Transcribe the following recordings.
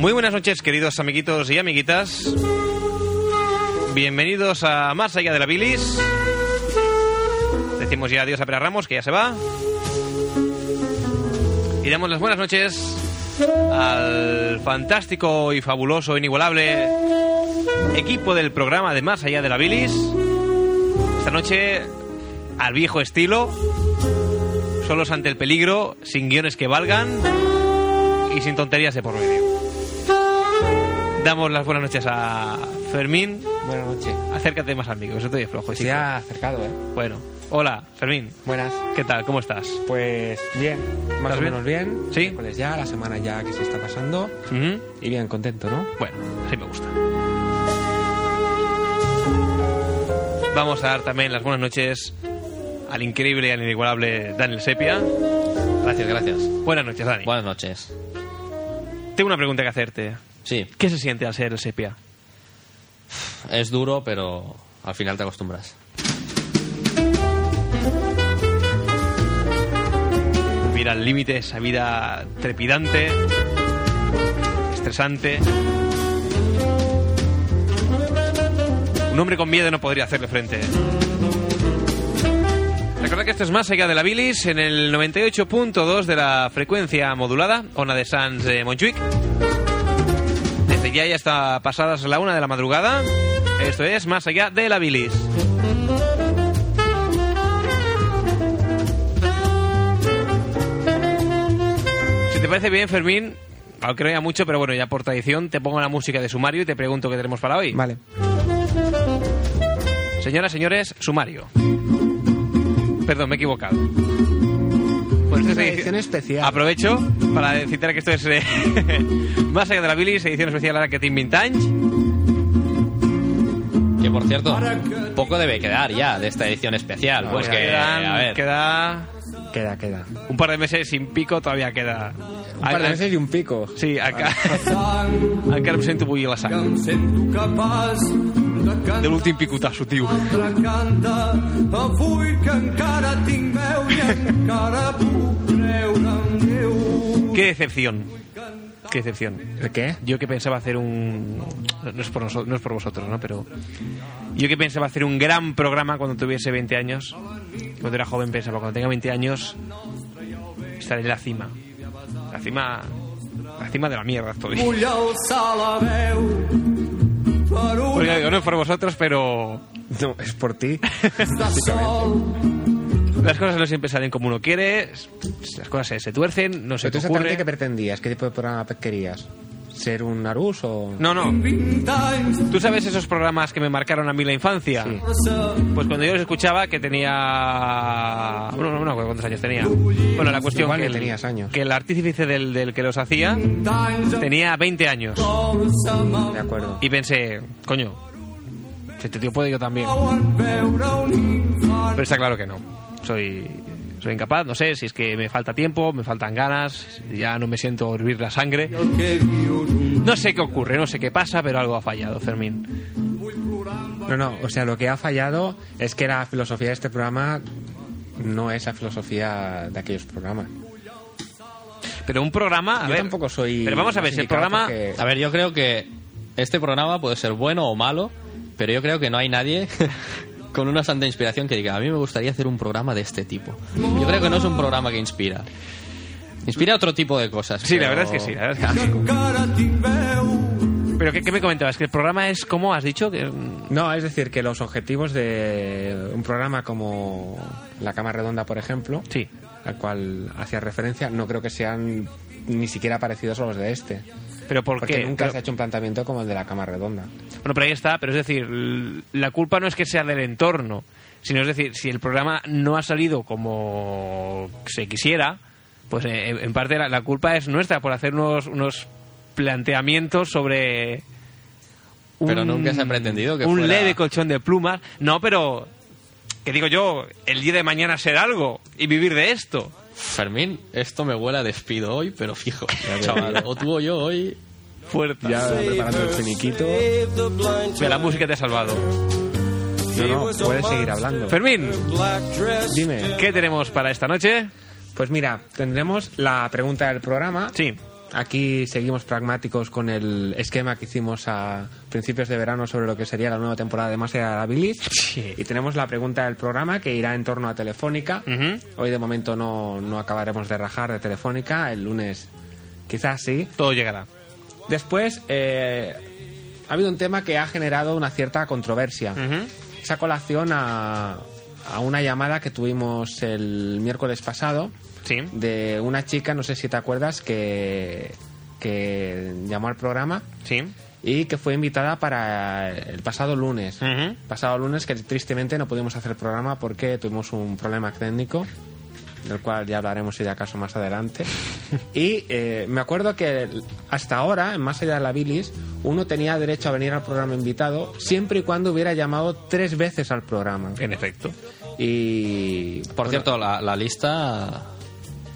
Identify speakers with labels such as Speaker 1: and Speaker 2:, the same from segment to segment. Speaker 1: Muy buenas noches, queridos amiguitos y amiguitas. Bienvenidos a Más Allá de la Bilis. Decimos ya adiós a Pera Ramos, que ya se va. Y damos las buenas noches al fantástico y fabuloso, inigualable equipo del programa de Más Allá de la Bilis. Esta noche, al viejo estilo, solos ante el peligro, sin guiones que valgan y sin tonterías de por medio. Damos las buenas noches a Fermín.
Speaker 2: Buenas noches.
Speaker 1: Acércate más al micro, eso estoy flojo.
Speaker 2: Se
Speaker 1: chico.
Speaker 2: ha acercado, ¿eh?
Speaker 1: Bueno, hola, Fermín.
Speaker 2: Buenas.
Speaker 1: ¿Qué tal? ¿Cómo estás?
Speaker 2: Pues bien, más
Speaker 1: ¿Estás
Speaker 2: o
Speaker 1: bien?
Speaker 2: menos bien.
Speaker 1: Sí.
Speaker 2: Miércoles ya, la semana ya que se está pasando.
Speaker 1: Ujú.
Speaker 2: Y bien, contento, ¿no?
Speaker 1: Bueno, así me gusta. Vamos a dar también las buenas noches al increíble y al inigualable Daniel Sepia.
Speaker 3: Gracias, gracias.
Speaker 1: Buenas noches, Dani.
Speaker 3: Buenas noches.
Speaker 1: Tengo una pregunta que hacerte.
Speaker 3: Sí,
Speaker 1: ¿Qué se siente al ser el Sepia?
Speaker 3: es duro, pero al final te acostumbras.
Speaker 1: Vivir al límite esa vida trepidante, estresante. Un hombre con miedo no podría hacerle frente. Recordad que esto es más allá de la bilis en el 98.2 de la frecuencia modulada, ona de Sans de Montjuic. Desde ya y hasta pasadas la una de la madrugada, esto es más allá de la bilis. Si te parece bien, Fermín, aunque no haya mucho, pero bueno, ya por tradición, te pongo la música de sumario y te pregunto qué tenemos para hoy.
Speaker 2: Vale.
Speaker 1: Señoras, señores, sumario. Perdón, me he equivocado. Pues esta
Speaker 2: edición especial.
Speaker 1: Aprovecho para citar que esto es eh, Más allá de la bilis, edición especial ahora que te Vintage.
Speaker 3: Que por cierto, poco debe quedar ya de esta edición especial. Pues que,
Speaker 1: Quedan-
Speaker 3: a ver,
Speaker 1: queda
Speaker 2: Queda, queda.
Speaker 1: un par de meses sin pico, todavía queda.
Speaker 2: Un par de meses y un pico.
Speaker 1: Sí, acá. Encara em sento avui la sang. De l'últim picotasso, tio. Qué decepción. Qué decepción.
Speaker 2: ¿El qué?
Speaker 1: Yo que pensaba hacer un... No es por, noso- no es por vosotros, ¿no? Pero yo que pensaba hacer un gran programa cuando tuviese 20 años. Cuando era joven pensaba, cuando tenga 20 años estaré en la cima. La cima... La cima de la mierda estoy. Oiga, digo, no es por vosotros, pero
Speaker 2: No, es por ti.
Speaker 1: las cosas no siempre salen como uno quiere, s- las cosas se, se tuercen, no se
Speaker 2: Pero tú
Speaker 1: te
Speaker 2: exactamente
Speaker 1: ocurre.
Speaker 2: qué pretendías, qué tipo de programa querías. ¿Ser un Arús o...?
Speaker 1: No, no. ¿Tú sabes esos programas que me marcaron a mí la infancia?
Speaker 2: Sí.
Speaker 1: Pues cuando yo los escuchaba, que tenía. Bueno, no me acuerdo cuántos años tenía. Bueno, la cuestión
Speaker 2: Igual
Speaker 1: que, el,
Speaker 2: ni tenías años.
Speaker 1: que el artífice del, del que los hacía tenía 20 años.
Speaker 2: De acuerdo.
Speaker 1: Y pensé, coño, si este tío puede, yo también. Pero está claro que no. Soy, soy incapaz, no sé si es que me falta tiempo, me faltan ganas, ya no me siento hervir la sangre. No sé qué ocurre, no sé qué pasa, pero algo ha fallado, Fermín.
Speaker 2: No, no, o sea, lo que ha fallado es que la filosofía de este programa no es la filosofía de aquellos programas.
Speaker 1: Pero un programa. A
Speaker 2: Yo
Speaker 1: ver,
Speaker 2: tampoco soy
Speaker 1: Pero vamos a ver,
Speaker 2: más
Speaker 1: si el
Speaker 2: indicado
Speaker 1: programa.
Speaker 2: porque-
Speaker 3: a ver, yo creo que este programa puede ser bueno o malo, pero yo creo que no hay nadie con una santa inspiración que diga, a mí me gustaría hacer un programa de este tipo. Yo creo que no es un programa que inspira. Inspira otro tipo de cosas.
Speaker 1: Sí, la
Speaker 3: pero-
Speaker 1: verdad es que sí, la verdad es que sí. Pero ¿qué, qué me comentabas? Que el programa es como has dicho. Que... mm,
Speaker 2: No, es decir, que los objetivos de un programa como La Cama Redonda, por ejemplo,
Speaker 1: Sí.
Speaker 2: al cual hacía referencia, no creo que sean ni siquiera parecidos a los de este.
Speaker 1: ¿Pero por
Speaker 2: Porque
Speaker 1: qué?
Speaker 2: nunca
Speaker 1: Pero-
Speaker 2: se ha hecho un planteamiento como el de La Cama Redonda.
Speaker 1: Bueno, pero ahí está, pero es decir, l- la culpa no es que sea del entorno, sino es decir, si el programa no ha salido como se quisiera, pues eh, en en parte la, la culpa es nuestra por hacer unos, unos planteamientos sobre...
Speaker 3: Pero nunca se ha pretendido que
Speaker 1: Un
Speaker 3: fuera-
Speaker 1: leve colchón de plumas. No, pero... Que digo yo, el día de mañana ser algo y vivir de esto.
Speaker 3: Fermín, esto me huele a despido hoy, pero fijo. Chaval, o tú o yo hoy.
Speaker 1: Fuerte.
Speaker 2: Ya preparando el
Speaker 4: pues,
Speaker 2: finiquito.
Speaker 1: Mira, La música te ha salvado.
Speaker 2: No, no, puedes seguir hablando.
Speaker 1: Fermín,
Speaker 2: Dime.
Speaker 1: ¿qué tenemos para esta noche?
Speaker 2: Pues mira, tendremos la pregunta del programa.
Speaker 1: Sí.
Speaker 2: Aquí seguimos pragmáticos con el esquema que hicimos a principios de verano sobre lo que sería la nueva temporada de Más allá de la Bilis. Y tenemos la pregunta del programa que irá en torno a Telefónica.
Speaker 1: Ujú.
Speaker 2: Hoy de momento no, no acabaremos de rajar de Telefónica. El lunes quizás sí.
Speaker 1: Todo llegará.
Speaker 2: Después eh, ha habido un tema que ha generado una cierta controversia.
Speaker 1: Ujú.
Speaker 2: Esa colación a, a una llamada que tuvimos el miércoles pasado
Speaker 1: Sí.
Speaker 2: de una chica, no sé si te acuerdas, que, que llamó al programa
Speaker 1: Sí.
Speaker 2: y que fue invitada para el pasado lunes.
Speaker 1: Ujú.
Speaker 2: Pasado lunes que tristemente no pudimos hacer programa porque tuvimos un problema técnico, del cual ya hablaremos si de acaso más adelante. Y eh, me acuerdo que hasta ahora, en Más allá de la bilis, uno tenía derecho a venir al programa invitado siempre y cuando hubiera llamado tres veces al programa.
Speaker 1: En efecto.
Speaker 2: Y...
Speaker 3: Eh. Por
Speaker 2: bueno,
Speaker 3: cierto, la, la lista.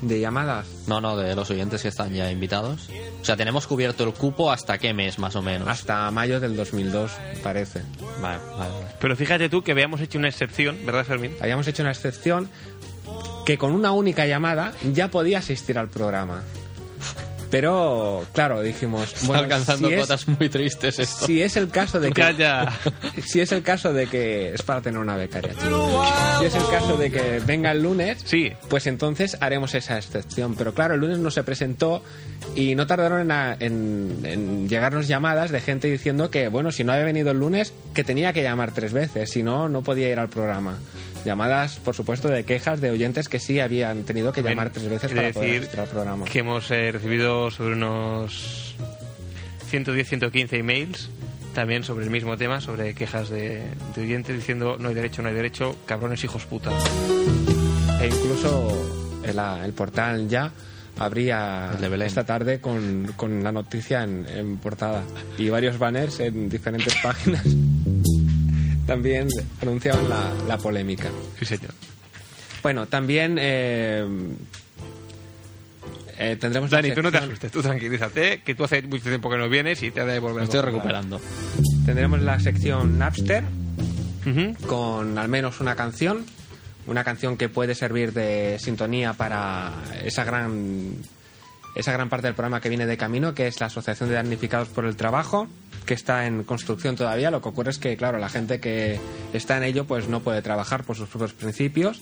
Speaker 2: De llamadas.
Speaker 3: No, no, de los oyentes que están ya invitados. O sea, tenemos cubierto el cupo hasta qué mes, más o menos.
Speaker 2: Hasta mayo del 2002, parece.
Speaker 3: Vale, vale, vale.
Speaker 1: Pero fíjate tú que habíamos hecho una excepción, ¿verdad, Fermín?
Speaker 2: habíamos hecho una excepción que con una única llamada ya podía asistir al programa. Pero, claro, dijimos,
Speaker 3: Está
Speaker 2: bueno,
Speaker 3: alcanzando
Speaker 2: si es,
Speaker 3: cotas muy tristes esto.
Speaker 2: si es el caso de que
Speaker 1: Calla.
Speaker 2: si es el caso de que es para tener una becaria. chico. Si es el caso de que venga el lunes,
Speaker 1: Sí.
Speaker 2: pues entonces haremos esa excepción. Pero claro, el lunes no se presentó y no tardaron en, a- en- en llegarnos llamadas de gente diciendo que, bueno, si no había venido el lunes, que tenía que llamar tres veces, si no, no podía ir al programa. Llamadas, por supuesto, de quejas de oyentes que sí habían tenido que llamar tres veces
Speaker 1: Quiere
Speaker 2: para poder
Speaker 1: decir
Speaker 2: asistir al programa.
Speaker 1: Que hemos eh, recibido sobre unos 110, 115 emails también sobre el mismo tema, sobre quejas de, de oyentes diciendo no hay derecho, no hay derecho, cabrones hijos puta.
Speaker 2: E incluso el, ah, el portal ya abría
Speaker 3: El de Belén.
Speaker 2: esta tarde con, con la noticia en, en portada y varios banners en diferentes páginas también anunciaban la, la polémica.
Speaker 1: Sí, señor.
Speaker 2: Bueno, también eh, eh, tendremos... la
Speaker 1: Dani, tú no te
Speaker 2: sección-
Speaker 1: asustes, tú tranquilízate, que tú hace mucho tiempo que no vienes y te ha de volver
Speaker 3: Me
Speaker 1: a
Speaker 3: estoy
Speaker 1: acostumbrado.
Speaker 3: recuperando.
Speaker 2: Tendremos la sección Napster
Speaker 1: Ujú.
Speaker 2: con al menos una canción, una canción que puede servir de sintonía para esa gran esa gran parte del programa que viene de camino, que es la Asociación de Damnificados por el Trabajo, que está en construcción todavía. Lo que ocurre es que, claro, la gente que está en ello pues no puede trabajar por sus propios principios.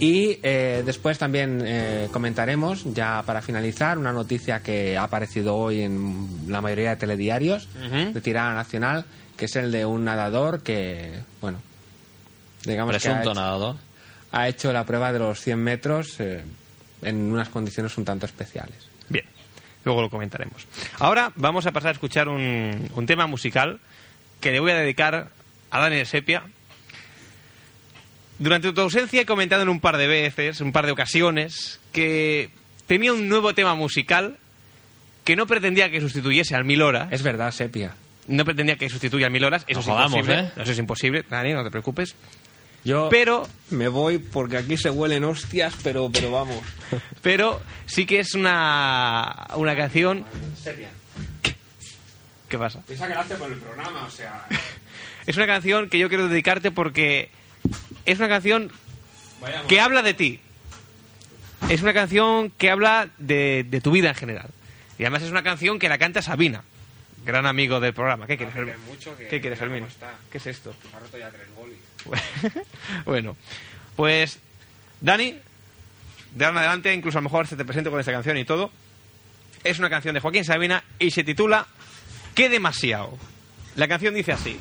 Speaker 2: Y eh, después también eh, comentaremos, ya para finalizar, una noticia que ha aparecido hoy en la mayoría de telediarios
Speaker 1: Ujú.
Speaker 2: de tirada nacional, que es el de un nadador que, bueno, digamos que ha
Speaker 3: Presunto
Speaker 2: hecho,
Speaker 3: nadador.
Speaker 2: ha hecho la prueba de los 100 metros eh, en unas condiciones un tanto especiales.
Speaker 1: Bien, luego lo comentaremos. Ahora vamos a pasar a escuchar un, un tema musical que le voy a dedicar a Daniel Sepia. Durante tu ausencia he comentado en un par de veces, un par de ocasiones, que tenía un nuevo tema musical que no pretendía que sustituyese al Mil Horas.
Speaker 2: Es verdad, Sepia.
Speaker 1: No pretendía que sustituya al Mil Horas. Eso
Speaker 3: No
Speaker 1: es
Speaker 3: jodamos,
Speaker 1: imposible.
Speaker 3: ¿eh?
Speaker 1: Eso es imposible, Dani, no te preocupes.
Speaker 2: Yo
Speaker 1: Pero
Speaker 2: me voy porque aquí se huelen hostias, pero, pero vamos.
Speaker 1: pero sí que es una, una canción...
Speaker 2: Sepia,
Speaker 1: ¿Qué pasa?
Speaker 2: piensa que lo hace por el programa, o sea...
Speaker 1: Es una canción que yo quiero dedicarte porque es una canción que habla de ti. Es una canción que habla de, de tu vida en general. Y además es una canción que la canta Sabina, gran amigo del programa. ¿Qué quieres,
Speaker 2: Hace
Speaker 1: Fermín?
Speaker 2: mucho Ah, que-
Speaker 1: ¿Qué quieres,
Speaker 2: mira
Speaker 1: Fermín?
Speaker 2: cómo está.
Speaker 1: ¿Qué es esto?
Speaker 2: ha roto ya tres goles.
Speaker 1: bueno, pues Dani, de ahora en adelante, incluso a lo mejor se te presento con esta canción y todo. Es una canción de Joaquín Sabina y se titula Qué demasiado. La canción dice así.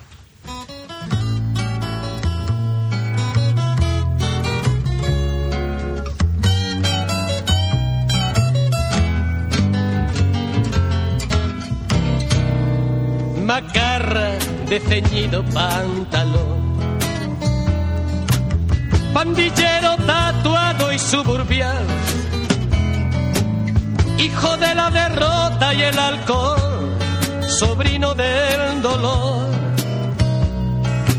Speaker 5: macarra de ceñido pantalón. Pandillero tatuado y suburbial, hijo de la derrota y el alcohol, sobrino del dolor,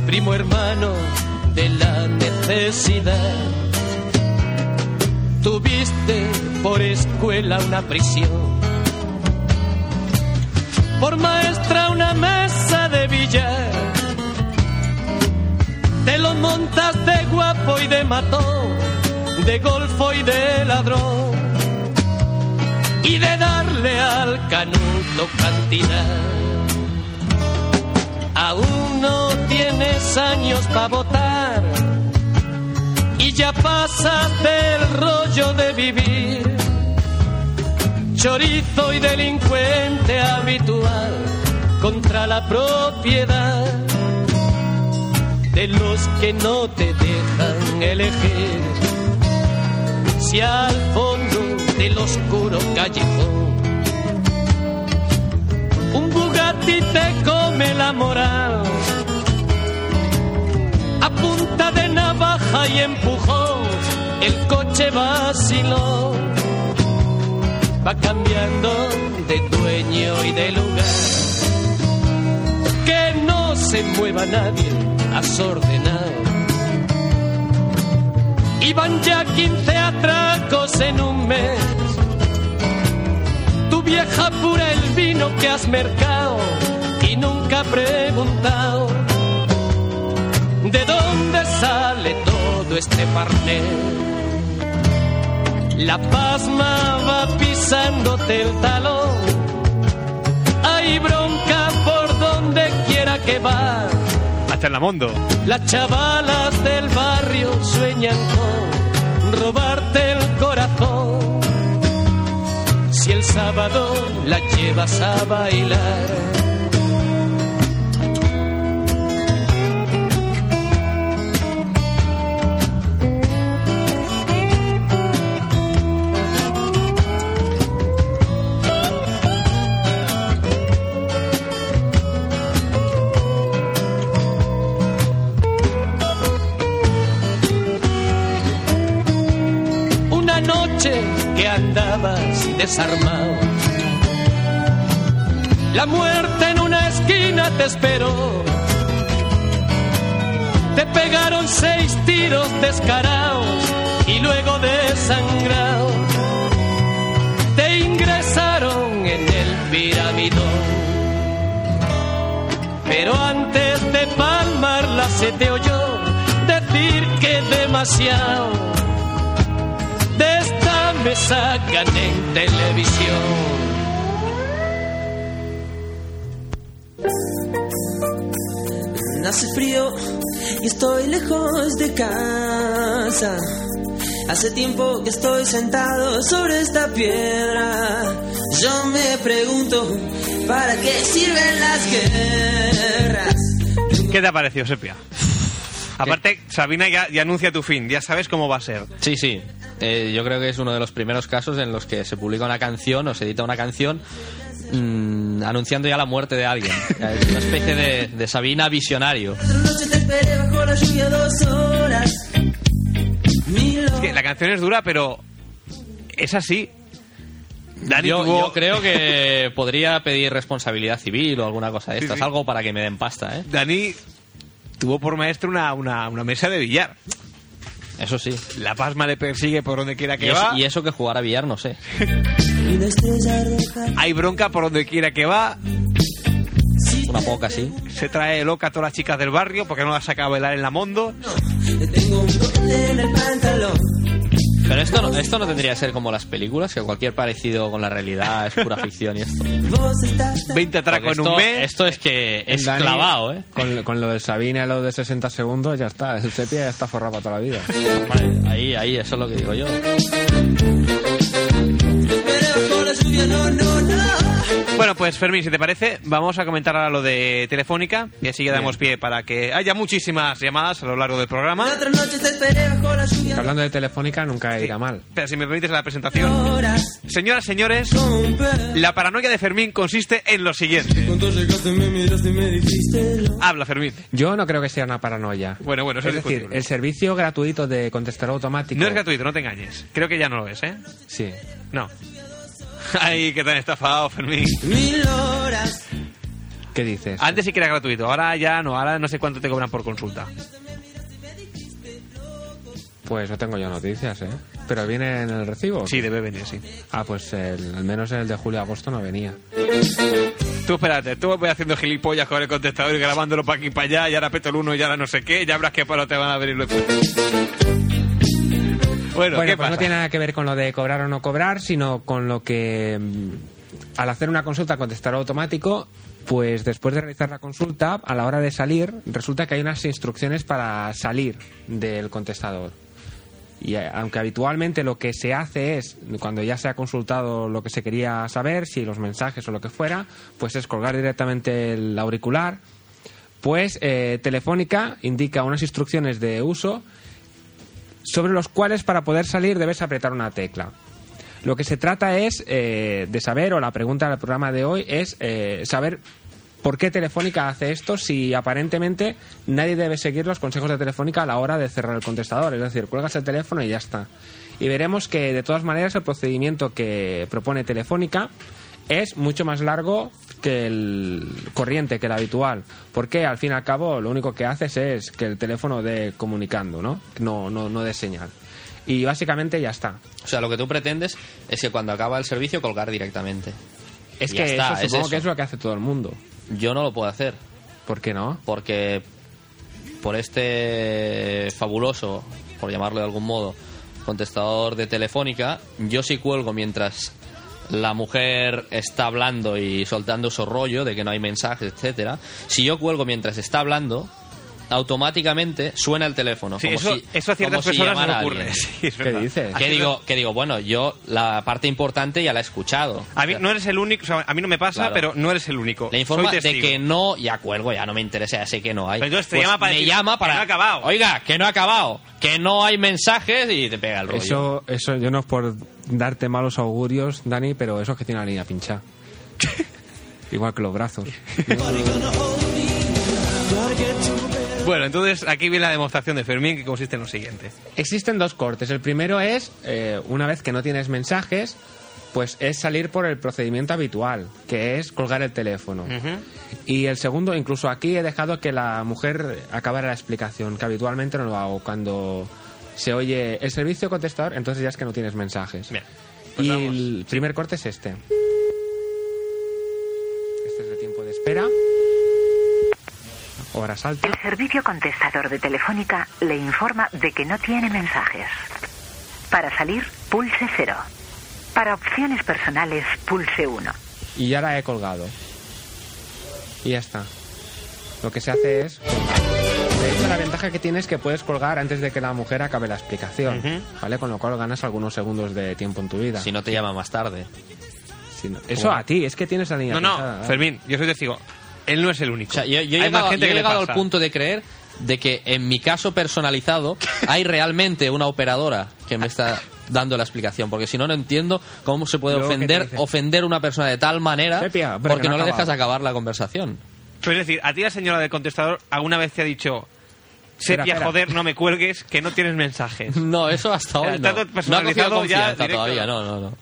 Speaker 5: primo hermano de la necesidad. Tuviste por escuela una prisión por maestra una mesa de billar. Te lo montas de guapo y de matón, de golfo y de ladrón. Y de dar darle al canuto cantidad. Aún no tienes años para votar y ya pasas del rollo de vivir. Chorizo y delincuente habitual contra la propiedad de los que no te dejan elegir. Si al fondo del oscuro callejón un Bugatti te come la moral a punta de navaja y empujón el coche vaciló va cambiando de dueño y de lugar que no se mueva nadie has ordenado y van ya 15 atracos en un mes tu vieja pura el vino que has mercado y nunca ha preguntado de dónde sale todo este parnel. La pasma va pisándote el talón, hay bronca por donde quiera que va.
Speaker 1: Hasta en la mondo.
Speaker 5: Las chavalas del barrio sueñan con robarte el corazón. Si el sábado la llevas a bailar. una noche que andabas desarmado. La muerte en una esquina te esperó. Te pegaron seis tiros descarados y luego desangrados. Te ingresaron en el piramidón. Pero antes de palmarla se te oyó decir que demasiado de esta me sacan en televisión.
Speaker 6: Hace frío y estoy lejos de casa. Hace tiempo que estoy sentado sobre esta piedra. Yo me pregunto, ¿para qué sirven las guerras?
Speaker 1: ¿Qué te ha parecido, Sepia? Aparte, Sabina ya, ya anuncia tu fin, ya sabes cómo va a ser.
Speaker 3: Sí, sí. Eh, yo creo que es uno de los primeros casos en los que se publica una canción o se edita una canción mm, anunciando ya la muerte de alguien. Es una especie de, de Sabina visionario.
Speaker 6: Otra noche te esperé bajo la lluvia dos horas. Mil
Speaker 1: Es que la canción es dura, pero es así. Dani
Speaker 3: Yo,
Speaker 1: tuvo-
Speaker 3: yo creo que podría pedir responsabilidad civil o alguna cosa de
Speaker 1: Sí,
Speaker 3: estas,
Speaker 1: sí.
Speaker 3: algo para que me den pasta, ¿eh?
Speaker 1: Dani tuvo por maestro una, una, una mesa de billar.
Speaker 3: Eso sí.
Speaker 1: La pasma le persigue por donde quiera
Speaker 3: Y,
Speaker 1: que
Speaker 3: es-
Speaker 1: va.
Speaker 3: y eso que jugar a billar, no sé.
Speaker 6: y una estrella roja.
Speaker 1: Hay bronca por donde quiera que va.
Speaker 3: Una poca, sí.
Speaker 1: Se trae loca a todas las chicas del barrio porque no las saca a bailar en la mondo.
Speaker 6: Le tengo un golpe en el pantalón.
Speaker 3: Pero esto no, esto no tendría que ser como las películas, que cualquier parecido con la realidad es pura ficción y esto.
Speaker 6: Vos estás
Speaker 1: 20
Speaker 3: Porque
Speaker 1: atracos en un
Speaker 3: esto,
Speaker 1: mes.
Speaker 3: esto es que es
Speaker 2: Dani,
Speaker 3: clavado, ¿eh?
Speaker 2: Con, con lo de Sabina y lo de 60 segundos, ya está. El sepia ya está forrado para toda la vida.
Speaker 3: Vale, ahí, ahí, eso es lo que digo yo.
Speaker 6: pero con la lluvia, no, no, no.
Speaker 1: Bueno, pues Fermín, si te parece, vamos a comentar ahora lo de Telefónica y así ya damos pie para que haya muchísimas llamadas a lo largo del programa.
Speaker 6: Otra noche te esperé bajo la lluvia
Speaker 2: Hablando de Telefónica, nunca irá mal.
Speaker 1: Pero si me permites la
Speaker 6: dos
Speaker 1: presentación.
Speaker 6: horas.
Speaker 1: Señoras, señores,
Speaker 6: Compré.
Speaker 1: la paranoia de Fermín consiste en lo siguiente.
Speaker 6: Cuando llegaste me miraste y me dijiste lo
Speaker 1: Habla, Fermín.
Speaker 2: Yo no creo que sea una paranoia.
Speaker 1: Bueno, bueno, eso
Speaker 2: es
Speaker 1: es
Speaker 2: decir,
Speaker 1: discutible.
Speaker 2: el servicio gratuito de contestador automático.
Speaker 1: No es gratuito, no te engañes. Creo que ya no lo es, ¿eh?
Speaker 2: Sí.
Speaker 1: No. Ay, qué tan estafado, Fermín.
Speaker 6: mil horas.
Speaker 2: ¿Qué dices?
Speaker 1: Antes sí que era gratuito, ahora ya no, ahora no sé cuánto te cobran por consulta.
Speaker 2: Pues no tengo yo noticias, ¿eh? Pero viene en el recibo.
Speaker 1: Sí, debe venir, sí.
Speaker 2: Ah, pues el- al menos el de julio y agosto no venía.
Speaker 1: Tú espérate, tú voy haciendo gilipollas con el contestador y grabándolo para aquí y para allá, y ahora peto el uno y ahora no sé qué, ya habrás que para te van a venir los... Bueno,
Speaker 2: bueno,
Speaker 1: ¿qué pasa?
Speaker 2: pues
Speaker 3: pues
Speaker 2: no tiene nada que ver con lo de cobrar o no cobrar, sino con lo que mm, al hacer una consulta contestar automático, pues después de realizar la consulta, a la hora de salir, resulta que hay unas instrucciones para salir del contestador. Y eh, aunque habitualmente lo que se hace es, cuando ya se ha consultado lo que se quería saber, si los mensajes o lo que fuera, pues es colgar directamente el auricular, pues eh, Telefónica indica unas instrucciones de uso sobre los cuales para poder salir debes apretar una tecla. Lo que se trata es eh, de saber, o la pregunta del programa de hoy es eh, saber por qué Telefónica hace esto si aparentemente nadie debe seguir los consejos de Telefónica a la hora de cerrar el contestador. Es decir, cuelgas el teléfono y ya está. Y veremos que de todas maneras el procedimiento que propone Telefónica es mucho más largo que el corriente, que el habitual. Porque al fin y al cabo lo único que haces es que el teléfono de comunicando, ¿no? No, no, no de señal. Y básicamente ya está.
Speaker 3: O sea, lo que tú pretendes es que cuando acaba el servicio colgar directamente.
Speaker 2: Es
Speaker 3: Y
Speaker 2: que
Speaker 3: ya está,
Speaker 2: eso
Speaker 3: es
Speaker 2: supongo que
Speaker 3: eso.
Speaker 2: es lo que hace todo el mundo.
Speaker 3: Yo no lo puedo hacer
Speaker 2: ¿Por qué no?
Speaker 3: porque por este fabuloso, por llamarlo de algún modo, contestador de Telefónica, yo sí cuelgo mientras la mujer está hablando y soltando su rollo de que no hay mensajes, etcétera. Si yo cuelgo mientras está hablando, automáticamente suena el teléfono.
Speaker 1: Sí,
Speaker 3: como
Speaker 1: eso,
Speaker 3: si-
Speaker 1: eso a ciertas
Speaker 3: como si
Speaker 1: personas
Speaker 3: llamara
Speaker 1: no
Speaker 3: a
Speaker 1: ocurre.
Speaker 3: alguien.
Speaker 1: Sí, es
Speaker 2: ¿Qué
Speaker 1: verdad.
Speaker 2: dices?
Speaker 1: Así
Speaker 3: Que digo, que digo, bueno, yo la parte importante ya la he escuchado.
Speaker 1: A mí no eres el único, o sea, a mí no me pasa,
Speaker 3: Claro.
Speaker 1: pero no eres el único.
Speaker 3: Le informa
Speaker 1: Soy
Speaker 3: de
Speaker 1: testigo.
Speaker 3: que no, ya cuelgo, ya no me interesa, ya sé que no hay.
Speaker 1: Pero entonces te
Speaker 3: Pues
Speaker 1: llama para
Speaker 3: me
Speaker 1: decir,
Speaker 3: llama
Speaker 1: "Que
Speaker 3: para-
Speaker 1: no ha acabado".
Speaker 3: Oiga, que no ha acabado, que no hay mensajes y te pega el rollo.
Speaker 2: Eso, eso, yo no es por darte malos augurios, Dani, pero eso es que tiene la línea pinchada. Igual que los brazos.
Speaker 1: Bueno, entonces aquí viene la demostración de Fermín que consiste en lo siguiente.
Speaker 2: Existen dos cortes. El primero es, eh, una vez que no tienes mensajes, pues es salir por el procedimiento habitual, que es colgar el teléfono. Y el segundo, incluso aquí he dejado que la mujer acabara la explicación, que habitualmente no lo hago. Cuando se oye el servicio contestador, entonces ya es que no tienes mensajes.
Speaker 1: Bien, pues
Speaker 2: y
Speaker 1: vamos.
Speaker 2: el primer corte es este. Este es el tiempo de espera. Hora salta.
Speaker 7: El servicio contestador de Telefónica le informa de que no tiene mensajes. Para salir, pulse 0. Para opciones personales, pulse 1.
Speaker 2: y ya la he colgado. Y ya está. Lo que se hace es colgar. De hecho, la ventaja que tiene es que puedes colgar antes de que la mujer acabe la explicación, ¿vale? Con lo cual ganas algunos segundos de tiempo en tu vida.
Speaker 3: Si no te llama más tarde.
Speaker 2: Si no- Eso a ti, es que tienes la línea
Speaker 1: No, no,
Speaker 2: cruzada.
Speaker 1: Fermín, yo soy testigo. Él no es el único.
Speaker 3: ¿eh? O sea, yo, yo he
Speaker 1: Hay
Speaker 3: llegado,
Speaker 1: más gente
Speaker 3: yo he
Speaker 1: que le
Speaker 3: llegado
Speaker 1: pasa.
Speaker 3: al punto de creer de que en mi caso personalizado hay realmente una operadora que me está dando la explicación, porque si no, no entiendo cómo se puede
Speaker 2: Luego, ¿qué te
Speaker 3: ofender
Speaker 2: dice?
Speaker 3: ofender a una persona de tal manera
Speaker 2: Sepia, hombre,
Speaker 3: porque
Speaker 2: que no
Speaker 3: no,
Speaker 2: ha
Speaker 3: le
Speaker 2: acabado.
Speaker 3: dejas acabar la conversación.
Speaker 1: Pero es decir, a ti la señora del contestador alguna vez te ha dicho,
Speaker 2: Espera,
Speaker 1: sepia,
Speaker 2: espera.
Speaker 1: joder, no me cuelgues, que no tienes mensajes.
Speaker 3: No, eso hasta
Speaker 1: El
Speaker 3: hoy no.
Speaker 1: trato
Speaker 3: No ha cogido
Speaker 1: personalizado ya
Speaker 3: confianza
Speaker 1: directo.
Speaker 3: todavía, no, no, no.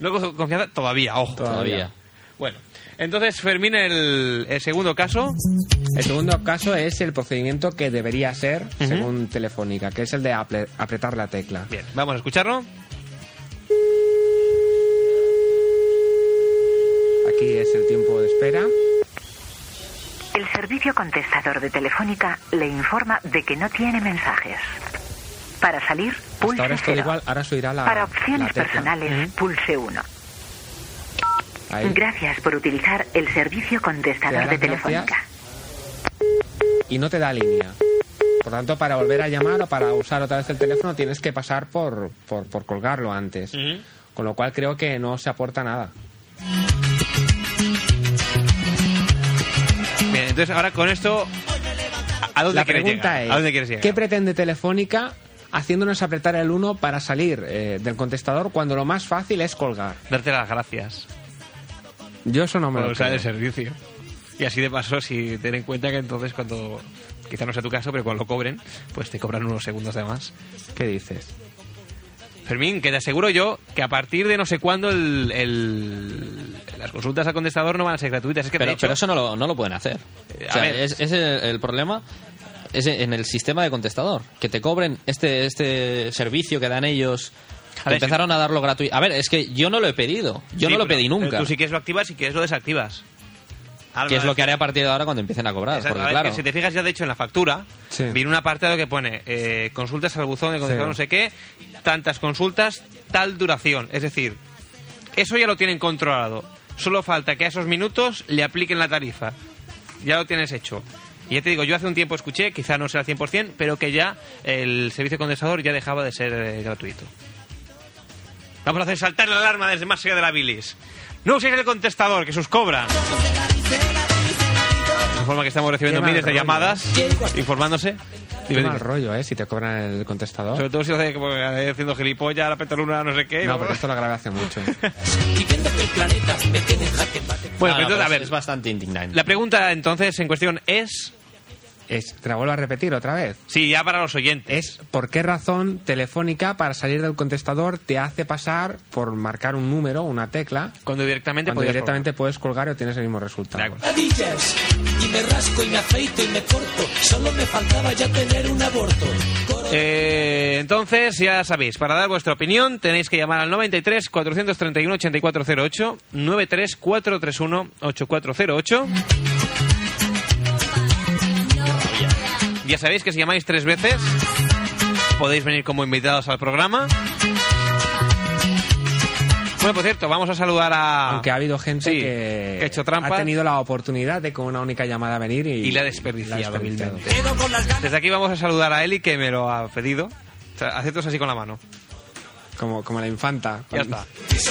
Speaker 1: Luego su confianza todavía, ojo.
Speaker 3: Todavía.
Speaker 1: Bueno, entonces Fermín, el, el segundo caso,
Speaker 2: El segundo caso es el procedimiento que debería ser según Telefónica, que es el de aple- apretar la tecla.
Speaker 1: bien, vamos a escucharlo.
Speaker 2: Aquí es el tiempo de espera.
Speaker 7: El servicio contestador de Telefónica le informa de que no tiene mensajes. Para salir,
Speaker 2: Hasta ahora
Speaker 7: pulse
Speaker 2: es todo
Speaker 7: 0.
Speaker 2: igual, ahora subirá la.
Speaker 7: Para
Speaker 2: la
Speaker 7: opciones
Speaker 2: tecla.
Speaker 7: personales, pulse 1.
Speaker 2: Ahí.
Speaker 7: Gracias por utilizar el servicio
Speaker 2: Te da
Speaker 7: contestador de
Speaker 2: las gracias.
Speaker 7: Telefónica.
Speaker 2: y no te da línea. Por tanto, para volver a llamar o para usar otra vez el teléfono tienes que pasar por, por, por colgarlo antes. Con lo cual creo que no se aporta nada.
Speaker 1: Bien, entonces ahora con esto, ¿a- ¿a dónde
Speaker 2: La
Speaker 1: quieres
Speaker 2: pregunta
Speaker 1: llegar?
Speaker 2: es,
Speaker 1: ¿A dónde quieres llegar?
Speaker 2: ¿qué pretende Telefónica haciéndonos apretar el 1 para salir eh, del contestador cuando lo más fácil es colgar?
Speaker 1: Darte las gracias
Speaker 2: Yo eso no me
Speaker 1: por
Speaker 2: lo
Speaker 1: usar
Speaker 2: creo.
Speaker 1: el servicio. Y así de paso, si ten en cuenta que entonces cuando, quizá no sea tu caso, pero cuando lo cobren, pues te cobran unos segundos de más.
Speaker 2: ¿Qué dices?
Speaker 1: Fermín, que te aseguro yo que a partir de no sé cuándo el, el- las consultas al contestador no van a ser gratuitas. Es que de
Speaker 3: Pero,
Speaker 1: hecho,
Speaker 3: pero eso no lo, no lo pueden hacer.
Speaker 1: Eh,
Speaker 3: O sea,
Speaker 1: a ver.
Speaker 3: es, es el, el problema es en el sistema de contestador. Que te cobren este, este servicio que dan ellos. que
Speaker 1: ver,
Speaker 3: empezaron a darlo gratuito. A ver, es que yo no lo he pedido. Yo
Speaker 1: Sí,
Speaker 3: no lo
Speaker 1: pero-
Speaker 3: pedí
Speaker 1: pero
Speaker 3: nunca.
Speaker 1: Tú si quieres lo activas y quieres lo desactivas. Ahora,
Speaker 3: Que es
Speaker 1: no,
Speaker 3: lo que haré a partir de ahora cuando empiecen a cobrar.
Speaker 1: Exacto, a
Speaker 3: Porque
Speaker 1: ver,
Speaker 3: claro,
Speaker 1: que si te fijas ya de hecho en la factura,
Speaker 2: Sí.
Speaker 1: viene un apartado que pone eh, consultas al buzón de contestador
Speaker 2: Sí.
Speaker 1: no sé qué, tantas consultas, tal duración. Es decir, Eso ya lo tienen controlado. Solo falta que a esos minutos le apliquen la tarifa. Ya lo tienes hecho. Y ya te digo, yo hace un tiempo escuché, quizá no sea al 100%, pero que ya el servicio condensador ya dejaba de ser eh, gratuito. Vamos a hacer saltar la alarma desde más allá de la bilis. No uséis el contestador, que sus cobran. Informa que estamos recibiendo
Speaker 2: Qué mal
Speaker 1: miles de
Speaker 2: rollo.
Speaker 1: llamadas informándose.
Speaker 2: Qué mal rollo, ¿eh? Si te cobran el contestador.
Speaker 1: Sobre todo si hace como eh, haciendo gilipollas, la petaluna, no sé qué.
Speaker 2: No,
Speaker 1: ¿no?
Speaker 2: pero esto lo grabé hace mucho.
Speaker 1: Bueno,
Speaker 3: Ah, No, no,
Speaker 1: pero entonces,
Speaker 3: pero
Speaker 1: a ver,
Speaker 3: es bastante indignante.
Speaker 1: la pregunta entonces en cuestión es,
Speaker 2: Es- te la vuelvo a repetir otra vez.
Speaker 1: sí, ya para los oyentes,
Speaker 2: Es por qué razón Telefónica para salir del contestador te hace pasar por marcar un número, una tecla,
Speaker 1: cuando directamente
Speaker 2: cuando
Speaker 1: podías
Speaker 2: directamente puedes colgar o tienes el mismo resultado.
Speaker 1: De acuerdo.
Speaker 8: Adillas, y me rasco y me afeito y me corto. Solo me faltaba ya tener un aborto. Coro-
Speaker 1: Eh, entonces, ya sabéis, para dar vuestra opinión tenéis que llamar al 93 431 8408, 93 431 8408. Ya sabéis que si llamáis tres veces podéis venir como invitados al programa. Bueno, por cierto, vamos a saludar a...
Speaker 2: Aunque ha habido gente
Speaker 1: Ah. Sí,
Speaker 2: que
Speaker 1: que ha hecho trampa.
Speaker 2: ha tenido la oportunidad de con una única llamada venir y,
Speaker 1: Y la ha desperdiciado, vilmente. Desde aquí vamos a saludar a Eli, que me lo ha pedido. O sea, Hacedlos así con la mano.
Speaker 2: Como, como la infanta.
Speaker 1: Ya
Speaker 2: cuando-
Speaker 1: está.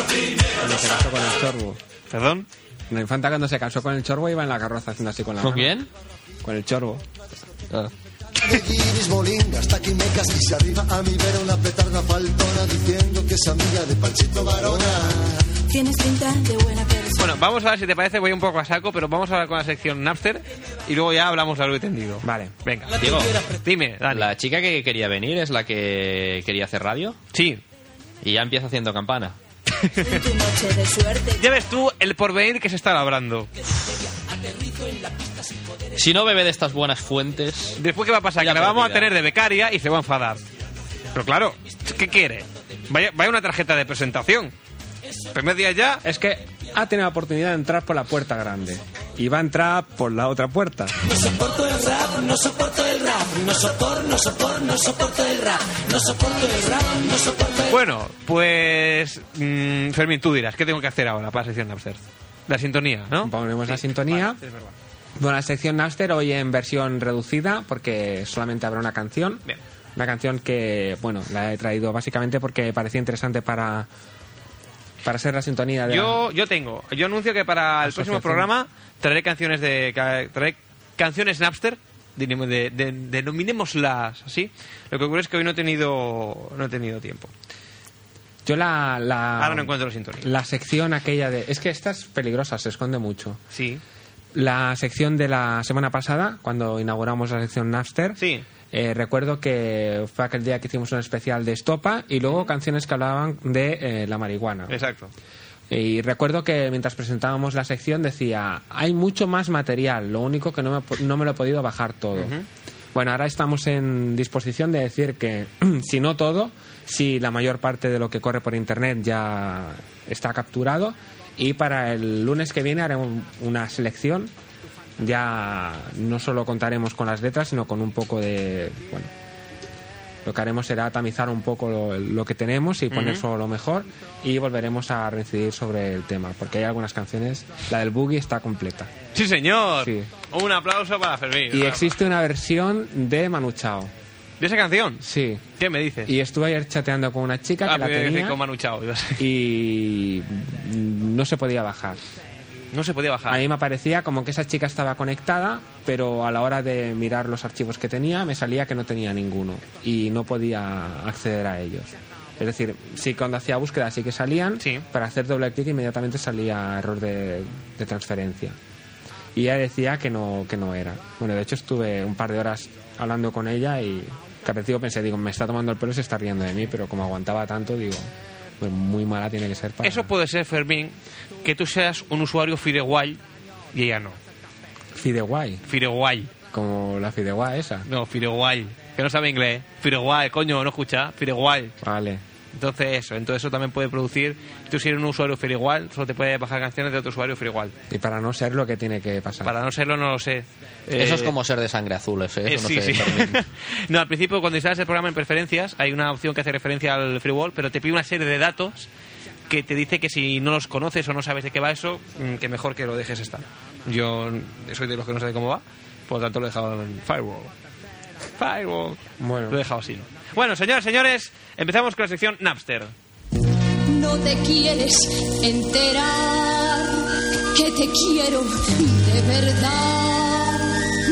Speaker 2: Cuando se casó con el chorbo.
Speaker 1: ¿Perdón?
Speaker 2: La infanta cuando se casó con el chorbo iba en la carroza haciendo así con la
Speaker 3: ¿Con
Speaker 2: mano.
Speaker 3: quién?
Speaker 2: Con el chorbo.
Speaker 4: De guiris, bolingas, taquimecas y se arriba a mi vera una petarda faltona diciendo que es amiga de Panchito Varona.
Speaker 6: Tienes pinta de buena persona.
Speaker 1: Bueno, vamos a ver si te parece, voy un poco a saco, pero vamos ahora con la sección Napster y luego ya hablamos largo y tendido.
Speaker 2: Vale.
Speaker 1: Venga, Diego, dime, dale.
Speaker 3: La chica que quería venir es la que quería hacer radio
Speaker 1: Sí.
Speaker 3: y ya empieza haciendo campana.
Speaker 6: Tu noche de suerte.
Speaker 1: Ya ves tú el porvenir que se está labrando.
Speaker 3: Si no bebe de estas buenas fuentes,
Speaker 1: Después, ¿qué va a pasar?
Speaker 3: Ya
Speaker 1: que la vamos a
Speaker 3: perdida.
Speaker 1: tener de becaria y se va a enfadar. Pero claro, ¿qué quiere? Vaya, vaya una tarjeta de presentación. Primer día ya,
Speaker 2: Es que ha tenido la oportunidad de entrar por la puerta grande. Y va a entrar por la otra puerta.
Speaker 8: No soporto el rap, no soporto el rap. No soporto, no soporto, no soporto el rap. No soporto el rap, no soporto el
Speaker 1: Bueno, pues. mm, Fermín, tú dirás, ¿qué tengo que hacer ahora para la sección Napster? La sintonía, ¿no?
Speaker 2: Ponemos la sintonía.
Speaker 1: Vale, es verdad.
Speaker 2: Bueno, la sección Napster hoy en versión reducida porque solamente habrá una canción.
Speaker 1: Bien.
Speaker 2: Una canción que, bueno, la he traído básicamente porque me parecía interesante para, para ser la sintonía de
Speaker 1: Yo, yo tengo. Yo anuncio que para el próximo
Speaker 2: Asociación.
Speaker 1: programa traeré canciones de. ca- Traeré canciones Napster. dirim- de- de- Denominémoslas así. Lo que ocurre es que hoy no he tenido, no he tenido tiempo.
Speaker 2: la... Yo la, la...
Speaker 1: Ahora no encuentro la sintonía.
Speaker 2: La sección aquella de... Es que esta es peligrosa, se esconde mucho.
Speaker 1: Sí.
Speaker 2: La sección de la semana pasada, cuando inauguramos la sección Napster,
Speaker 1: Sí.
Speaker 2: eh, recuerdo que fue aquel día que hicimos un especial de Estopa y luego canciones que hablaban de eh, la marihuana.
Speaker 1: Exacto.
Speaker 2: Y recuerdo que mientras presentábamos la sección decía, hay mucho más material, lo único que no me, po- no me lo he podido bajar todo. Bueno, ahora estamos en disposición de decir que, si no todo, si la mayor parte de lo que corre por Internet ya está capturado, y para el lunes que viene haremos una selección. Ya no solo contaremos con las letras, sino con un poco de... Bueno, lo que haremos será tamizar un poco lo, lo que tenemos y poner solo lo mejor y volveremos a reincidir sobre el tema, porque hay algunas canciones, la del Boogie está completa.
Speaker 1: Sí, señor.
Speaker 2: Sí.
Speaker 1: Un aplauso para Fermín.
Speaker 2: Y existe una versión de Manu Chao.
Speaker 1: ¿De esa canción?
Speaker 2: Sí.
Speaker 1: ¿Qué me dices?
Speaker 2: Y estuve ayer chateando con una chica
Speaker 1: Ah,
Speaker 2: que la
Speaker 1: pensé
Speaker 2: tenía
Speaker 1: con Manu Chao, iba a ser.
Speaker 2: y no se podía bajar.
Speaker 1: No se podía bajar.
Speaker 2: A mí me parecía como que esa chica estaba conectada, pero a la hora de mirar los archivos que tenía, me salía que no tenía ninguno y no podía acceder a ellos. Es decir, sí, cuando hacía búsqueda sí que salían,
Speaker 1: Sí.
Speaker 2: para hacer doble clic inmediatamente salía error de, de transferencia. Y ella decía que no, que no era. Bueno, de hecho estuve un par de horas hablando con ella y que al principio pensé, digo, me está tomando el pelo y se está riendo de mí, pero como aguantaba tanto, digo, pues muy mala tiene que ser para...
Speaker 1: Eso puede ser, Fermín, que tú seas un usuario Firewall y ella no.
Speaker 2: Fideuay,
Speaker 1: Firewall.
Speaker 2: como la Fideuá esa.
Speaker 1: No, Firewall. Que no sabe inglés. Firewall, coño, no escucha. Firewall.
Speaker 2: Vale.
Speaker 1: Entonces eso, entonces eso también puede producir... Tú si eres un usuario Firewall, solo te puede bajar canciones de otro usuario Firewall.
Speaker 2: Y para no ser lo que tiene que pasar.
Speaker 1: Para no serlo, no lo sé.
Speaker 3: eso es
Speaker 1: Eh,
Speaker 3: como ser de sangre azul, eso,
Speaker 1: eh,
Speaker 3: eso no
Speaker 1: sí,
Speaker 3: se
Speaker 1: sí.
Speaker 3: permite.
Speaker 1: no, al principio cuando instalas el programa en preferencias hay una opción que hace referencia al firewall, pero te pide una serie de datos que te dice que si no los conoces o no sabes de qué va eso, mm, que mejor que lo dejes estar. Yo soy de los que no sabe cómo va, por lo tanto lo he dejado en Firewall. Firewall.
Speaker 2: Bueno.
Speaker 1: Lo he dejado así. ¿no? Bueno, señores, señores, empezamos con la sección Napster.
Speaker 9: No te quieres enterar que te quiero de verdad.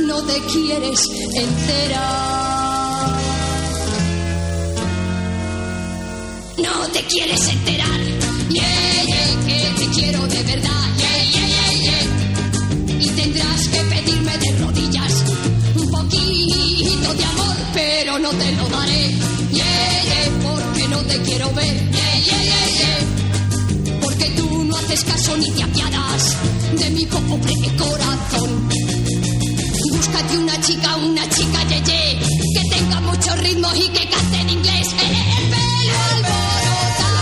Speaker 9: No te quieres enterar. No te quieres enterar. Yeah, yeah, que te quiero de verdad. Yeah, yeah, yeah, yeah. Y tendrás que pedirme de rodillas un poquito de amor, pero no te lo daré. Yeah, yeah, porque no te quiero ver. Yeah, yeah, yeah, yeah. Porque tú no haces caso ni te apiadas de mi pobre corazón. Búscate una chica, una chica ye, ye, que tenga mucho ritmo y que cante en inglés. El, el pelo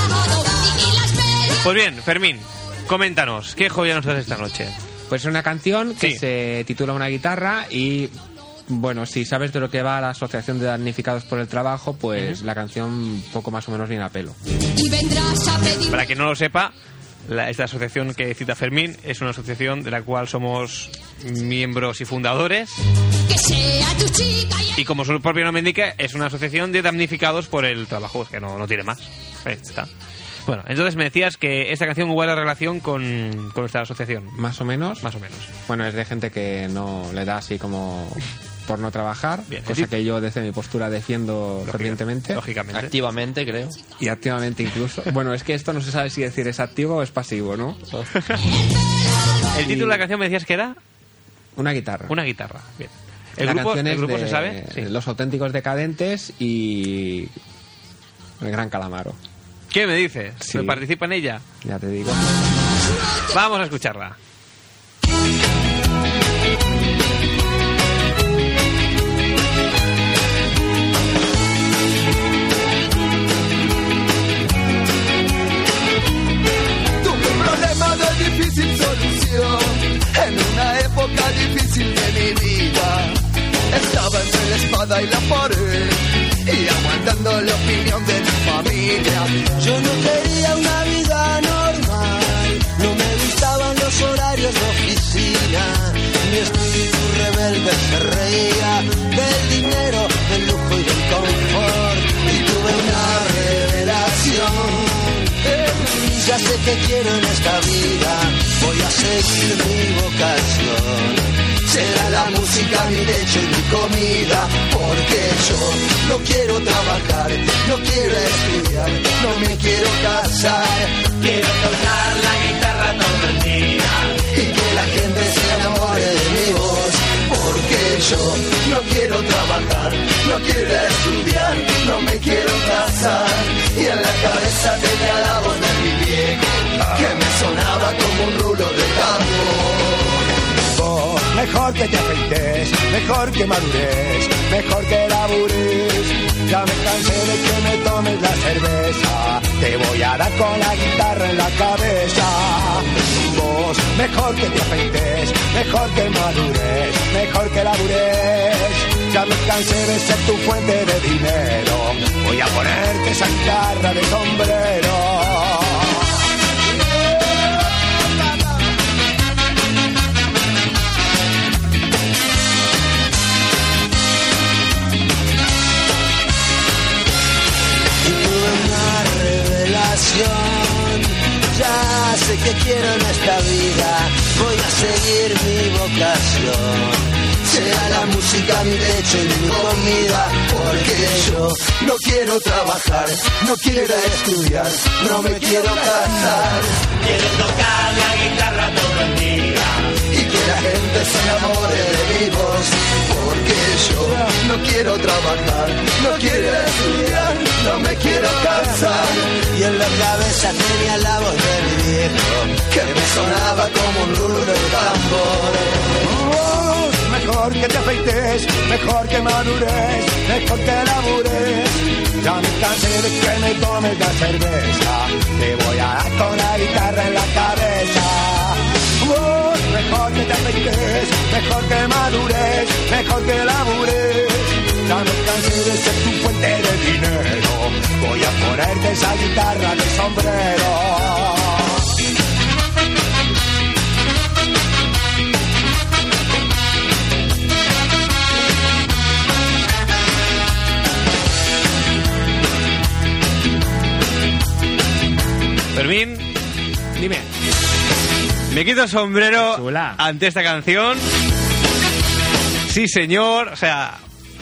Speaker 9: alborotado y, y las velas.
Speaker 1: Pues bien, Fermín, coméntanos, ¿qué joya nos haces esta noche?
Speaker 2: Pues es una canción que
Speaker 1: Sí.
Speaker 2: se titula Una guitarra y bueno, si sabes de lo que va la Asociación de Damnificados por el Trabajo, pues la canción poco más o menos viene a pelo.
Speaker 9: Y vendrás a pedirme.
Speaker 1: Para quien no lo sepa, la- esta asociación que cita Fermín es una asociación de la cual somos miembros y fundadores.
Speaker 9: que sea tu chica y
Speaker 1: Y como su propio nombre indica, es una asociación de damnificados por el trabajo, es que no, no tiene más. Ahí está. Bueno, entonces me decías que esta canción guarda relación con, con nuestra asociación,
Speaker 2: Más o menos.
Speaker 1: más o menos.
Speaker 2: Bueno, es de gente que no le da así como por no trabajar,
Speaker 1: Bien,
Speaker 2: cosa
Speaker 1: sí.
Speaker 2: que yo desde mi postura defiendo
Speaker 1: Lógica-
Speaker 2: fervientemente
Speaker 1: Lógicamente.
Speaker 3: Activamente, creo.
Speaker 2: y activamente incluso. bueno, es que esto no se sabe si decir es activo o es pasivo, ¿no?
Speaker 1: El título de la canción me decías que era
Speaker 2: Una guitarra.
Speaker 1: Una guitarra. Bien. ¿El
Speaker 2: La
Speaker 1: grupo,
Speaker 2: canción
Speaker 1: el
Speaker 2: es
Speaker 1: grupo
Speaker 2: de
Speaker 1: se sabe? Sí.
Speaker 2: Los auténticos decadentes y el gran calamaro.
Speaker 1: ¿Qué me dices?
Speaker 2: Sí.
Speaker 1: ¿Me participa en ella?
Speaker 2: Ya te digo.
Speaker 1: Vamos a escucharla.
Speaker 4: Tuve un problema de difícil solución en una época difícil de mi vida. Estaba entre la espada y la pared y aguantando la opinión de mi familia. Yo no quería una vida normal, no me gustaban los horarios de oficina. Mi espíritu rebelde se reía del dinero, del lujo y del confort. Y tuve una revelación. Eh, Ya sé que quiero en esta vida, voy a seguir mi vocación. Será la música mi lecho y mi comida, porque yo no quiero trabajar, no quiero estudiar, no me quiero casar. Quiero tocar la guitarra todo el día y que la gente se enamore de mi voz, porque yo no quiero trabajar, no quiero estudiar, no me quiero casar. Y en la cabeza tenía la voz de mi viejo, que me sonaba como un rulo de tambor. Mejor que te afeites, mejor que madures, mejor que labures. Ya me cansé de que me tomes la cerveza, te voy a dar con la guitarra en la cabeza. Vos, mejor que te afeites, mejor que madures, mejor que labures. Ya me cansé de ser tu fuente de dinero, voy a ponerte esa guitarra de sombrero. y tuve una revelación. Ya sé que quiero en esta vida, voy a seguir mi vocación. Será la música mi lecho y mi comida, porque yo no quiero trabajar, no quiero estudiar, no me quiero casar. Quiero tocar la guitarra todo el día y que la gente se enamore de mi voz, porque yo no quiero trabajar, no quiero estudiar, no me quiero casar. Y en la cabeza tenía la voz de mi viejo, que me sonaba como un rulo de tambor. Mejor que te afeites, mejor que madures, mejor que labures. Ya me cansé de que me tomes la cerveza, te voy a dar con la guitarra en la cabeza. Vos, mejor que te afeites, mejor que madures, mejor que labures. Ya me cansé de ser tu fuente de dinero. Voy a ponerte esa guitarra de sombrero.
Speaker 1: Fermín,
Speaker 2: Dime.
Speaker 1: me quito el sombrero
Speaker 2: Chula.
Speaker 1: ante esta canción. Sí, señor. O sea,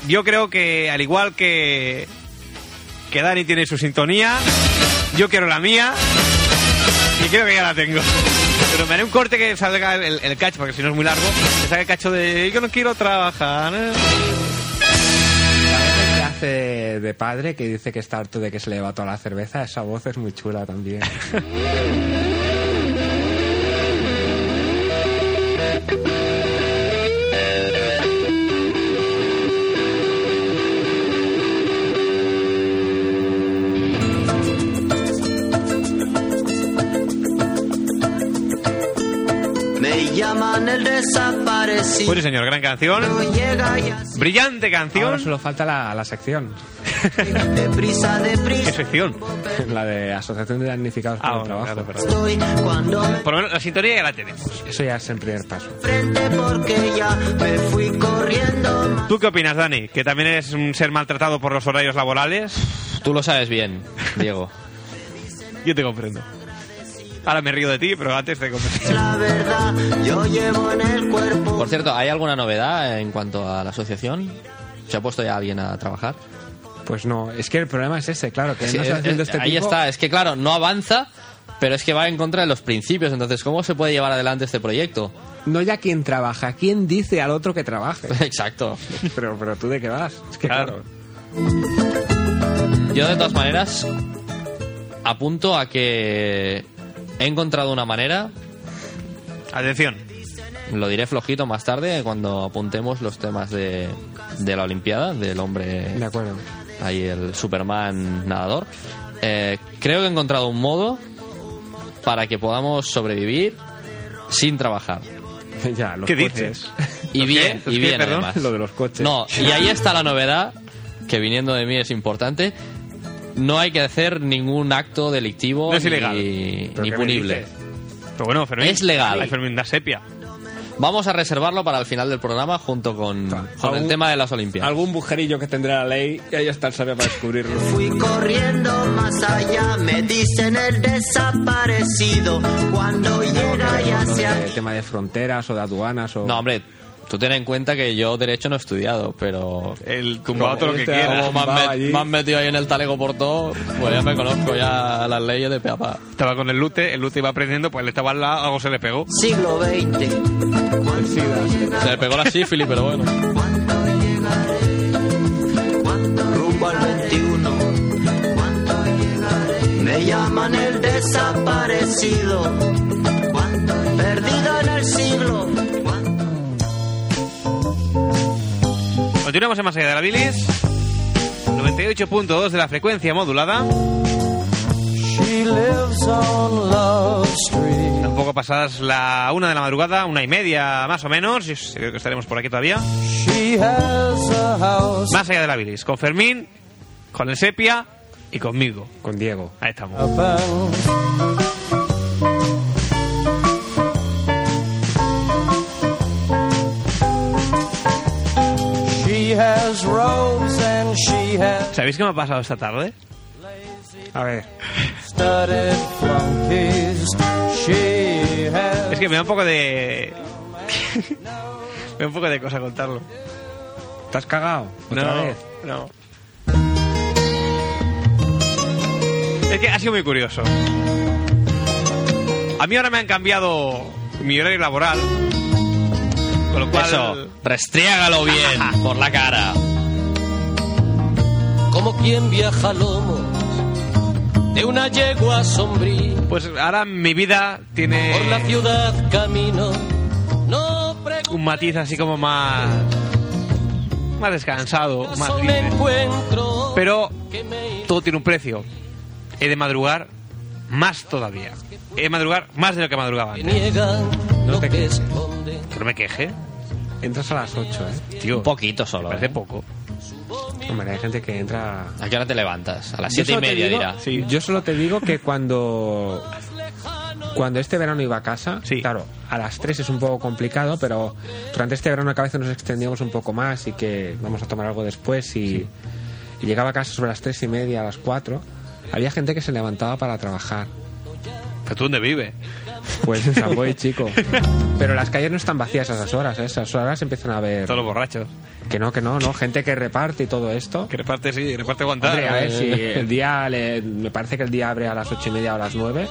Speaker 1: yo creo que al igual que, que Dani tiene su sintonía, yo quiero la mía y creo que ya la tengo. Pero me haré un corte que salga el, el cacho, porque si no es muy largo, que salga el cacho de yo no quiero trabajar. ¿eh?
Speaker 2: que hace de, de padre que dice que está harto de que se le va toda la cerveza. Esa voz es muy chula también.
Speaker 8: Me llaman el desaparecido.
Speaker 1: Pues sí, señor, gran canción.
Speaker 8: Llega y así,
Speaker 1: Brillante
Speaker 2: Ahora
Speaker 1: canción.
Speaker 2: solo falta la, la sección,
Speaker 8: deprisa,
Speaker 1: ¿Qué
Speaker 8: deprisa.
Speaker 1: sección?
Speaker 2: la de Asociación de Damnificados por
Speaker 1: Ah,
Speaker 2: el
Speaker 1: bueno,
Speaker 2: Trabajo.
Speaker 1: claro, perdón.
Speaker 8: Estoy cuando me
Speaker 1: Por lo menos la sintonía ya la tenemos.
Speaker 2: Eso ya es el primer paso.
Speaker 8: frente porque ya me fui corriendo.
Speaker 1: ¿Tú qué opinas, Dani? ¿Que también eres un ser maltratado por los horarios laborales?
Speaker 3: Tú lo sabes bien, Diego.
Speaker 1: Yo te comprendo. Ahora me río de ti, pero antes te comprendo.
Speaker 8: La verdad, yo llevo en el cuerpo.
Speaker 3: Por cierto, ¿hay alguna novedad en cuanto a la asociación? ¿Se ha puesto ya alguien a trabajar?
Speaker 2: Pues no, es que el problema es ese, claro, que
Speaker 3: Sí,
Speaker 2: no
Speaker 3: es-
Speaker 2: se
Speaker 1: eh,
Speaker 2: hace de
Speaker 3: es-
Speaker 2: este
Speaker 3: ahí
Speaker 2: tipo-
Speaker 3: está, es que claro, no avanza, pero es que va en contra de los principios. Entonces, ¿cómo se puede llevar adelante este proyecto?
Speaker 2: No ya quien trabaja, quien dice al otro que trabaje.
Speaker 3: Exacto.
Speaker 2: pero, pero tú de qué vas. Es que
Speaker 1: Claro.
Speaker 2: claro.
Speaker 3: Yo de todas maneras apunto a que he encontrado una manera,
Speaker 1: Atención.
Speaker 3: lo diré flojito más tarde cuando apuntemos los temas de, de la Olimpiada, del hombre
Speaker 2: De acuerdo.
Speaker 3: ahí el Superman nadador. Eh, creo que he encontrado un modo para que podamos sobrevivir sin trabajar.
Speaker 2: ya, los
Speaker 1: ¿Qué
Speaker 2: coches.
Speaker 1: dices?
Speaker 3: Y
Speaker 1: ¿Los
Speaker 3: bien,
Speaker 1: qué? ¿Los
Speaker 3: y
Speaker 1: qué,
Speaker 3: bien
Speaker 1: perdón?
Speaker 3: además.
Speaker 2: Lo de los coches.
Speaker 3: No, y ahí está la novedad, que viniendo de mí es importante. No hay que hacer ningún acto delictivo
Speaker 1: No es
Speaker 3: ni,
Speaker 1: ilegal.
Speaker 2: ¿Pero
Speaker 3: ni
Speaker 2: qué me
Speaker 3: punible.
Speaker 2: dices?
Speaker 1: Pero bueno, Fermín.
Speaker 3: Es legal.
Speaker 1: Ay, Fermín, da sepia.
Speaker 3: Vamos a reservarlo para el final del programa junto con, con el
Speaker 2: Algún-
Speaker 3: tema de las Olimpiadas.
Speaker 2: Algún bujerillo que tendrá la ley y ahí está el sabio para descubrirlo.
Speaker 8: Fui corriendo más allá, me dicen el desaparecido. Cuando llega ya
Speaker 2: Lo
Speaker 8: se
Speaker 2: de
Speaker 8: aquí.
Speaker 2: Eh, tema de fronteras o de aduanas o...
Speaker 3: No, hombre, tú ten en cuenta que yo derecho no he estudiado, pero...
Speaker 1: El tumbado todo lo que
Speaker 2: Este
Speaker 1: quiera.
Speaker 3: Como me, han
Speaker 2: tumbado
Speaker 3: met-
Speaker 2: allí.
Speaker 3: me han metido ahí en el talego por todo, pues ya me conozco ya las leyes de peapa.
Speaker 1: Estaba con el lute, el lute iba aprendiendo, pues le estaba al lado, algo se le pegó.
Speaker 8: Siglo XX.
Speaker 3: Se le pegó la sífilis, pero bueno.
Speaker 8: rumbo al 21. ¿Cuándo llegaré? Me llaman el desaparecido. ¿Cuándo? Perdido en el siglo. ¿Cuándo?
Speaker 1: Continuamos en Más allá de la bilis. 98.2 de la frecuencia modulada. Tampoco pasadas la una de la madrugada, una y media más o menos. Yo creo que estaremos por aquí todavía. Más allá de la bilis. Con Fermín, con el Sepia y conmigo.
Speaker 2: Con Diego.
Speaker 1: Ahí estamos. ¿Sabéis qué me ha pasado esta tarde?
Speaker 2: A ver,
Speaker 1: Es que me da un poco de. me da un poco de cosa contarlo.
Speaker 2: ¿te has cagado? ¿Otra
Speaker 1: no,
Speaker 2: vez?
Speaker 1: no. Es que ha sido muy curioso. A mí ahora me han cambiado mi horario laboral. Con lo cual.
Speaker 3: Pues Eso, Ah, restriágalo bien por la cara.
Speaker 5: Como quien viaja a lomos de una yegua sombría.
Speaker 1: Pues ahora mi vida
Speaker 5: Por la
Speaker 1: tiene
Speaker 5: ciudad camino, no
Speaker 1: un
Speaker 5: pregunto
Speaker 1: matiz así como más. más descansado, más
Speaker 5: me
Speaker 1: libre.
Speaker 5: encuentro.
Speaker 1: Pero
Speaker 5: que me
Speaker 1: todo tiene un precio. He de madrugar más todavía. He de madrugar más de lo que madrugaba antes.
Speaker 5: niegan lo
Speaker 2: te
Speaker 5: que
Speaker 2: quejes.
Speaker 5: esconde.
Speaker 1: Que no me queje,
Speaker 2: Entras a las 8, ¿eh?
Speaker 1: tío.
Speaker 3: Un poquito solo.
Speaker 1: Parece
Speaker 3: ¿eh?
Speaker 1: poco.
Speaker 2: Hombre, hay gente que entra...
Speaker 3: ¿A qué hora te levantas? A las
Speaker 2: Yo
Speaker 3: siete y
Speaker 2: solo te
Speaker 3: media
Speaker 2: digo-
Speaker 3: dirá.
Speaker 2: Yo solo te digo que cuando... Cuando este verano iba a casa,
Speaker 1: Sí.
Speaker 2: claro, a las 3 es un poco complicado, pero durante este verano a veces nos extendíamos un poco más y que vamos a tomar algo después y, y llegaba a casa sobre las tres y media, a las 4, había gente que se levantaba para trabajar.
Speaker 1: ¿Pero tú dónde vives?
Speaker 2: Pues en San Boi, chico. Pero las calles no están vacías a esas horas, ¿eh? a esas horas empiezan a haber...
Speaker 1: Todos los borrachos.
Speaker 2: Que no, que no, no, gente que reparte y todo esto.
Speaker 1: Que reparte, sí, reparte aguantar.
Speaker 2: Hombre, a ver
Speaker 1: Eh,
Speaker 2: si el día le- me parece que el día abre a las ocho y media o a las nueve.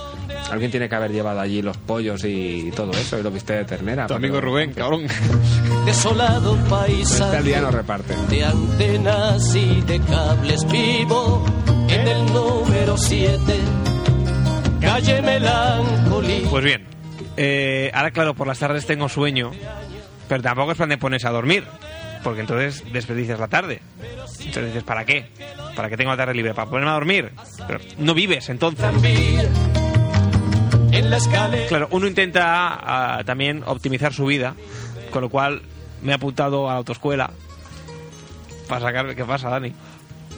Speaker 2: Alguien tiene que haber llevado allí los pollos y todo eso y lo viste de ternera.
Speaker 1: Tu amigo
Speaker 2: pero-
Speaker 1: Rubén, cabrón.
Speaker 5: desolado
Speaker 2: Pero este al día
Speaker 5: paisaje
Speaker 2: no reparte.
Speaker 5: de antenas y de cables vivo en el número 7, calle melancolía.
Speaker 1: Pues bien, eh, ahora claro, por las tardes tengo sueño, pero tampoco es plan de ponerse a dormir, porque entonces desperdicias la tarde. Entonces dices, ¿para qué? ¿Para qué tengo la tarde libre? ¿Para ponerme a dormir? Pero no vives entonces.
Speaker 5: en la escalera.
Speaker 1: Claro, uno intenta ah, también optimizar su vida, con lo cual me he apuntado a la autoescuela para sacar... ¿Qué pasa, Dani?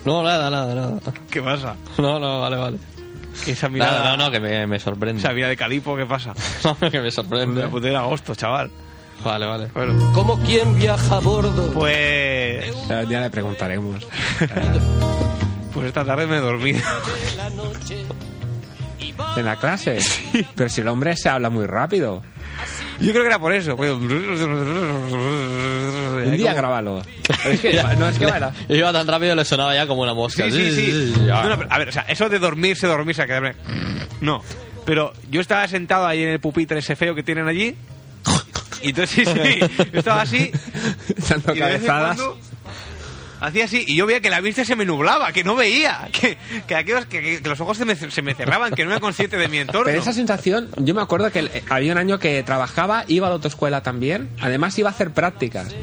Speaker 3: No, nada, nada, nada.
Speaker 1: ¿Qué pasa?
Speaker 3: No, no, vale, vale.
Speaker 1: Esa mirada,
Speaker 3: Nada, no, no, que me, me sorprende.
Speaker 1: esa mirada de calipo, ¿qué pasa?
Speaker 3: No, que me
Speaker 1: Me
Speaker 3: sorprende.
Speaker 1: apunté en agosto, chaval.
Speaker 3: Vale, vale.
Speaker 1: Bueno,
Speaker 5: Como quien viaja a bordo.
Speaker 1: pues...
Speaker 2: Ya ya le preguntaremos.
Speaker 1: Pues esta tarde me he dormido.
Speaker 2: En la clase. Pero si el hombre se habla muy rápido.
Speaker 1: Yo creo que era por eso. Eh,
Speaker 2: Un día grábalo. Es que, no, es que vaya.
Speaker 3: Iba tan rápido le sonaba ya como una mosca.
Speaker 1: Sí, sí, sí. No, no, pero, a ver, o sea, eso de dormirse, dormirse, quedarme. No. Pero yo estaba sentado ahí en el pupitre ese feo que tienen allí. Y entonces, sí, sí. Yo estaba así.
Speaker 2: Dando
Speaker 1: y de vez en
Speaker 2: cabezadas.
Speaker 1: cuando Hacía así. Y yo veía que la vista se me nublaba, que no veía. Que, que, aquellos- que- que los ojos se me, se me cerraban, que no era consciente de mi entorno.
Speaker 2: Pero esa sensación, yo me acuerdo que el- eh, había un año que trabajaba, iba a la autoescuela también, además iba a hacer prácticas.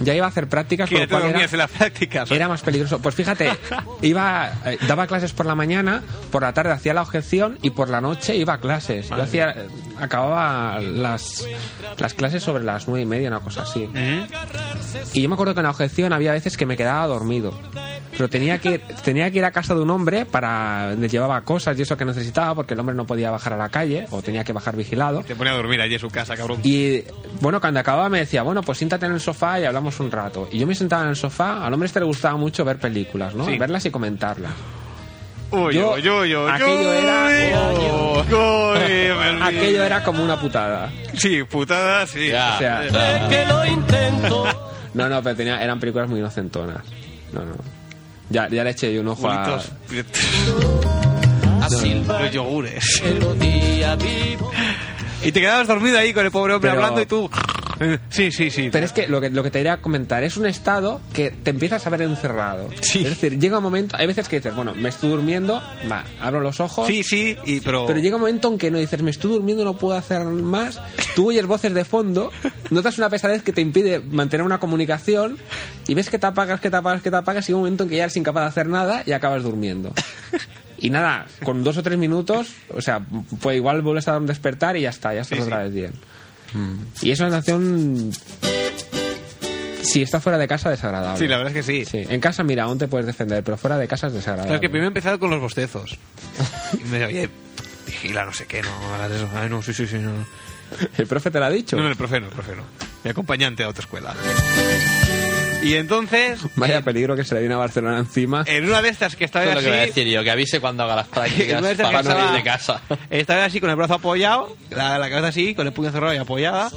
Speaker 2: Ya iba a hacer prácticas,
Speaker 1: que
Speaker 2: con
Speaker 1: ya
Speaker 2: lo
Speaker 1: te
Speaker 2: cual
Speaker 1: dormías
Speaker 2: era-
Speaker 1: en las prácticas.
Speaker 2: era más peligroso. Pues fíjate, iba, eh, daba clases por la mañana, por la tarde hacía la objeción y por la noche iba a clases. Yo hacía, eh, acababa las, las clases sobre las nueve y media, una cosa así. Y yo me acuerdo que en la objeción había veces que me quedaba dormido. Pero tenía que, ir- tenía que ir a casa de un hombre para. le llevaba cosas y eso que necesitaba, porque el hombre no podía bajar a la calle o tenía que bajar vigilado.
Speaker 1: Te ponía a dormir allí en su casa, cabrón.
Speaker 2: Y bueno, cuando acababa me decía, bueno, pues siéntate en el sofá y hablamos un rato. Y yo me sentaba en el sofá, al hombre este le gustaba mucho ver películas, ¿no?
Speaker 1: Sí.
Speaker 2: Verlas y comentarlas.
Speaker 1: Uy,
Speaker 2: Yo-
Speaker 1: uy, uy, uy,
Speaker 2: aquello
Speaker 1: uy,
Speaker 2: era-
Speaker 1: uy, uy, me olvidé.
Speaker 2: Aquello era como una putada.
Speaker 1: Sí, putada, sí.
Speaker 3: Ya.
Speaker 2: O sea,
Speaker 5: Sé que lo intento.
Speaker 2: no, no, pero tenía, eran películas muy inocentonas. No, no. Ya, ya le eché yo un ojo a...
Speaker 1: Bonitos.
Speaker 5: A silbar
Speaker 1: Los yogures.
Speaker 5: el día vivo.
Speaker 1: Y te quedabas dormido ahí con el pobre hombre
Speaker 2: Pero-
Speaker 1: hablando y tú. Sí, sí, sí.
Speaker 2: Pero es que lo, que lo que te iría a comentar es un estado que te empiezas a ver encerrado. Es decir, llega un momento, hay veces que dices, bueno, me estoy durmiendo, va, abro los ojos,
Speaker 1: Sí, sí, y, pero.
Speaker 2: Pero llega un momento en que no dices, me estoy durmiendo, no puedo hacer más. Tú oyes voces de fondo, notas una pesadez que te impide mantener una comunicación y ves que te apagas, que te apagas, que te apagas y llega un momento en que ya eres incapaz de hacer nada y acabas durmiendo. Y nada, con dos o tres minutos, o sea, pues igual vuelves a despertar y ya está, ya estás
Speaker 1: Sí, Mm.
Speaker 2: otra
Speaker 1: sí.
Speaker 2: vez bien. Y es una sensación, si está fuera de casa, desagradable.
Speaker 1: Sí, la verdad es que sí.
Speaker 2: Sí, en casa, mira, aún te puedes defender, pero fuera de casa es desagradable.
Speaker 1: Claro, es que primero he empezado con los bostezos. Y me decía, oye, vigila, no sé qué, no hagas eso. Ay, no, sí, sí, sí, no. no.
Speaker 2: El profe te lo ha dicho.
Speaker 1: No, no, el profe no, el profe no. Mi acompañante a otra escuela. Y entonces,
Speaker 3: Eh,
Speaker 2: Vaya peligro que se le viene a Barcelona encima.
Speaker 1: en una de estas que estaba
Speaker 3: Eso es lo que voy a
Speaker 1: así,
Speaker 3: decir yo, que avise cuando haga las
Speaker 1: En
Speaker 3: prácticas
Speaker 1: una de esas
Speaker 3: para
Speaker 1: que
Speaker 3: no salir
Speaker 1: estaba-
Speaker 3: de casa.
Speaker 1: Estaba así con el brazo apoyado, la, la cabeza así, con el puño cerrado y apoyada.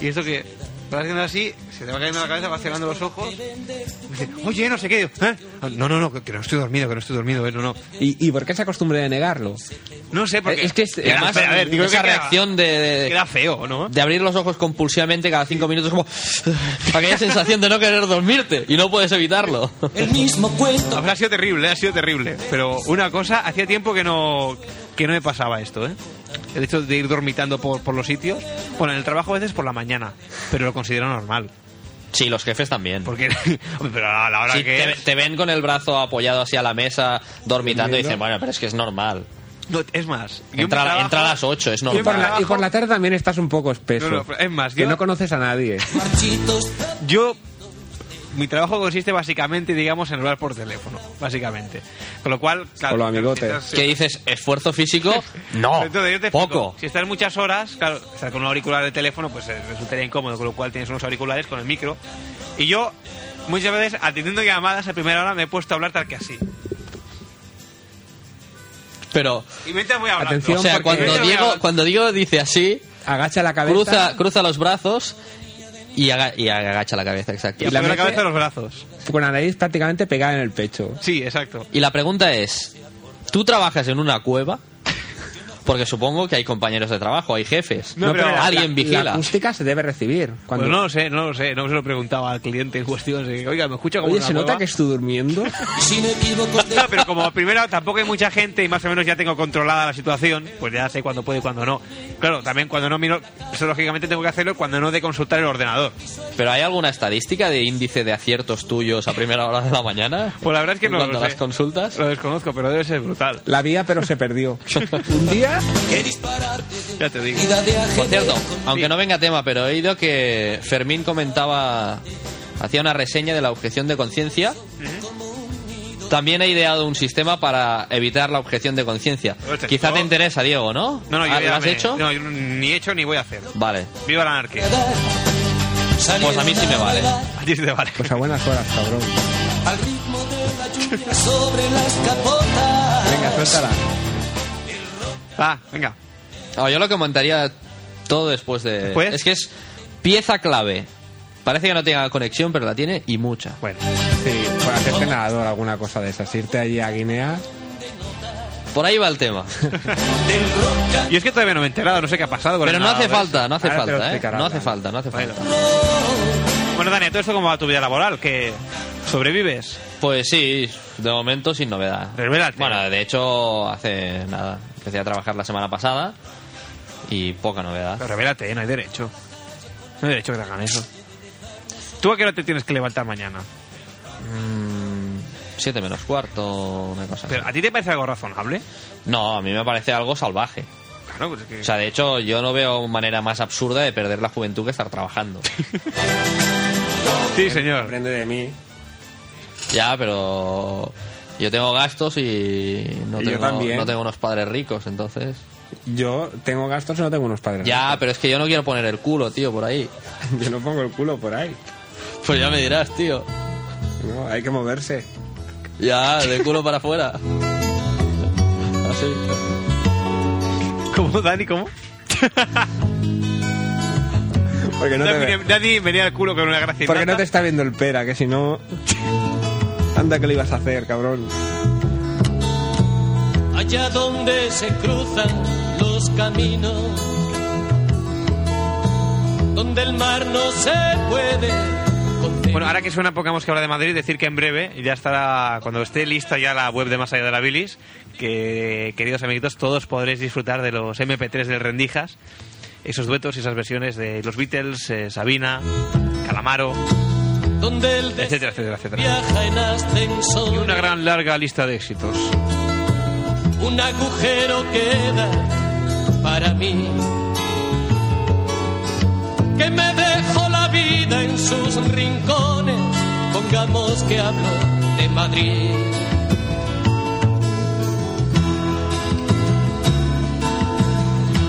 Speaker 1: Y esto que vas haciendo así, se te va cayendo la cabeza, vas cerrando los ojos. Dice, Oye, no sé qué. ¿eh? No, no, no, que, que no estoy dormido, que no estoy dormido, eh, no, no.
Speaker 2: ¿Y, y por qué esa costumbre de negarlo?
Speaker 1: No sé,
Speaker 3: Eh,
Speaker 1: porque.
Speaker 2: Es que es-
Speaker 1: Era
Speaker 3: Además,
Speaker 1: feo, a ver, digo
Speaker 3: esa
Speaker 1: que queda-
Speaker 3: reacción de, de-
Speaker 1: Queda feo, ¿no?
Speaker 3: de abrir los ojos compulsivamente cada cinco minutos, como aquella sensación de no querer dormirte y no puedes evitarlo.
Speaker 8: El mismo cuento.
Speaker 1: O sea, ha sido terrible, eh, ha sido terrible. Pero una cosa, hacía tiempo que no, que no me pasaba esto, ¿eh? El hecho de ir dormitando por, por los sitios. Bueno, en el trabajo a veces por la mañana, pero lo considero normal.
Speaker 3: Sí, los jefes también.
Speaker 1: Porque. Hombre, pero a la hora
Speaker 3: Sí,
Speaker 1: que.
Speaker 3: te,
Speaker 1: es-
Speaker 3: te ven con el brazo apoyado así a la mesa, dormitando, y dicen, bueno, pero es que es normal.
Speaker 1: No, es más. yo en mi
Speaker 3: Entra,
Speaker 1: trabajo-
Speaker 3: entra a las 8, es
Speaker 1: Yo en mi
Speaker 2: Por
Speaker 3: normal.
Speaker 2: la- y por la tarde también estás un poco espeso.
Speaker 1: No, no, es más,
Speaker 2: que
Speaker 1: yo-
Speaker 2: no conoces a nadie.
Speaker 1: Yo mi trabajo consiste básicamente, digamos, en hablar por teléfono, básicamente. Con lo cual, claro,
Speaker 2: Con los
Speaker 1: claro,
Speaker 2: amigotes.
Speaker 1: si estás-
Speaker 3: ¿Qué dices? ¿Esfuerzo físico? No.
Speaker 1: Entonces, yo te explico.
Speaker 3: Poco.
Speaker 1: Si estás muchas horas, claro, estar con un auricular de teléfono, pues eh, resultaría incómodo, con lo cual tienes unos auriculares con el micro. Y yo, muchas veces, atendiendo llamadas a primera hora, me he puesto a hablar tal que así.
Speaker 3: Pero,
Speaker 1: Y mientras voy hablando.
Speaker 2: Atención,
Speaker 3: o sea,
Speaker 2: porque-
Speaker 3: cuando
Speaker 1: mientras voy
Speaker 3: Diego,
Speaker 1: hablando-
Speaker 3: cuando Diego dice así,
Speaker 2: Agacha la cabeza.
Speaker 3: cruza, cruza los brazos y, aga- y agacha la cabeza, exacto.
Speaker 1: Y
Speaker 2: la
Speaker 1: la, la
Speaker 2: mete-
Speaker 1: cabeza en los brazos.
Speaker 2: Con la nariz prácticamente pegada en el pecho.
Speaker 1: Sí, exacto.
Speaker 3: Y la pregunta es, ¿tú trabajas en una cueva? Porque supongo que hay compañeros de trabajo, hay jefes.
Speaker 1: No, pero la-
Speaker 3: alguien
Speaker 2: La-
Speaker 3: vigila.
Speaker 2: La acústica se debe recibir. Cuando...
Speaker 1: Pues no lo sé, no lo sé. No se lo preguntaba al cliente en cuestión. así que, Oiga, me escucha como
Speaker 2: Oye,
Speaker 1: una
Speaker 2: ¿se nota
Speaker 1: cueva?
Speaker 2: que estoy durmiendo?
Speaker 8: Si me equivoco de
Speaker 1: No, pero como primero tampoco hay mucha gente y más o menos ya tengo controlada la situación, pues ya sé cuándo puedo y cuándo no. Claro, también cuando no miro, eso lógicamente tengo que hacerlo cuando no de consultar el ordenador.
Speaker 3: ¿Pero hay alguna estadística de índice de aciertos tuyos a primera hora de la mañana?
Speaker 1: Pues la verdad es que no
Speaker 3: Cuando
Speaker 1: lo
Speaker 3: las
Speaker 1: sé.
Speaker 3: consultas.
Speaker 1: Lo desconozco, pero debe ser brutal.
Speaker 2: La había, pero se perdió. Un día,
Speaker 8: que dispararte
Speaker 1: Ya te digo.
Speaker 8: vida de ajedrez.
Speaker 3: Por cierto, aunque no venga a tema, pero he oído que Fermín comentaba, hacía una reseña de la objeción de conciencia. También he ideado un sistema para evitar la objeción de conciencia.
Speaker 1: Hostia,
Speaker 3: Quizá
Speaker 1: ¿no?
Speaker 3: te interesa, Diego, ¿no?
Speaker 1: Pues No, no, yo
Speaker 3: Ah,
Speaker 1: ya
Speaker 3: ¿Lo has
Speaker 1: me-
Speaker 3: hecho?
Speaker 1: No, yo ni he hecho ni voy a hacer.
Speaker 3: Vale.
Speaker 1: Viva la anarquía.
Speaker 3: Pues a mí sí me vale.
Speaker 1: A ti sí te vale.
Speaker 2: pues a buenas horas, cabrón.
Speaker 8: Al ritmo de la lluvia sobre las capotas.
Speaker 2: Venga, suéltala.
Speaker 1: Va, Ah, venga.
Speaker 3: No, yo lo comentaría todo después de...
Speaker 2: Pues-
Speaker 1: ¿Después?
Speaker 3: Es que es pieza clave. Parece que no tenga conexión, pero la tiene y mucha.
Speaker 1: Bueno,
Speaker 2: Sí, por hacerte nadador, alguna cosa de esas. Irte allí a Guinea.
Speaker 3: Por ahí va el tema.
Speaker 2: Pues
Speaker 1: yo es que todavía no me he enterado, no sé qué ha pasado. con
Speaker 3: Pero
Speaker 1: el
Speaker 3: no hace
Speaker 1: nadador.
Speaker 3: falta, no hace
Speaker 2: Ahora te lo
Speaker 3: falta, ¿eh?
Speaker 2: explicará
Speaker 3: No hace
Speaker 2: Alan.
Speaker 3: falta, no hace falta.
Speaker 1: Bueno, Dani, ¿todo esto cómo va tu vida laboral? ¿Que sobrevives?
Speaker 3: Pues sí, de momento sin novedad.
Speaker 1: Revélate.
Speaker 3: Bueno, de hecho, hace nada. Empecé a trabajar la semana pasada y poca novedad.
Speaker 1: Pero revélate, ¿eh? no hay derecho. No hay derecho que te hagan eso. ¿Tú a qué hora te tienes que levantar mañana?
Speaker 3: Siete menos cuarto, una cosa. así.
Speaker 1: Pero, ¿A ti te parece algo razonable?
Speaker 3: No, a mí me parece algo salvaje.
Speaker 1: Claro, pues es que...
Speaker 3: O sea, de hecho, yo no veo manera más absurda de perder la juventud que estar trabajando.
Speaker 1: sí, señor.
Speaker 2: Aprende de mí.
Speaker 3: ya, pero yo tengo gastos y no
Speaker 2: Y yo
Speaker 3: tengo,
Speaker 2: también.
Speaker 3: no tengo unos padres ricos, entonces.
Speaker 2: Yo tengo gastos y no tengo unos padres.
Speaker 3: Ya, pero es que yo no quiero poner el culo, tío, por ahí.
Speaker 2: Yo no pongo el culo por ahí.
Speaker 3: Pues ya me dirás, tío.
Speaker 2: No, hay que moverse.
Speaker 3: Ya, de culo para afuera. Así.
Speaker 1: ¿Cómo, Dani? ¿Cómo?
Speaker 2: Porque no, te,
Speaker 1: Dani,
Speaker 2: ve-
Speaker 1: Dani venía al culo con una gracia.
Speaker 2: porque no
Speaker 1: innata.
Speaker 2: te está viendo el pera, que si no... Anda que lo ibas a hacer, cabrón.
Speaker 5: allá donde se cruzan los caminos, donde el mar no se puede. contener.
Speaker 1: Bueno, ahora que suena poco hemos que hablar de Madrid, decir que en breve ya estará, cuando esté lista ya la web de Más Allá de la Bilis, que queridos amiguitos, todos podréis disfrutar de los MP3 del Rendijas, esos duetos y esas versiones de los Beatles, eh, Sabina, Calamaro,
Speaker 5: donde el desierto
Speaker 1: etcétera, etcétera, etcétera.
Speaker 5: viaja en ascensor,
Speaker 1: Y una gran larga lista de éxitos.
Speaker 5: un agujero queda para mí. Que me dejó la vida en sus rincones, pongamos que hablo de Madrid.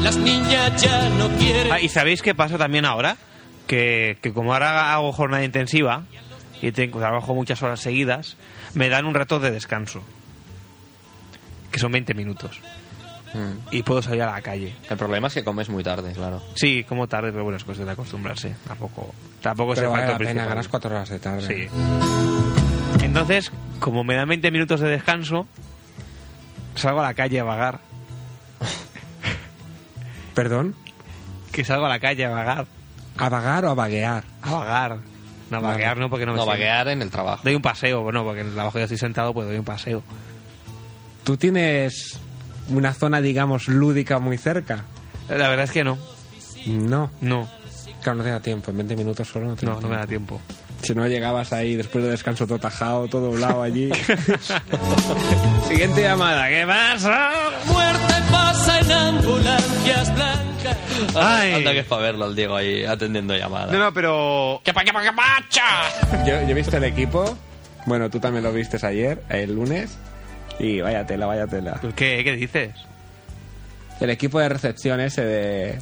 Speaker 5: Las niñas ya no quieren.
Speaker 1: Ah, ¿Y sabéis qué pasa también ahora? Que, que como ahora hago jornada intensiva y tengo, trabajo muchas horas seguidas, me dan un rato de descanso, que son 20 minutos,
Speaker 3: Mm.
Speaker 1: y puedo salir a la calle.
Speaker 3: El problema es que comes muy tarde, claro.
Speaker 1: Sí, como tarde, pero bueno, es cuestión de acostumbrarse. Tampoco, tampoco Pues se
Speaker 2: Pero vale
Speaker 1: falta
Speaker 2: la pena, ganas
Speaker 1: principal.
Speaker 2: cuatro horas de tarde.
Speaker 1: Sí. Entonces, como me dan 20 minutos de descanso, salgo a la calle a vagar.
Speaker 2: ¿Perdón?
Speaker 1: Que salgo a la calle a vagar.
Speaker 2: ¿A vagar o a vaguear?
Speaker 1: A vagar. No, a vaguear no, porque no me
Speaker 3: No va a
Speaker 1: sirve.
Speaker 3: quedar en el trabajo.
Speaker 1: Doy un paseo, bueno, porque en el trabajo yo estoy sentado, pues doy un paseo.
Speaker 2: ¿Tú tienes una zona, digamos, lúdica muy cerca?
Speaker 1: La verdad es que no.
Speaker 2: No.
Speaker 1: No,
Speaker 2: Claro, no te da tiempo. En 20 minutos solo no te da
Speaker 1: no, no me da
Speaker 2: tiempo.
Speaker 1: tiempo.
Speaker 2: Si no llegabas ahí después de descanso todo tajado, todo doblado allí. Siguiente llamada. ¿Qué pasa?
Speaker 5: Muerte pasa en ambulancias blancas.
Speaker 1: Ay.
Speaker 3: Anda que es para verlo al Diego ahí atendiendo llamadas.
Speaker 1: No, no, pero.
Speaker 3: ¡Qué pa, qué pa, qué pacha!
Speaker 2: Yo, yo he visto el equipo. Bueno, tú también lo viste ayer, el lunes. Y vaya tela, vaya tela.
Speaker 1: ¿Qué, qué dices?
Speaker 2: El equipo de recepción ese de,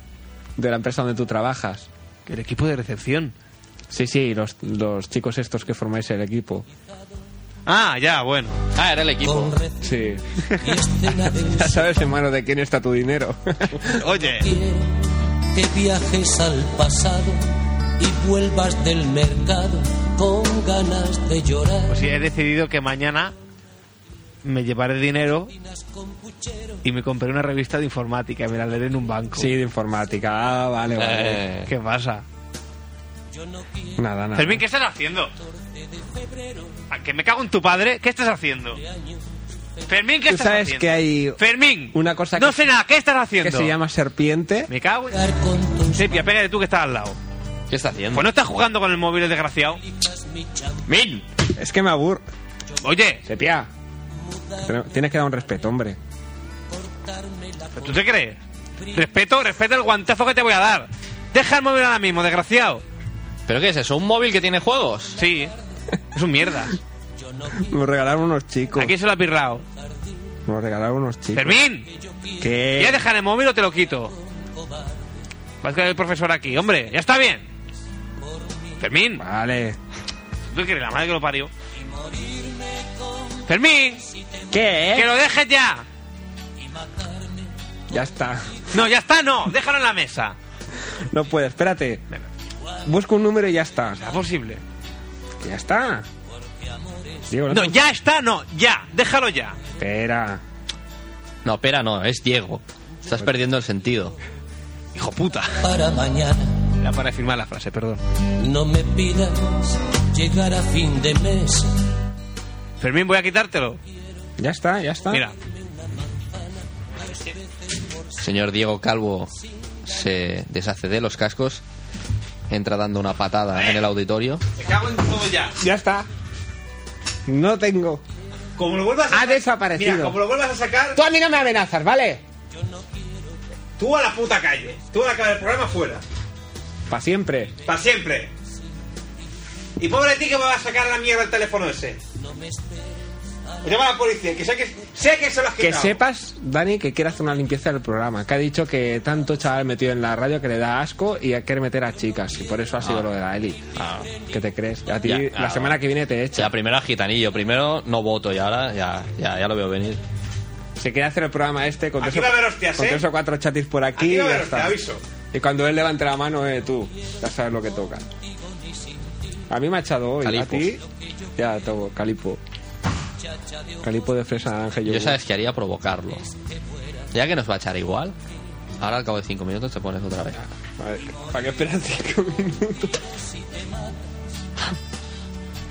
Speaker 2: de la empresa donde tú trabajas.
Speaker 1: El equipo de recepción.
Speaker 2: Sí, sí, los, los chicos estos que formáis el equipo.
Speaker 1: Ah, ya, bueno.
Speaker 3: Ah, era el equipo.
Speaker 8: Con red
Speaker 2: Sí.
Speaker 8: y escena de un
Speaker 2: Ya sabes, hermano, de quién está tu dinero.
Speaker 1: Oye,
Speaker 8: Quiero que viajes al pasado y vuelvas del mercado con ganas de llorar.
Speaker 1: pues sí, he decidido que mañana me llevaré dinero y me compré una revista de informática y me la leeré en un banco.
Speaker 2: Sí, de informática. Ah, vale, vale.
Speaker 3: Eh,
Speaker 1: ¿Qué pasa?
Speaker 2: Nada, nada.
Speaker 1: Fermín, ¿qué estás haciendo? ¿A que me cago en tu padre? ¿Qué estás haciendo? Fermín, ¿qué
Speaker 2: Tú
Speaker 1: estás
Speaker 2: sabes
Speaker 1: haciendo?
Speaker 2: que hay
Speaker 1: Fermín,
Speaker 2: una cosa
Speaker 1: no
Speaker 2: que-
Speaker 1: sé nada, ¿qué estás haciendo?
Speaker 2: que se llama serpiente.
Speaker 1: Me cago en...
Speaker 8: Estar con tus
Speaker 1: Sepia, pégale tú que estás al lado.
Speaker 3: ¿Qué está haciendo?
Speaker 1: Pues no estás jugando con el móvil, el desgraciado. Min,
Speaker 2: Es que me aburro.
Speaker 1: oye,
Speaker 2: Sepia. Pero Tienes que dar un respeto, hombre.
Speaker 1: ¿tú te crees? Respeto, respeta el guantazo que te voy a dar. Deja el móvil ahora mismo, desgraciado.
Speaker 3: ¿Pero qué es eso? ¿Un móvil que tiene juegos?
Speaker 1: Sí, es un mierda.
Speaker 2: Nos regalaron unos chicos.
Speaker 1: Aquí se lo ha pirrado.
Speaker 2: Nos regalaron unos chicos.
Speaker 1: Fermín,
Speaker 2: ¿Qué?
Speaker 1: ¿ya dejar el móvil o te lo quito? Vas a quedar el profesor aquí, hombre, ya está bien. Fermín,
Speaker 2: Vale.
Speaker 1: tú quieres la madre que lo parió. Fermín, que
Speaker 2: ¿Qué? eh?
Speaker 1: lo dejes ya.
Speaker 2: Ya está.
Speaker 1: No, ya está, no, déjalo en la mesa.
Speaker 2: No puede, espérate. Busco un número y ya está.
Speaker 1: ¿Es posible?
Speaker 2: Ya está. Diego, no
Speaker 1: No,
Speaker 2: te-
Speaker 1: ya está, no, ya, déjalo ya.
Speaker 2: Espera.
Speaker 3: No, pera no, es Diego. Estás perdiendo el sentido.
Speaker 1: Hijo puta.
Speaker 8: para mañana.
Speaker 1: Era para firmar la frase, perdón.
Speaker 8: No me pidas llegar a fin de mes.
Speaker 1: Fermín, voy a quitártelo.
Speaker 2: Ya está, ya está.
Speaker 1: Mira,
Speaker 3: Señor Diego Calvo se deshace de los cascos, entra dando una patada en el auditorio.
Speaker 1: te cago en todo ya.
Speaker 2: Ya está. No tengo.
Speaker 1: Como lo vuelvas
Speaker 2: Ha desaparecido.
Speaker 1: lo vuelvas a sacar,
Speaker 2: Tú a mí no me amenazas, ¿vale?
Speaker 1: tú a la puta calle. Tú a la calle del programa fuera.
Speaker 2: Para siempre.
Speaker 1: Para siempre. Y pobre de ti que vas a sacar a la mierda el teléfono ese. Llama a la policía, que sé que, sé que se lo has
Speaker 2: Que sepas, Dani, que quiere hacer una limpieza del programa. Que ha dicho que tanto chaval metido en la radio que le da asco y quiere meter a chicas. Y por eso ha sido lo de la Eli. ¿Qué te crees? A ti
Speaker 3: Ah. Ya,
Speaker 2: la
Speaker 3: ah,
Speaker 2: semana que viene te
Speaker 3: O sea,
Speaker 2: echa.
Speaker 3: primero a gitanillo, primero no voto y ahora ya, ya, ya lo veo venir.
Speaker 2: Se quiere hacer el programa este con
Speaker 1: Aquí
Speaker 2: tres
Speaker 1: va a
Speaker 2: o-
Speaker 1: haber hostias,
Speaker 2: con
Speaker 1: ¿eh?
Speaker 2: tres o cuatro chatis por
Speaker 1: Aquí
Speaker 2: aquí.
Speaker 1: va a
Speaker 2: y ya
Speaker 1: haber
Speaker 2: está.
Speaker 1: hostias, aviso.
Speaker 2: Y cuando él levante la mano, eh, tú, ya sabes lo que toca. A mí me ha echado hoy, a
Speaker 3: Calipo.
Speaker 2: ti, ya todo, calipo. Calipo de fresa naranja y
Speaker 3: Yo
Speaker 2: yogur.
Speaker 3: sabes que haría provocarlo. Ya que nos va a echar igual, ahora al cabo de cinco minutos te pones otra vez.
Speaker 2: A ver, ¿Para qué esperas cinco minutos?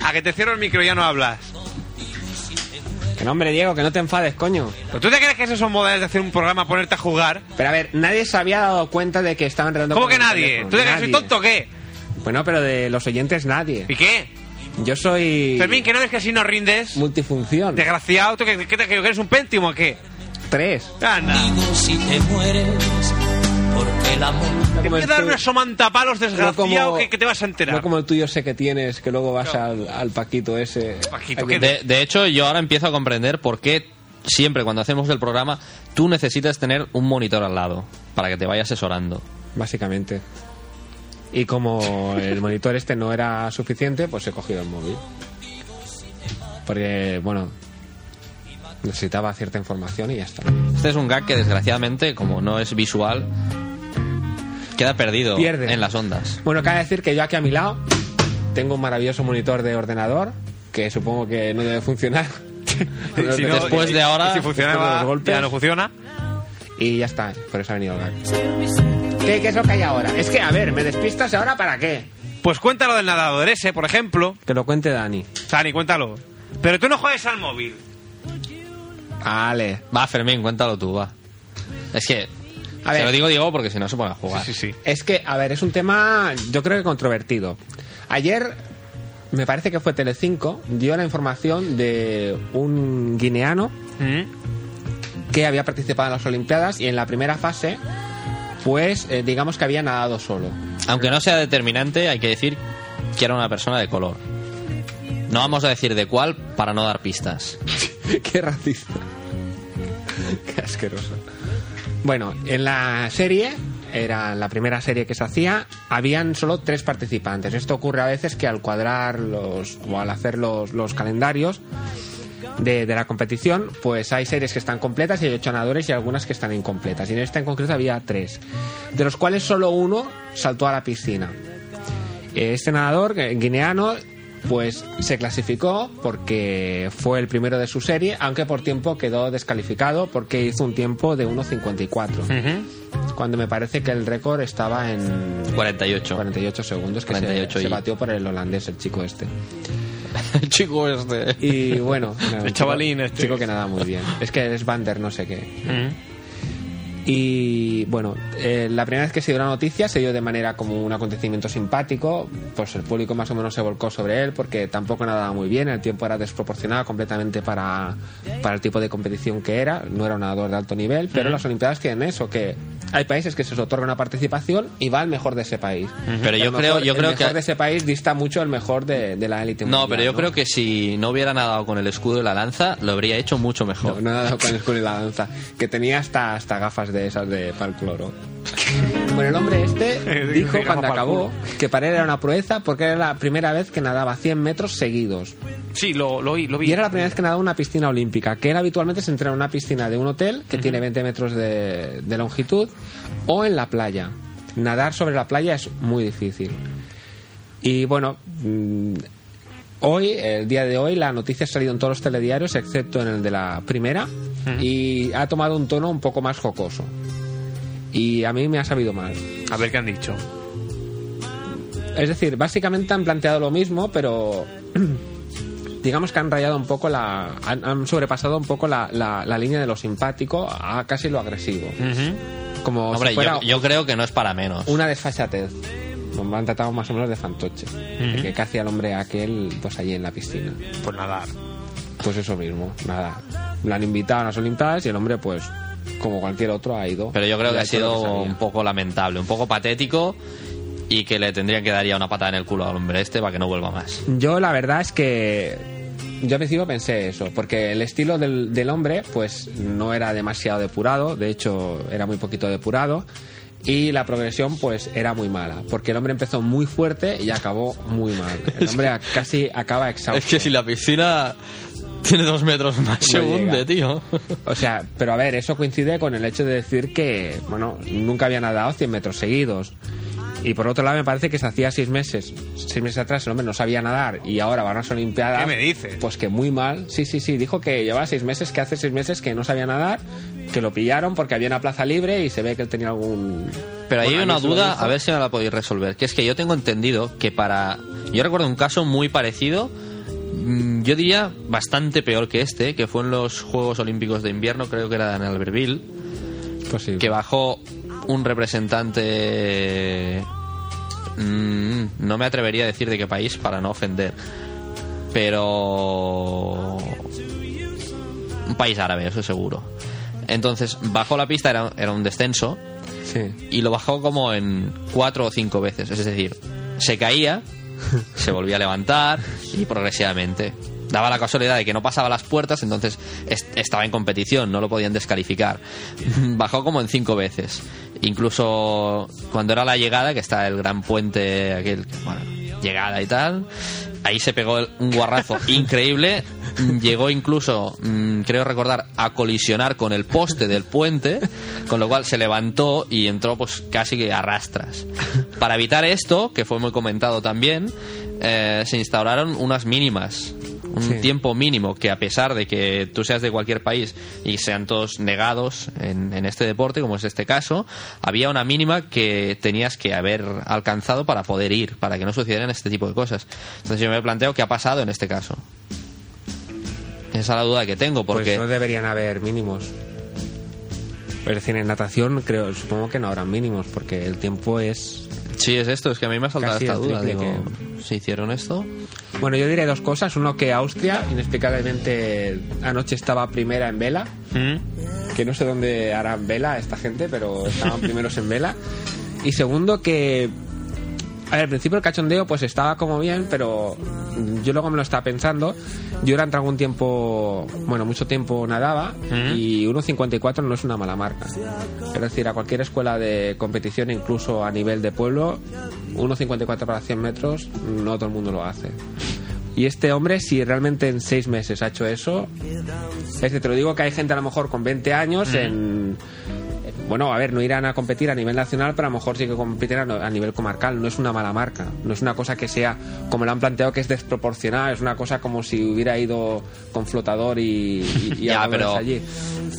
Speaker 1: A que te cierro el micro y ya no hablas.
Speaker 2: Que no, hombre, Diego, que no te enfades, coño.
Speaker 1: ¿Pero ¿Tú te crees que esos son modales de hacer un programa, ponerte a jugar?
Speaker 2: Pero a ver, nadie se había dado cuenta de que estaban redando.
Speaker 1: ¿Cómo que nadie? ¿Tú te crees que soy tonto o qué?
Speaker 2: Bueno, pero de los oyentes nadie.
Speaker 1: ¿Y qué?
Speaker 2: Yo soy
Speaker 1: Fermín, que no ves que si no rindes,
Speaker 2: multifunción.
Speaker 1: desgraciado, ¿tú que, que, que eres un péntimo o qué?
Speaker 2: Tres.
Speaker 1: Anda.
Speaker 8: Digo si te mueres, porque el amor
Speaker 1: Te voy a
Speaker 2: el
Speaker 1: dar
Speaker 2: tu-
Speaker 1: una somantapalos
Speaker 2: no
Speaker 1: desgraciado
Speaker 2: como-
Speaker 1: que, que te vas a enterar.
Speaker 2: No como el tuyo sé que tienes, que luego vas al, al Paquito ese.
Speaker 1: Paquito,
Speaker 2: Al-
Speaker 1: ¿qué
Speaker 3: De, de hecho, yo ahora empiezo a comprender por qué siempre cuando hacemos el programa tú necesitas tener un monitor al lado para que te vaya asesorando.
Speaker 2: Básicamente. Y como el monitor este no era suficiente, pues he cogido el móvil. Porque, bueno, necesitaba cierta información y ya está.
Speaker 3: Este es un gag que desgraciadamente, como no es visual, queda perdido
Speaker 2: Pierde.
Speaker 3: en las ondas.
Speaker 2: Bueno, cabe decir que yo aquí a mi lado tengo un maravilloso monitor de ordenador que supongo que no debe funcionar.
Speaker 1: Si no,
Speaker 3: Después de ahora,
Speaker 1: y si
Speaker 2: después de
Speaker 1: funcionaba,
Speaker 2: los golpes.
Speaker 1: ya no funciona.
Speaker 2: Y ya está, por eso ha venido el gag. ¿Qué, ¿Qué es lo que hay ahora? Es que, a ver, ¿me despistas ahora para qué?
Speaker 1: Pues cuéntalo del nadador ese, por ejemplo.
Speaker 2: Que lo cuente Dani.
Speaker 1: Sani, cuéntalo. Pero tú no juegues al móvil.
Speaker 2: Vale.
Speaker 3: Va, Fermín, cuéntalo tú, va. Es que
Speaker 2: A
Speaker 3: se
Speaker 2: ver.
Speaker 3: lo digo Diego porque si no se pone a jugar.
Speaker 1: Sí, sí.
Speaker 2: Es que, a ver, es un tema yo creo que controvertido. Ayer, me parece que fue Telecinco, dio la información de un guineano
Speaker 1: ¿Mm?
Speaker 2: que había participado en las Olimpiadas y en la primera fase pues eh, digamos que había nadado solo.
Speaker 3: Aunque no sea determinante, hay que decir que era una persona de color. No vamos a decir de cuál para no dar pistas.
Speaker 2: Qué racista. Qué asqueroso. Bueno, en la serie, era la primera serie que se hacía, habían solo tres participantes. Esto ocurre a veces que al cuadrar los, o al hacer los, los calendarios de, de la competición, pues hay series que están completas y hay ocho ganadores y algunas que están incompletas. Y en esta en concreto había tres, de los cuales solo uno saltó a la piscina. Este nadador eh, guineano pues se clasificó porque fue el primero de su serie, aunque por tiempo quedó descalificado porque hizo un tiempo de 1.54, cuando me parece que el récord estaba en
Speaker 3: 48.
Speaker 2: 48 segundos, que se-
Speaker 3: 48
Speaker 2: se,
Speaker 3: y-
Speaker 2: batió por el holandés, el chico este.
Speaker 3: El chico este.
Speaker 2: Y bueno, era un
Speaker 1: El chavalín
Speaker 2: chico,
Speaker 1: este.
Speaker 2: chico que nada muy bien. Es que es Bander no sé qué.
Speaker 3: Mm.
Speaker 2: Y bueno, eh, la primera vez que se dio la noticia se dio de manera como un acontecimiento simpático, pues el público más o menos se volcó sobre él porque tampoco nadaba muy bien, el tiempo era desproporcionado completamente para, para el tipo de competición que era, no era un nadador de alto nivel, pero las Olimpiadas tienen eso, que hay países que se les otorga una participación y va el mejor de ese país.
Speaker 3: Pero yo
Speaker 2: El
Speaker 3: creo-
Speaker 2: mejor-
Speaker 3: yo creo
Speaker 2: el mejor
Speaker 3: que-
Speaker 2: de ese país dista mucho el mejor de, de la élite.
Speaker 3: No,
Speaker 2: mundial,
Speaker 3: pero yo creo que si no hubiera nadado con el escudo y la lanza, lo habría hecho mucho mejor.
Speaker 2: No, no he dado con el culo y la danza. Que tenía hasta, hasta gafas de esas de pal cloro. Bueno, el hombre este dijo
Speaker 1: Gafa
Speaker 2: cuando
Speaker 1: pa'l
Speaker 2: acabó que para él era una proeza porque era la primera vez que nadaba 100 metros seguidos.
Speaker 1: Sí, lo, lo, oí, lo vi.
Speaker 2: Y era la primera vez que nadaba en una piscina olímpica, que él habitualmente se entrena en una piscina de un hotel que tiene 20 metros de, de longitud o en la playa. Nadar sobre la playa es muy difícil. Y bueno, mm, hoy, el día de hoy, la noticia ha salido en todos los telediarios, excepto en el de la primera, y ha tomado un tono un poco más jocoso. Y a mí me ha sabido mal.
Speaker 1: A ver qué han dicho.
Speaker 2: Es decir, básicamente han planteado lo mismo, pero digamos que han rayado un poco la. han, han sobrepasado un poco la, la- la línea de lo simpático a casi lo agresivo. Como si
Speaker 3: Hombre,
Speaker 2: fuera
Speaker 3: yo, yo creo que no es para menos.
Speaker 2: una desfachatez. Nos han tratado más o menos de fantoche. De que- que hacía el hombre aquel pues allí en la piscina.
Speaker 1: Pues nadar.
Speaker 2: Pues eso mismo, nada. Lo han invitado a las Olimpiadas y el hombre, pues, como cualquier otro, ha ido.
Speaker 3: Pero yo creo
Speaker 2: Y
Speaker 3: que ha
Speaker 2: hecho lo
Speaker 3: sido
Speaker 2: sabía.
Speaker 3: un poco lamentable, un poco patético y que le tendrían que dar ya una patada en el culo al hombre este para que no vuelva más.
Speaker 2: Yo la verdad es que yo al principio pensé eso, porque el estilo del, del hombre pues no era demasiado depurado, de hecho era muy poquito depurado y la progresión pues era muy mala, porque el hombre empezó muy fuerte y acabó muy mal. El hombre a- casi acaba
Speaker 3: Es
Speaker 2: exhausto.
Speaker 3: que si la piscina tiene dos metros más, se
Speaker 2: No llega.
Speaker 3: hunde, tío.
Speaker 2: O sea, pero a ver, eso coincide con el hecho de decir que, bueno, nunca había nadado 100 metros seguidos. Y por otro lado, me parece que se hacía seis meses. Seis meses atrás el hombre no sabía nadar y ahora van a las Olimpiadas.
Speaker 1: ¿Qué me dices?
Speaker 2: Pues que muy mal. Sí, sí, sí. Dijo que llevaba seis meses, que hace seis meses que no sabía nadar, que lo pillaron porque había una plaza libre y se ve que él tenía algún.
Speaker 3: Pero ahí hay
Speaker 2: Bueno,
Speaker 3: una
Speaker 2: mí se lo
Speaker 3: duda,
Speaker 2: dijo.
Speaker 3: a ver si me la podéis resolver. Que es que yo tengo entendido que para. Yo recuerdo un caso muy parecido, mm, yo diría bastante peor que este, que fue en los Juegos Olímpicos de Invierno, creo que era en Albertville,
Speaker 2: Posible.
Speaker 3: que bajó un representante. mm, No me atrevería a decir de qué país para no ofender. Pero. Un país árabe, eso seguro. Entonces, bajó la pista, era, era un descenso
Speaker 2: Sí.
Speaker 3: y lo bajó como en cuatro o cinco veces. Es decir, se caía, se volvía a levantar y progresivamente. Daba la casualidad de que no pasaba las puertas, entonces est- estaba en competición, no lo podían descalificar. Bajó como en cinco veces. Incluso cuando era la llegada, que está el gran puente, aquel, bueno, llegada y tal, ahí se pegó el- un guarrazo increíble. Llegó incluso, mm, creo recordar, a colisionar con el poste del puente, con lo cual se levantó y entró pues casi que arrastras. Para evitar esto, que fue muy comentado también, eh, se instauraron unas mínimas, un
Speaker 2: Sí.
Speaker 3: tiempo mínimo que a pesar de que tú seas de cualquier país y sean todos negados en, en este deporte, como es este caso, había una mínima que tenías que haber alcanzado para poder ir, para que no sucedieran este tipo de cosas. Entonces yo me planteo qué ha pasado en este caso. Esa es la duda que tengo, porque...
Speaker 2: Pues no deberían haber mínimos. Es decir, en natación creo, supongo que no habrán mínimos porque el tiempo es
Speaker 3: Sí, es esto, es que a mí me ha saltado
Speaker 2: eh, Casi
Speaker 3: esta
Speaker 2: el
Speaker 3: duda.
Speaker 2: triple
Speaker 3: Digo, ¿Se hicieron esto?
Speaker 2: Bueno, yo diré dos cosas. Uno, que Austria, inexplicablemente, anoche estaba primera en vela. que no sé dónde harán vela esta gente, pero estaban primeros en vela. Y segundo, que. A ver, al principio el cachondeo pues estaba como bien, pero yo luego me lo estaba pensando. Yo durante algún tiempo, bueno, mucho tiempo nadaba y 1.54 no es una mala marca. Es decir, a cualquier escuela de competición, incluso a nivel de pueblo, 1.54 para 100 metros, no todo el mundo lo hace. Y este hombre, si realmente en seis meses ha hecho eso, es que te lo digo que hay gente a lo mejor con 20 años en... Bueno, a ver, no irán a competir a nivel nacional, pero a lo mejor sí que competirán a nivel comarcal. No es una mala marca. No es una cosa que sea, como lo han planteado, que es desproporcionada. Es una cosa como si hubiera ido con flotador y, y, y
Speaker 3: Ya,
Speaker 2: algo
Speaker 3: pero-
Speaker 2: más allí.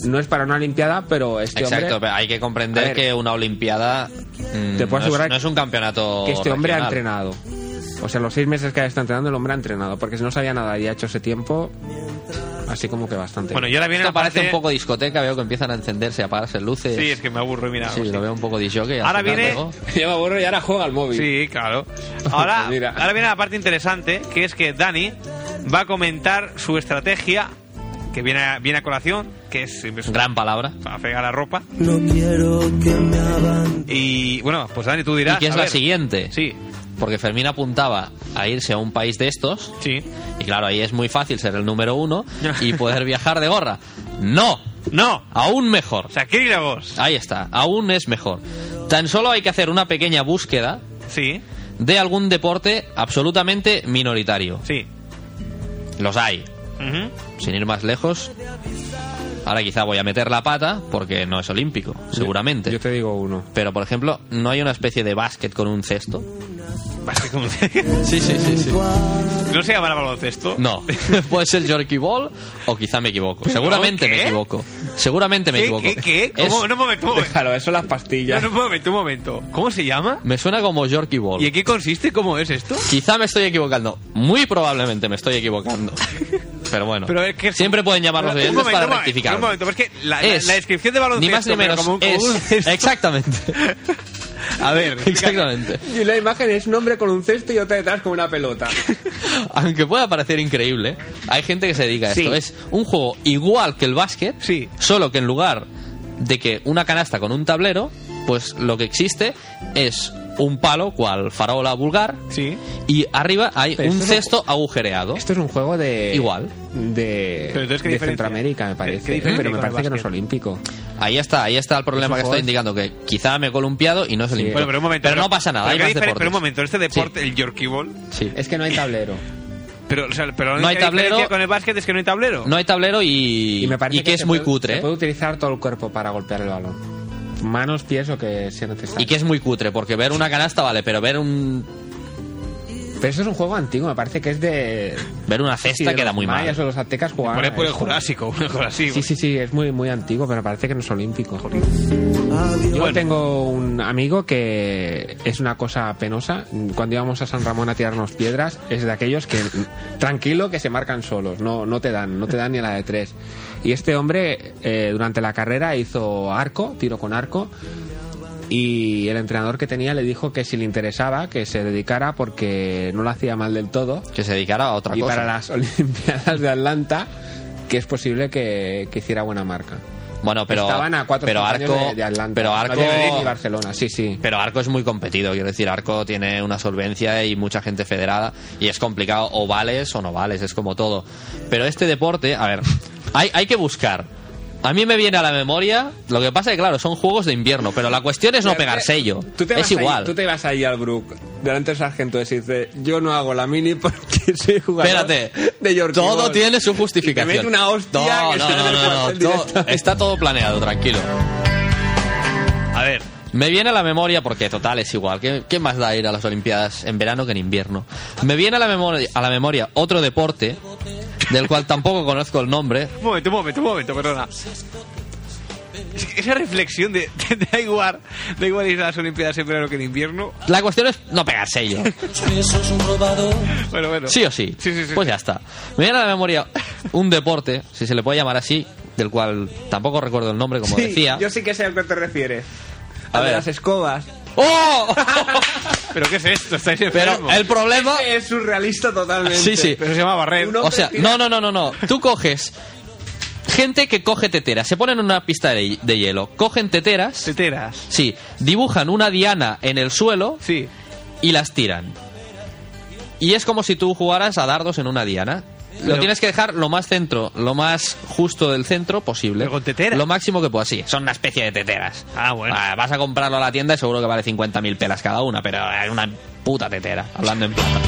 Speaker 2: No es para una Olimpiada, pero este
Speaker 3: Exacto,
Speaker 2: hombre...
Speaker 3: pero hay que
Speaker 2: A
Speaker 3: comprender
Speaker 2: ver.
Speaker 3: que una Olimpiada mm,
Speaker 2: Te puedo
Speaker 3: no,
Speaker 2: asegurar
Speaker 3: es, no es un campeonato.
Speaker 2: que este hombre ha
Speaker 3: regional.
Speaker 2: entrenado. O sea, los seis meses que ha estado entrenando, el hombre ha entrenado. Porque si no sabía nada y ha hecho ese tiempo, así como que bastante.
Speaker 1: Bueno, y ahora viene
Speaker 3: Esto
Speaker 1: la
Speaker 3: parece
Speaker 1: parte...
Speaker 3: un poco discoteca, veo que empiezan a encenderse, a apagarse luces.
Speaker 1: Sí, es que me aburro, mira.
Speaker 3: Sí,
Speaker 1: hostia.
Speaker 3: lo veo un poco disjockey. al
Speaker 1: Ahora
Speaker 3: final
Speaker 1: viene-
Speaker 3: luego.
Speaker 2: ya me aburro y ahora juega al móvil.
Speaker 1: Sí, claro. Ahora,
Speaker 2: Mira.
Speaker 1: ahora viene la parte interesante, que es que Dani va a comentar su estrategia, que viene a, viene a colación, que es siempre es un-
Speaker 3: Gran palabra.
Speaker 1: para fregar la ropa.
Speaker 6: No quiero que me abandones.
Speaker 1: Y bueno, pues Dani, tú dirás.
Speaker 3: ¿Y qué es
Speaker 1: a
Speaker 3: la
Speaker 1: ver.
Speaker 3: siguiente?
Speaker 1: Sí,
Speaker 3: Porque Fermín apuntaba a irse a un país de estos.
Speaker 1: sí.
Speaker 3: Y claro, ahí es muy fácil ser el número uno y poder viajar de gorra. ¡No!
Speaker 1: No,
Speaker 3: Aún mejor.
Speaker 1: sacrílegos.
Speaker 3: Ahí está, aún es mejor. Tan solo hay que hacer una pequeña búsqueda
Speaker 1: Sí,
Speaker 3: de algún deporte absolutamente minoritario.
Speaker 1: sí.
Speaker 3: Los hay,
Speaker 1: Ujú.
Speaker 3: sin ir más lejos. Ahora quizá voy a meter la pata porque no es olímpico, seguramente.
Speaker 2: Yo te digo uno.
Speaker 3: Pero por ejemplo, ¿no hay una especie de básquet con un cesto?
Speaker 1: sí, sí, sí, ¿No se llamará baloncesto?
Speaker 3: No, puede ser Yorkie Ball o quizá me equivoco. Seguramente
Speaker 1: ¿qué?
Speaker 3: me equivoco. Seguramente me
Speaker 1: ¿Qué,
Speaker 3: equivoco.
Speaker 1: qué, qué?
Speaker 3: Es-
Speaker 1: ¿Cómo? No, un momento, un momento.
Speaker 2: Déjalo, eso son las
Speaker 1: No,
Speaker 2: pastillas.
Speaker 1: no, un momento, un momento. ¿Cómo se llama?
Speaker 3: Me suena como Yorkie Ball.
Speaker 1: ¿Y en qué consiste? ¿Cómo es esto?
Speaker 3: Quizá me estoy equivocando. Muy probablemente me estoy equivocando. Pero bueno,
Speaker 1: Pero es que-
Speaker 3: siempre pueden llamar los
Speaker 1: Un
Speaker 3: oyentes
Speaker 1: momento, un
Speaker 3: para
Speaker 1: momento,
Speaker 3: rectificar.
Speaker 1: Un momento, pero es que Ah, la, la-
Speaker 3: Es,
Speaker 1: la descripción de baloncesto...
Speaker 3: Ni más ni
Speaker 1: pero
Speaker 3: menos.
Speaker 1: como un- como un
Speaker 3: es,
Speaker 1: cesto.
Speaker 3: exactamente.
Speaker 1: A ver,
Speaker 3: Exactamente.
Speaker 2: Y la imagen es un hombre con un cesto y otra detrás con una pelota.
Speaker 3: Aunque pueda parecer increíble, hay gente que se dedica a esto.
Speaker 1: Sí.
Speaker 3: Es un juego igual que el básquet,
Speaker 1: Sí.
Speaker 3: solo que en lugar de que una canasta con un tablero, pues lo que existe es un palo cual farola vulgar
Speaker 1: Sí.
Speaker 3: y arriba hay
Speaker 2: Pero
Speaker 3: un
Speaker 2: esto no-
Speaker 3: cesto agujereado.
Speaker 2: Esto es un juego de.
Speaker 3: Igual.
Speaker 2: De,
Speaker 1: Pero entonces, ¿qué
Speaker 2: de
Speaker 1: diferencia?
Speaker 2: Centroamérica, me
Speaker 1: ¿Qué- qué
Speaker 2: parece.
Speaker 1: diferencia
Speaker 2: Pero
Speaker 1: con
Speaker 2: me
Speaker 1: el
Speaker 2: parece que no es
Speaker 1: básquet?
Speaker 2: olímpico.
Speaker 3: Ahí está, ahí está el problema
Speaker 2: un
Speaker 3: que
Speaker 2: juego
Speaker 3: estoy
Speaker 2: de-
Speaker 3: indicando, que quizá me he columpiado y no es el
Speaker 1: Bueno, pero un momento.
Speaker 3: Eh, no pasa nada,
Speaker 1: Pero,
Speaker 3: hay
Speaker 1: ¿qué
Speaker 3: más
Speaker 1: diferen-
Speaker 3: deportes.
Speaker 1: pero un momento, este deporte,
Speaker 3: Sí,
Speaker 1: el Yorkie Ball...
Speaker 3: sí.
Speaker 2: Es que no hay tablero.
Speaker 1: Pero, o sea, pero la
Speaker 3: No hay
Speaker 1: única
Speaker 3: tablero.
Speaker 1: diferencia con el básquet es que no hay tablero.
Speaker 3: No hay tablero y,
Speaker 2: Y me parece
Speaker 3: y que, es
Speaker 2: se
Speaker 3: muy
Speaker 2: puede-
Speaker 3: cutre. ¿eh?
Speaker 2: Se puede utilizar todo el cuerpo para golpear el balón. Manos, pies o que sea necesario.
Speaker 3: Y que es muy cutre, porque ver una canasta vale, pero ver un
Speaker 2: Pero eso es un juego antiguo, me parece que es de.
Speaker 3: ver una
Speaker 2: sí,
Speaker 3: cesta
Speaker 2: de
Speaker 3: queda
Speaker 2: los
Speaker 3: muy
Speaker 2: mayas o
Speaker 3: mal.
Speaker 2: los aztecas jugaban.
Speaker 1: Por,
Speaker 2: a
Speaker 1: por el
Speaker 2: esto.
Speaker 1: Jurásico, una cosa así.
Speaker 2: Sí, sí, sí, es muy, muy antiguo, pero me parece que no es olímpico. Yo
Speaker 1: Bueno.
Speaker 2: tengo un amigo que es una cosa penosa. Cuando íbamos a San Ramón a tirarnos piedras, es de aquellos que tranquilo que se marcan solos, no, no te dan, no te dan ni a la de tres. Y este hombre eh, durante la carrera hizo arco, tiro con arco, y el entrenador que tenía le dijo que si le interesaba que se dedicara porque no lo hacía mal del todo
Speaker 3: Que se dedicara a otra
Speaker 2: y
Speaker 3: cosa.
Speaker 2: para las Olimpiadas de Atlanta que es posible que, que hiciera buena marca.
Speaker 3: Bueno, pero
Speaker 2: Estaban a cuatro
Speaker 3: pero
Speaker 2: años
Speaker 3: arco,
Speaker 2: de, de Atlanta.
Speaker 3: pero
Speaker 2: No había Madrid ni
Speaker 3: arco
Speaker 2: Barcelona, sí, sí.
Speaker 3: pero arco es muy competido, quiero decir, arco tiene una solvencia y mucha gente federada y es complicado o vales o no vales, es como todo. Pero este deporte, a ver, hay hay que buscar. A mí me viene a la memoria, lo que pasa es que claro, son juegos de invierno, pero la cuestión es no pegar sello.
Speaker 2: Tú te
Speaker 3: Es
Speaker 2: vas ahí-
Speaker 3: igual.
Speaker 2: tú te vas ahí al Brook, delante del sargento, y dices, yo no hago la mini porque soy jugador
Speaker 3: Espérate.
Speaker 2: de Yorkie
Speaker 3: Todo
Speaker 2: Ball".
Speaker 3: tiene su justificación.
Speaker 2: Y te mete una hostia
Speaker 3: No,
Speaker 2: que
Speaker 3: no,
Speaker 2: se
Speaker 3: no,
Speaker 2: te
Speaker 3: no, no,
Speaker 2: pasa el
Speaker 3: todo-
Speaker 2: directo.
Speaker 3: está todo planeado, tranquilo.
Speaker 1: A ver,
Speaker 3: Me viene a la memoria, porque total es igual, ¿qué, qué más da ir a las Olimpiadas en verano que en invierno? Me viene a la, memoria, a la memoria otro deporte, del cual tampoco conozco el nombre.
Speaker 1: un momento, un momento, un momento, perdona. Es que Esa reflexión de, de- de da igual, da igual ir a las Olimpiadas en verano que en invierno.
Speaker 3: La cuestión es no pegar sello.
Speaker 8: Besos robados.
Speaker 1: Bueno, bueno.
Speaker 3: Sí o sí.
Speaker 1: Sí, sí, sí.
Speaker 3: Pues ya está. Me viene a la memoria un deporte, si se le puede llamar así, del cual tampoco recuerdo el nombre, como
Speaker 2: Sí,
Speaker 3: decía.
Speaker 2: Yo sí que sé a qué te refieres.
Speaker 3: A
Speaker 2: A,
Speaker 3: ver.
Speaker 2: las escobas.
Speaker 3: ¡Oh!
Speaker 1: ¿Pero qué es esto? ¿Estáis
Speaker 3: Pero
Speaker 1: enfermos?
Speaker 3: el problema
Speaker 1: Eh,
Speaker 2: Es surrealista totalmente.
Speaker 3: Sí, sí.
Speaker 1: Pero se llama barrer.
Speaker 2: Uno-
Speaker 3: O sea, no, no, no, no, no. Tú coges gente que coge teteras, se ponen en una pista de, de hielo, cogen teteras,
Speaker 1: Teteras.
Speaker 3: sí, dibujan una diana en el suelo
Speaker 1: Sí.
Speaker 3: y las tiran. Y es como si tú jugaras a dardos en una diana. Lo
Speaker 1: Pero-
Speaker 3: tienes que dejar lo más centro, lo más justo del centro posible.
Speaker 1: Pero con teteras.
Speaker 3: Lo máximo que puedas, sí. Son una especie de teteras.
Speaker 1: Ah, bueno.
Speaker 3: Ah, vas a comprarlo a la tienda y seguro que vale 50.000 pelas cada una, pero es una puta tetera, hablando en plata.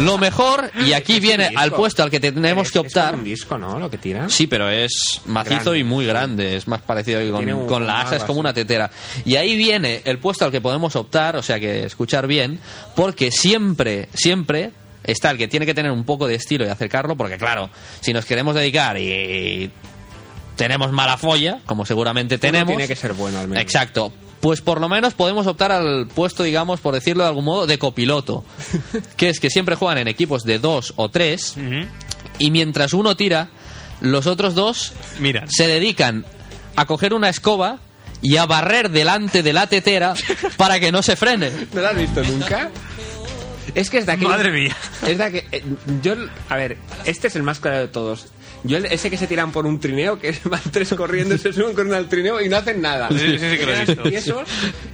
Speaker 3: Lo mejor, y aquí viene al puesto al que tenemos que
Speaker 2: Es- es como
Speaker 3: optar.
Speaker 2: un disco, ¿no? Lo que tiran.
Speaker 3: Sí, pero es macizo
Speaker 2: ¿eh? Grande.
Speaker 3: y muy grande. Es más parecido que con,
Speaker 2: Tiene un-
Speaker 3: con la asa, es
Speaker 2: algo
Speaker 3: como una
Speaker 2: así.
Speaker 3: tetera. Y ahí viene el puesto al que podemos optar, o sea que escuchar bien, porque siempre, siempre está el que tiene que tener un poco de estilo y acercarlo, porque claro, si nos queremos dedicar y tenemos mala folla, como seguramente
Speaker 2: Uno
Speaker 3: tenemos.
Speaker 2: tiene que ser bueno, al menos.
Speaker 3: Exacto. Pues por lo menos podemos optar al puesto, digamos, por decirlo de algún modo, de copiloto. que es que siempre juegan en equipos de dos o tres y mientras uno tira, los otros dos
Speaker 1: Miran.
Speaker 3: se dedican a coger una escoba y a barrer delante de la tetera para que no se frene.
Speaker 2: ¿No lo has visto nunca? Es que es de aquel...
Speaker 1: Madre mía.
Speaker 2: Es de aquel- eh, Yo, a ver, este es el más claro de todos. Yo, el- ese que se tiran por un trineo, que van tres corriendo, se suben corriendo al trineo y no hacen nada.
Speaker 1: Sí, sí, sí que lo he visto.
Speaker 2: Y eso,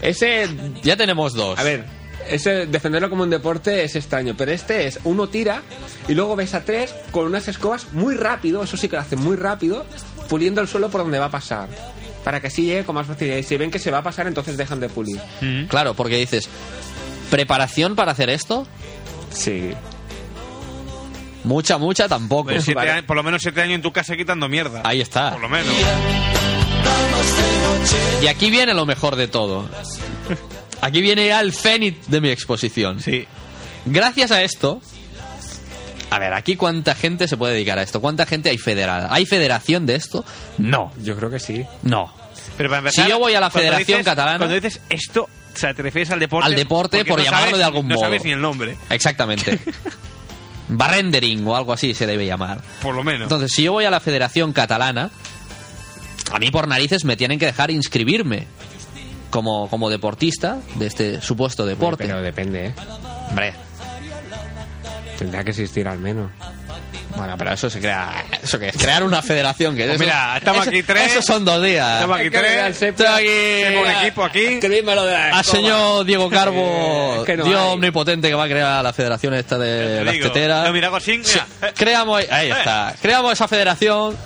Speaker 2: ese,
Speaker 3: Ya tenemos dos.
Speaker 2: a ver, ese, defenderlo como un deporte es extraño, pero este es, uno tira y luego ves a tres con unas escobas muy rápido, eso sí que lo hacen muy rápido, puliendo el suelo por donde va a pasar. Para que así llegue con más facilidad. Y si ven que se va a pasar, entonces dejan de pulir.
Speaker 1: Mm.
Speaker 3: Claro, porque dices, ¿preparación para hacer esto?
Speaker 2: Sí.
Speaker 3: Mucha, mucha tampoco.
Speaker 1: Pues siete
Speaker 3: Vale.
Speaker 1: años- por lo menos siete años en tu casa quitando mierda.
Speaker 3: Ahí está.
Speaker 1: Por lo menos.
Speaker 3: Y aquí viene lo mejor de todo. Aquí viene ya el fénix de mi exposición.
Speaker 1: Sí.
Speaker 3: Gracias a esto. A ver, aquí cuánta gente se puede dedicar a esto. ¿Cuánta gente hay federada? ¿Hay federación de esto? No,
Speaker 2: Yo creo que sí.
Speaker 3: no.
Speaker 1: Pero para empezar,
Speaker 3: Si yo voy a la
Speaker 1: cuando
Speaker 3: Federación
Speaker 1: dices-
Speaker 3: Catalana-
Speaker 1: Cuando dices esto, o sea, te refieres al deporte.
Speaker 3: Al deporte,
Speaker 1: porque
Speaker 3: por
Speaker 1: no
Speaker 3: llamarlo
Speaker 1: sabes-
Speaker 3: de algún
Speaker 1: No
Speaker 3: modo.
Speaker 1: sabes ni el nombre,
Speaker 3: Exactamente. Barrendering o algo así se debe llamar.
Speaker 1: por lo menos.
Speaker 3: Entonces, si yo voy a la Federación Catalana, a mí por narices me tienen que dejar inscribirme como, como deportista de este supuesto deporte.
Speaker 2: Pero depende, ¿eh?
Speaker 3: Hombre,
Speaker 2: Tendrá que existir al menos.
Speaker 3: Bueno, pero eso se crea. ¿Eso que es? Crear una federación. Que eso-
Speaker 1: Pues mira, estamos
Speaker 3: eso-
Speaker 1: aquí tres.
Speaker 3: Esos son dos días.
Speaker 1: Estamos aquí
Speaker 2: Hay que ver al
Speaker 1: tres. Tengo
Speaker 2: Sepra.
Speaker 1: aquí- Tengo un equipo aquí.
Speaker 2: Escribímelo de la
Speaker 3: Al Ah, señor Diego Carbo,
Speaker 2: Eh, que no
Speaker 3: Dios
Speaker 2: hay.
Speaker 3: omnipotente que va a crear la federación esta de
Speaker 1: Te
Speaker 3: las
Speaker 1: digo,
Speaker 3: teteras.
Speaker 1: Lo mira Gosling,
Speaker 3: Sí,
Speaker 1: mira. Eh,
Speaker 3: creamos, ahí está, creamos esa federación.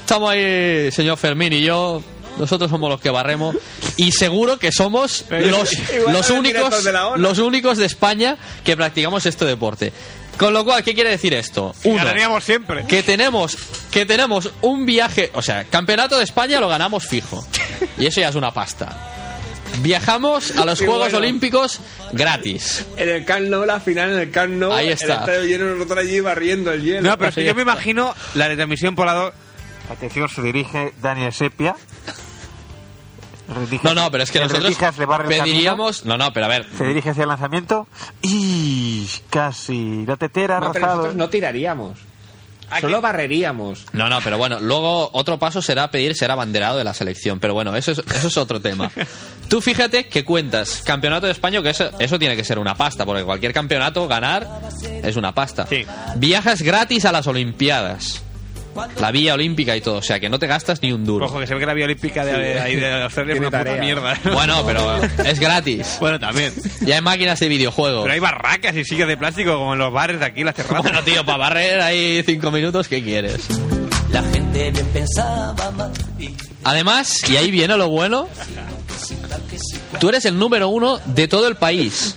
Speaker 3: Estamos ahí, señor Fermín y yo. Nosotros somos los que barremos y seguro que somos
Speaker 2: Pero
Speaker 3: los,
Speaker 2: igual
Speaker 3: los
Speaker 2: no le tiras
Speaker 3: únicos
Speaker 2: los de la ONU.
Speaker 3: los únicos de España que practicamos este deporte. Con lo cual, ¿qué quiere decir esto?
Speaker 1: que Ganaríamos siempre.
Speaker 3: que tenemos que tenemos un viaje, o sea, campeonato de España lo ganamos fijo. Y eso ya es una pasta. Viajamos a los
Speaker 2: Sí,
Speaker 3: Juegos
Speaker 2: bueno.
Speaker 3: Olímpicos gratis.
Speaker 2: En el Camp Nou, la final en el Camp Nou.
Speaker 3: Ahí está.
Speaker 2: El estadio lleno nosotros allí barriendo el hielo.
Speaker 1: No, pero
Speaker 3: Así
Speaker 1: si yo
Speaker 3: es.
Speaker 1: me imagino la retransmisión por la do- Atención, se dirige Daniel Sepia. Redige-
Speaker 3: No, no, pero es que
Speaker 1: el
Speaker 3: nosotros
Speaker 1: Retijas le barre el camino,
Speaker 3: pediríamos, no, no, pero a ver,
Speaker 1: Se dirige hacia el lanzamiento y casi la tetera ha
Speaker 2: No, pero
Speaker 1: rozado.
Speaker 2: nosotros no tiraríamos. Solo barreríamos.
Speaker 3: no, no, pero bueno, luego otro paso será pedir ser abanderado de la selección, pero bueno, eso es, eso es otro tema. Tú fíjate que cuentas campeonato de España que eso, eso tiene que ser una pasta, porque cualquier campeonato ganar es una pasta.
Speaker 1: Sí.
Speaker 3: Viajas gratis a las Olimpiadas. La Villa Olímpica y todo, o sea que no te gastas ni un duro.
Speaker 1: Ojo, que se ve que la vía olímpica de,
Speaker 2: Sí.
Speaker 1: ahí de Australia es
Speaker 2: Tiene
Speaker 1: una puta
Speaker 2: tarea.
Speaker 1: mierda.
Speaker 3: Bueno, pero es gratis.
Speaker 1: Bueno, también.
Speaker 3: Y hay máquinas de videojuegos.
Speaker 1: Pero hay barracas y sillas de plástico como en los bares de aquí, las terrazas.
Speaker 3: Bueno, tío, para barrer ahí cinco minutos, ¿qué quieres?
Speaker 8: La gente bien pensaba más y
Speaker 3: Además, y ahí viene lo bueno, tú eres el número uno de todo el país.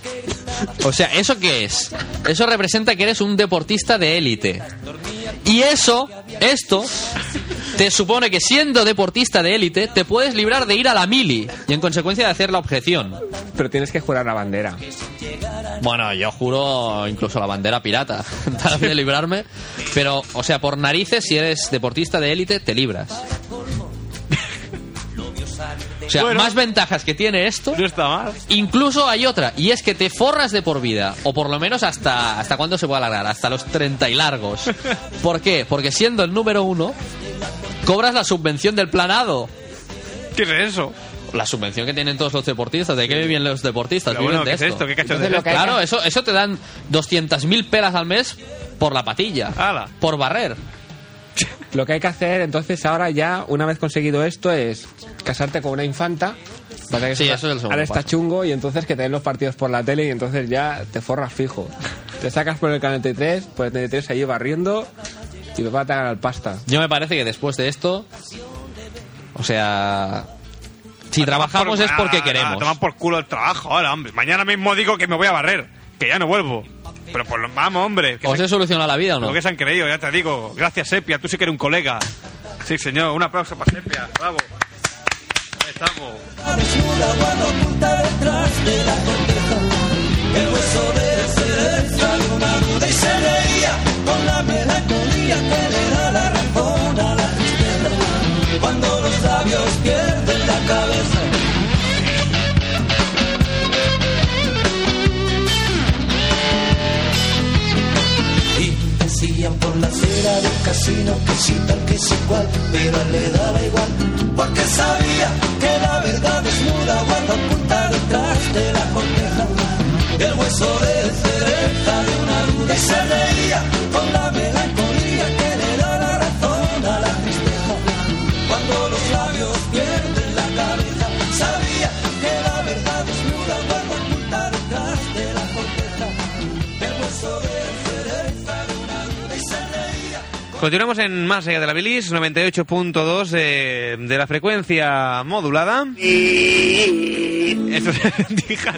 Speaker 3: O sea, ¿eso qué es? Eso representa que eres un deportista de élite. Y eso, esto, te supone que siendo deportista de élite, te puedes librar de ir a la mili y en consecuencia de hacer la objeción.
Speaker 2: Pero tienes que jurar la bandera.
Speaker 3: Bueno, yo juro incluso la bandera pirata para de librarme. Pero, o sea, por narices, si eres deportista de élite, te libras. O sea,
Speaker 1: Bueno.
Speaker 3: más ventajas que tiene esto.
Speaker 1: No está mal.
Speaker 3: Incluso hay otra, y es que te forras de por vida, o por lo menos hasta, hasta cuándo se puede alargar, hasta los 30 y largos. ¿Por qué? Porque siendo el número uno, cobras la subvención del planado.
Speaker 1: ¿Qué es eso?
Speaker 3: La subvención que tienen todos los deportistas, ¿de qué viven los deportistas?
Speaker 1: Pero
Speaker 3: Viven
Speaker 1: bueno,
Speaker 3: de
Speaker 1: ¿qué es esto? ¿Qué cachas de
Speaker 2: Entonces lo
Speaker 1: esto?
Speaker 2: que hay
Speaker 3: Claro, eso, eso te dan 200.000 pelas al mes por la patilla.
Speaker 1: Ala.
Speaker 3: Por barrer.
Speaker 2: Lo que hay que hacer entonces ahora ya, una vez conseguido esto, es casarte con una infanta. Pasa que
Speaker 3: Sí, eso es el segundo
Speaker 2: Ahora está
Speaker 3: paso.
Speaker 2: chungo y entonces que te den los partidos por la tele y entonces ya te forras fijo. Te sacas por el canal 3, por el 33 ahí barriendo y papá te gana el pasta.
Speaker 3: Yo me parece que después de esto. O sea.
Speaker 10: Ah,
Speaker 3: Si trabajamos es porque queremos.
Speaker 10: Toman por culo el trabajo ahora, hombre. Mañana mismo digo que me voy a barrer, que ya no vuelvo. Pero por lo vamos, hombre. que
Speaker 3: ¿Os
Speaker 10: se-
Speaker 3: he solucionado la vida o no?
Speaker 10: Lo que se han creído, ya te digo. Gracias, Sepia. Tú sí que eres un colega. Sí, señor. Un aplauso para Sepia. Bravo. Ahí estamos.
Speaker 8: Y decían por la acera del casino que si tal que si cual, pero a él le daba igual, porque sabía que la verdad desnuda guarda oculta detrás de la corteja. El hueso de cereza de una duda y se reía con la melancolía que le da la razón a la tristeza. Cuando los labios pierden la cabeza, sabía que la verdad desnuda guarda oculta detrás de la corteja. El hueso de
Speaker 1: Continuamos en Más allá de la bilis, 98.2 de, de la frecuencia modulada. Eso es- dijan,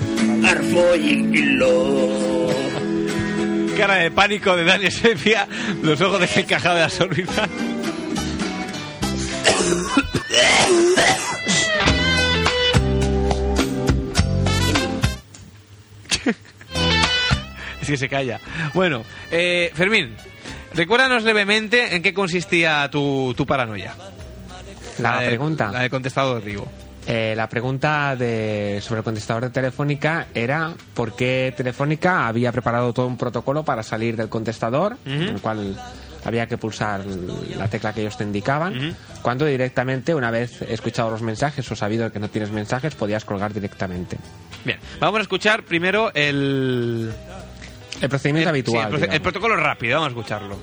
Speaker 1: cara de pánico de Dani Sepia, los ojos desencajados de la sonrisa. Es que se calla. Bueno, eh, Fermín, recuérdanos brevemente en qué consistía tu, tu paranoia.
Speaker 2: La,
Speaker 1: de-
Speaker 2: pregunta.
Speaker 1: La de contestado de Rigo.
Speaker 2: Eh, la pregunta de, sobre el contestador de Telefónica era por qué Telefónica había preparado todo un protocolo para salir del contestador, en el cual había que pulsar la tecla que ellos te indicaban, cuando directamente, una vez escuchado los mensajes o sabido que no tienes mensajes, podías colgar directamente.
Speaker 1: Bien, vamos a escuchar primero el...
Speaker 2: El procedimiento
Speaker 1: Eh, sí, el
Speaker 2: habitual.
Speaker 1: proce- el,
Speaker 2: digamos.
Speaker 1: protocolo rápido, vamos a escucharlo.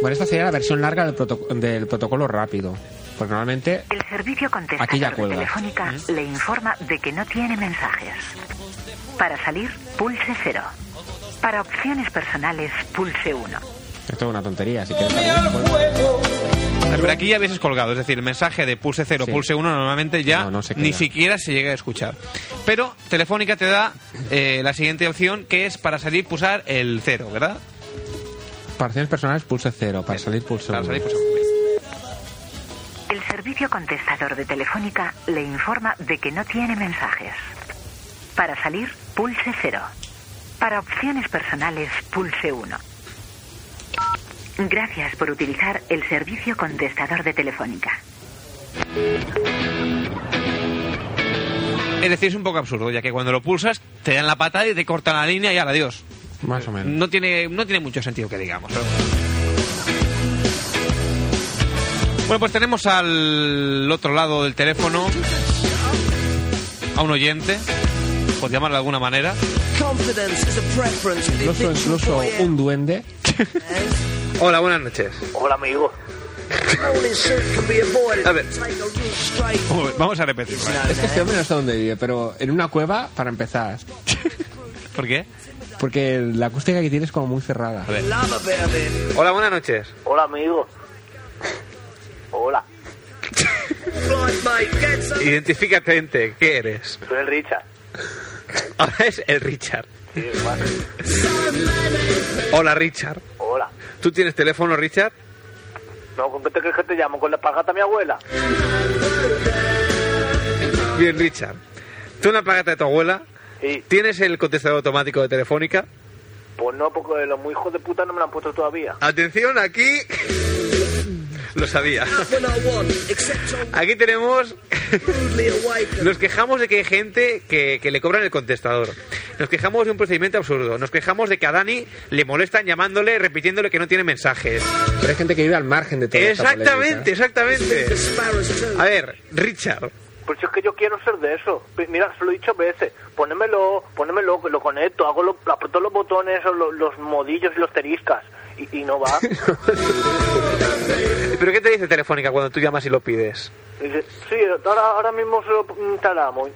Speaker 2: bueno, esta sería la versión larga del, proto- del protocolo rápido, porque normalmente
Speaker 7: El servicio
Speaker 2: Aquí
Speaker 7: contestador
Speaker 2: ya
Speaker 7: de
Speaker 2: cuelga.
Speaker 7: Telefónica le informa de que no tiene mensajes. Para salir, pulse 0. Para opciones personales, pulse 1.
Speaker 2: esto es una tontería, si quieres pues,
Speaker 1: Pero aquí ya habéis colgado, es decir, el mensaje de pulse 0,
Speaker 2: Sí.
Speaker 1: pulse 1 normalmente ya
Speaker 2: No, no se
Speaker 1: ni
Speaker 2: queda.
Speaker 1: siquiera se llega a escuchar. Pero Telefónica te da eh, la siguiente opción que es para salir pulsar el 0, ¿verdad?
Speaker 2: para acciones personales pulse cero, para salir pulse
Speaker 1: Para
Speaker 2: uno.
Speaker 1: salir pulsar. Bien.
Speaker 7: El servicio contestador de Telefónica le informa de que no tiene mensajes. Para salir, pulse 0. Para opciones personales, pulse 1. Gracias por utilizar el servicio contestador de Telefónica.
Speaker 1: Es decir, es un poco absurdo, ya que cuando lo pulsas te dan la patada y te cortan la línea y al adiós.
Speaker 2: Más o menos.
Speaker 1: No tiene, no tiene mucho sentido que digamos. ¿eh? ¿no? Bueno, pues tenemos al otro lado del teléfono a un oyente, por llamarlo de alguna manera.
Speaker 2: Incluso, incluso un duende
Speaker 1: Hola, buenas noches.
Speaker 11: Hola, amigo.
Speaker 1: A ver. Vamos a ¿eh? repetir. ¿vale?
Speaker 2: Es que este hombre no sé dónde vive, pero en una cueva, para empezar.
Speaker 1: ¿Por qué?
Speaker 2: Porque la acústica que tiene es como muy cerrada.
Speaker 1: ver. Hola, buenas noches.
Speaker 11: Hola, amigo. Hola,
Speaker 1: Identifícate, ente. ¿Qué eres?
Speaker 11: soy el Richard.
Speaker 1: Ahora es el Richard.
Speaker 11: Sí, hermano.
Speaker 1: Hola, Richard.
Speaker 11: Hola.
Speaker 1: ¿Tú tienes teléfono, Richard?
Speaker 11: No, ¿con qué te crees que te llamo? ¿Con la espagata de mi abuela?
Speaker 1: Bien, Richard. ¿Tú una plagata de tu abuela?
Speaker 11: Sí.
Speaker 1: ¿Tienes el contestador automático de Telefónica?
Speaker 11: Pues no, porque los muy hijos de puta no me la han puesto todavía.
Speaker 1: Atención, aquí. Lo sabía. Aquí tenemos. Nos quejamos de que hay gente que, que le cobran el contestador. Nos quejamos de un procedimiento absurdo. Nos quejamos de que a Dani le molestan llamándole, repitiéndole que no tiene mensajes.
Speaker 2: Pero hay gente que vive al margen de todo
Speaker 1: Exactamente, exactamente. A ver, Richard.
Speaker 11: Por eso Pues es que yo quiero ser de eso. P- Mira, se lo he dicho veces. Ponémelo, ponémelo, que lo conecto, hago lo, aprieto los botones, o lo- los modillos y los teriscas. Y, y no va.
Speaker 1: ¿Pero qué te dice Telefónica cuando tú llamas y lo pides?
Speaker 11: Dice, sí, ahora, ahora mismo se lo instalamos.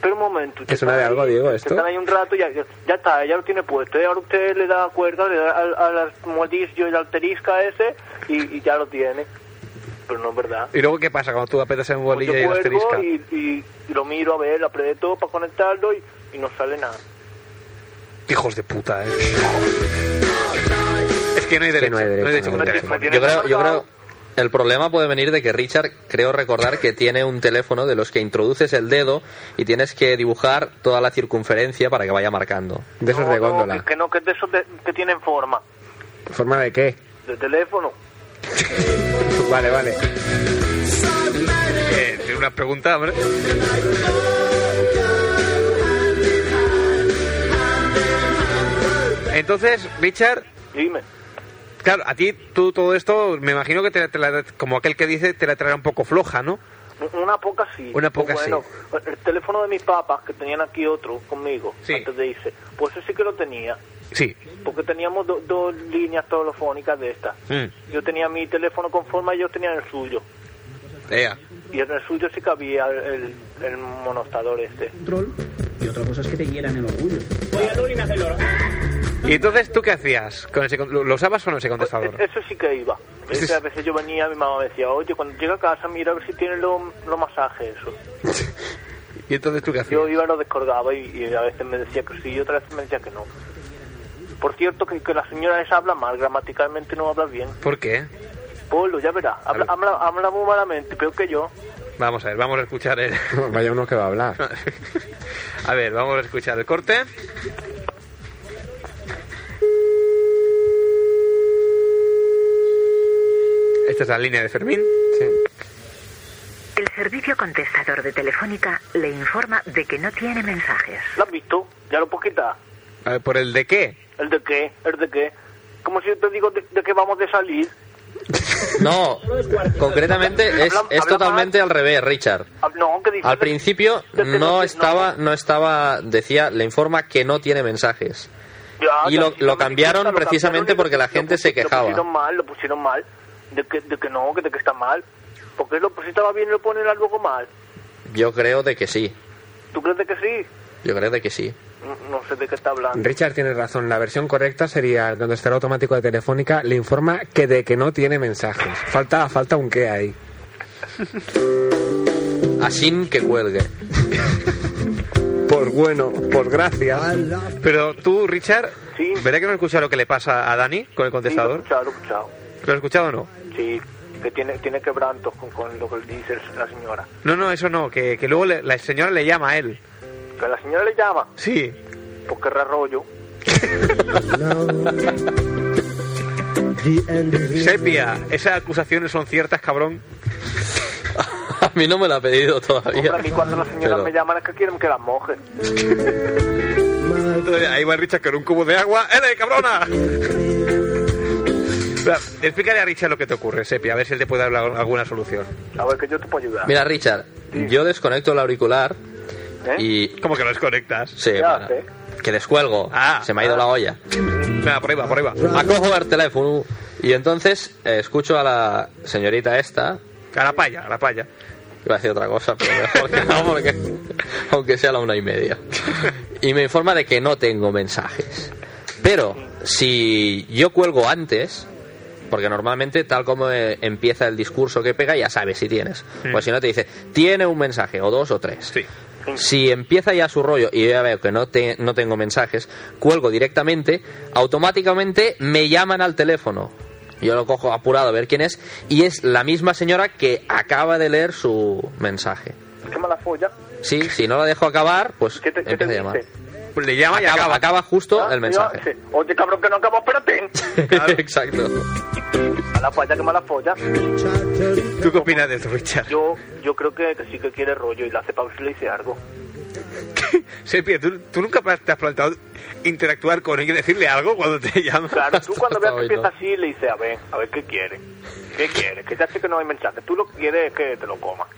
Speaker 11: Pero un momento.
Speaker 1: ¿Te suena de algo, Diego, esto?
Speaker 11: Están ahí un rato y ya, ya- ya está, ya lo tiene puesto. ¿eh? Ahora usted le da cuerda, le da al, al modillo y al terisca ese y, y ya lo tiene. Pero no es verdad.
Speaker 1: ¿Y luego qué pasa cuando tú apretas en
Speaker 11: Yo
Speaker 1: bolilla y las
Speaker 11: cuelgo
Speaker 1: teriscas?
Speaker 11: y, y- y lo miro a ver, aprieto para conectarlo y, y no sale nada.
Speaker 1: Hijos de puta, eh. Es que no hay derecho.
Speaker 3: no hay derecho,
Speaker 1: con
Speaker 3: no hay
Speaker 1: teléfono.
Speaker 3: Yo creo, yo creo el problema puede venir de que Richard, creo recordar que tiene un teléfono de los que introduces el dedo y tienes que dibujar toda la circunferencia para que vaya marcando.
Speaker 2: De esos de góndola.
Speaker 11: Que no, que es de esos de- que tienen forma.
Speaker 2: ¿Forma de qué?
Speaker 11: De teléfono.
Speaker 2: Vale, vale.
Speaker 1: Eh, tiene una pregunta, hombre. Entonces, Richard.
Speaker 11: Dime.
Speaker 1: Claro, a ti tú todo esto, me imagino que te, la- te la- como aquel que dice, te la traerá un poco floja, ¿no?
Speaker 11: Una poca sí.
Speaker 1: Una poca
Speaker 11: Pues bueno, El teléfono de mis papas, que tenían aquí otro conmigo, antes de irse, pues ese sí que lo tenía.
Speaker 1: Sí.
Speaker 11: Porque teníamos do- dos líneas telefónicas de estas.
Speaker 1: Mm.
Speaker 11: Yo tenía mi teléfono con forma y ellos tenían el suyo.
Speaker 1: Ea.
Speaker 11: Y en el suyo sí cabía el, el monostador este.
Speaker 12: control y otra cosa es que te hieran el orgullo.
Speaker 1: ¿Y entonces tú qué hacías? ¿Con ese con- ¿Lo lo usabas con ese contestador?
Speaker 11: Eso E-, sí que iba.
Speaker 1: Ese
Speaker 11: Ese, a veces yo venía, mi mamá me decía, oye, cuando llega a casa mira a ver si tiene los los masajes eso.
Speaker 1: ¿Y entonces tú qué hacías?
Speaker 11: Yo iba, lo descolgaba y, y a veces me decía que sí y otras veces me decía que no. Por cierto, que, que la señora esa habla mal, gramaticalmente no habla bien.
Speaker 1: ¿Por qué?
Speaker 11: Polo, ya verá, habla, habla, habla muy malamente, peor que yo.
Speaker 1: Vamos a ver, vamos a escuchar el...
Speaker 2: Vaya uno que va a hablar.
Speaker 1: A ver, vamos a escuchar el corte. Esta es la línea de Fermín.
Speaker 7: El servicio contestador de Telefónica le informa de que no tiene mensajes.
Speaker 11: ¿Lo has visto? Ya lo puedo quitar.
Speaker 1: A ver, ¿por el de qué?
Speaker 11: ¿El de qué? ¿El de qué? Como si yo te digo de, de qué vamos de salir.
Speaker 3: No, concretamente es,
Speaker 11: Habla-
Speaker 3: es
Speaker 11: habla
Speaker 3: totalmente al revés, Richard.
Speaker 11: Ah, No, que dices?
Speaker 3: Al principio no estaba, no estaba, decía, le informa que no tiene mensajes.
Speaker 11: Ya,
Speaker 3: Y
Speaker 11: ya,
Speaker 3: lo,
Speaker 11: sí,
Speaker 3: lo
Speaker 11: también
Speaker 3: cambiaron
Speaker 11: escucha, lo
Speaker 3: precisamente
Speaker 11: cambiaron
Speaker 3: porque la gente se
Speaker 11: Lo pusieron
Speaker 3: quejaba.
Speaker 11: mal, lo pusieron mal. De que, de que no, que de que está mal. Porque lo, pues si estaba bien lo ponen algo mal.
Speaker 3: Yo creo de que sí.
Speaker 11: ¿Tú crees de que sí?
Speaker 3: Yo creo de que sí.
Speaker 11: No, no sé de qué está hablando.
Speaker 2: Richard tiene razón, la versión correcta sería el contestador automático de Telefónica le informa que de que no tiene mensajes. Falta, falta un qué ahí.
Speaker 3: Así que cuelgue.
Speaker 2: Por bueno, por gracia.
Speaker 1: Pero tú, Richard, ¿verdad que no escuchas lo que le pasa a Dani con el contestador?
Speaker 11: Sí, lo he escuchado,
Speaker 1: ¿Lo has escuchado o no?
Speaker 11: lo he escuchado. Sí, que tiene, tiene quebrantos con, con lo que dice la señora.
Speaker 1: No, no, eso no, que, que luego le- la señora le llama a él.
Speaker 11: Que la señora le llama.
Speaker 1: Sí.
Speaker 11: Porque era rollo.
Speaker 1: Sepia, esas acusaciones son ciertas, cabrón.
Speaker 3: A mí no me la ha pedido todavía.
Speaker 11: Hombre, a mí cuando las señoras
Speaker 3: Pero-
Speaker 11: me llaman es que quieren que las moje.
Speaker 1: Ahí va Richard con un cubo de agua. ¡Ele, cabrona! Espera, Explícale a Richard lo que te ocurre, Sepia, a ver si él te puede dar la- alguna solución.
Speaker 11: A ver, que yo te puedo ayudar.
Speaker 3: Mira, Richard, yo desconecto el auricular
Speaker 11: ¿Eh?
Speaker 3: y...
Speaker 1: ¿Cómo que lo desconectas?
Speaker 3: Sí, para-
Speaker 1: hace?
Speaker 3: que descuelgo. se me ha ido la olla.
Speaker 1: Nada, por ahí va, por ahí va.
Speaker 3: Acojo el teléfono y entonces eh, escucho a la señorita esta...
Speaker 1: A la paya, a la paya.
Speaker 3: Iba a decir otra cosa, pero mejor que no, porque aunque sea a la una y media. Y me informa de que no tengo mensajes. Pero si yo cuelgo antes, porque normalmente tal como eh, empieza el discurso que pega, ya sabes si tienes.
Speaker 1: Sí.
Speaker 3: Pues si no te dice, tiene un mensaje, o dos o tres. Si empieza ya su rollo y yo ya veo que no, te- no tengo mensajes, cuelgo directamente, automáticamente me llaman al teléfono. Yo lo cojo apurado a ver quién es y es la misma señora que acaba de leer su mensaje.
Speaker 11: ¿Qué mala folla?
Speaker 3: Sí, si no la dejo acabar, pues
Speaker 11: te
Speaker 3: empieza a llamar.
Speaker 11: dice?
Speaker 1: Pues
Speaker 11: Ah,
Speaker 1: le llama
Speaker 3: y acaba. Acaba justo el mensaje.
Speaker 11: Yo, sí. Oye, cabrón, que no acabo, espérate.
Speaker 3: Exacto.
Speaker 11: Mala folla, que mala folla.
Speaker 1: ¿Tú qué opinas de esto, Richard?
Speaker 11: Yo, yo creo que, que sí que quiere rollo y la hace para ver si le dice algo.
Speaker 1: Sepia, ¿tú, tú nunca te has planteado interactuar con él y decirle algo cuando te llama?
Speaker 11: Claro, tú cuando veas que empieza así le dices, a ver, a ver qué quiere. ¿Qué quiere? Que ya sé que no hay mensaje. Tú lo que quieres es que te lo comas.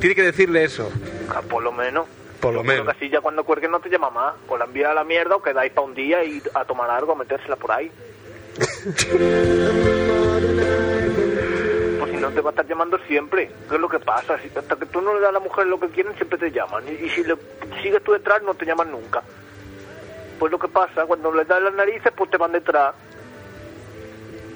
Speaker 1: Tiene que decirle eso.
Speaker 11: Ah, Por lo menos.
Speaker 1: Por lo
Speaker 11: Yo creo
Speaker 1: menos.
Speaker 11: que así ya cuando cuelgue no te llama más. O la envía a la mierda o quedáis para un día y a tomar algo, a metérsela por ahí. pues si no te va a estar llamando siempre. ¿Qué es lo que pasa? Si- hasta que tú no le das a la mujer lo que quieren, siempre te llaman. Y, y si le sigues tú detrás, no te llaman nunca. Pues lo que pasa, cuando le das las narices, pues te van detrás.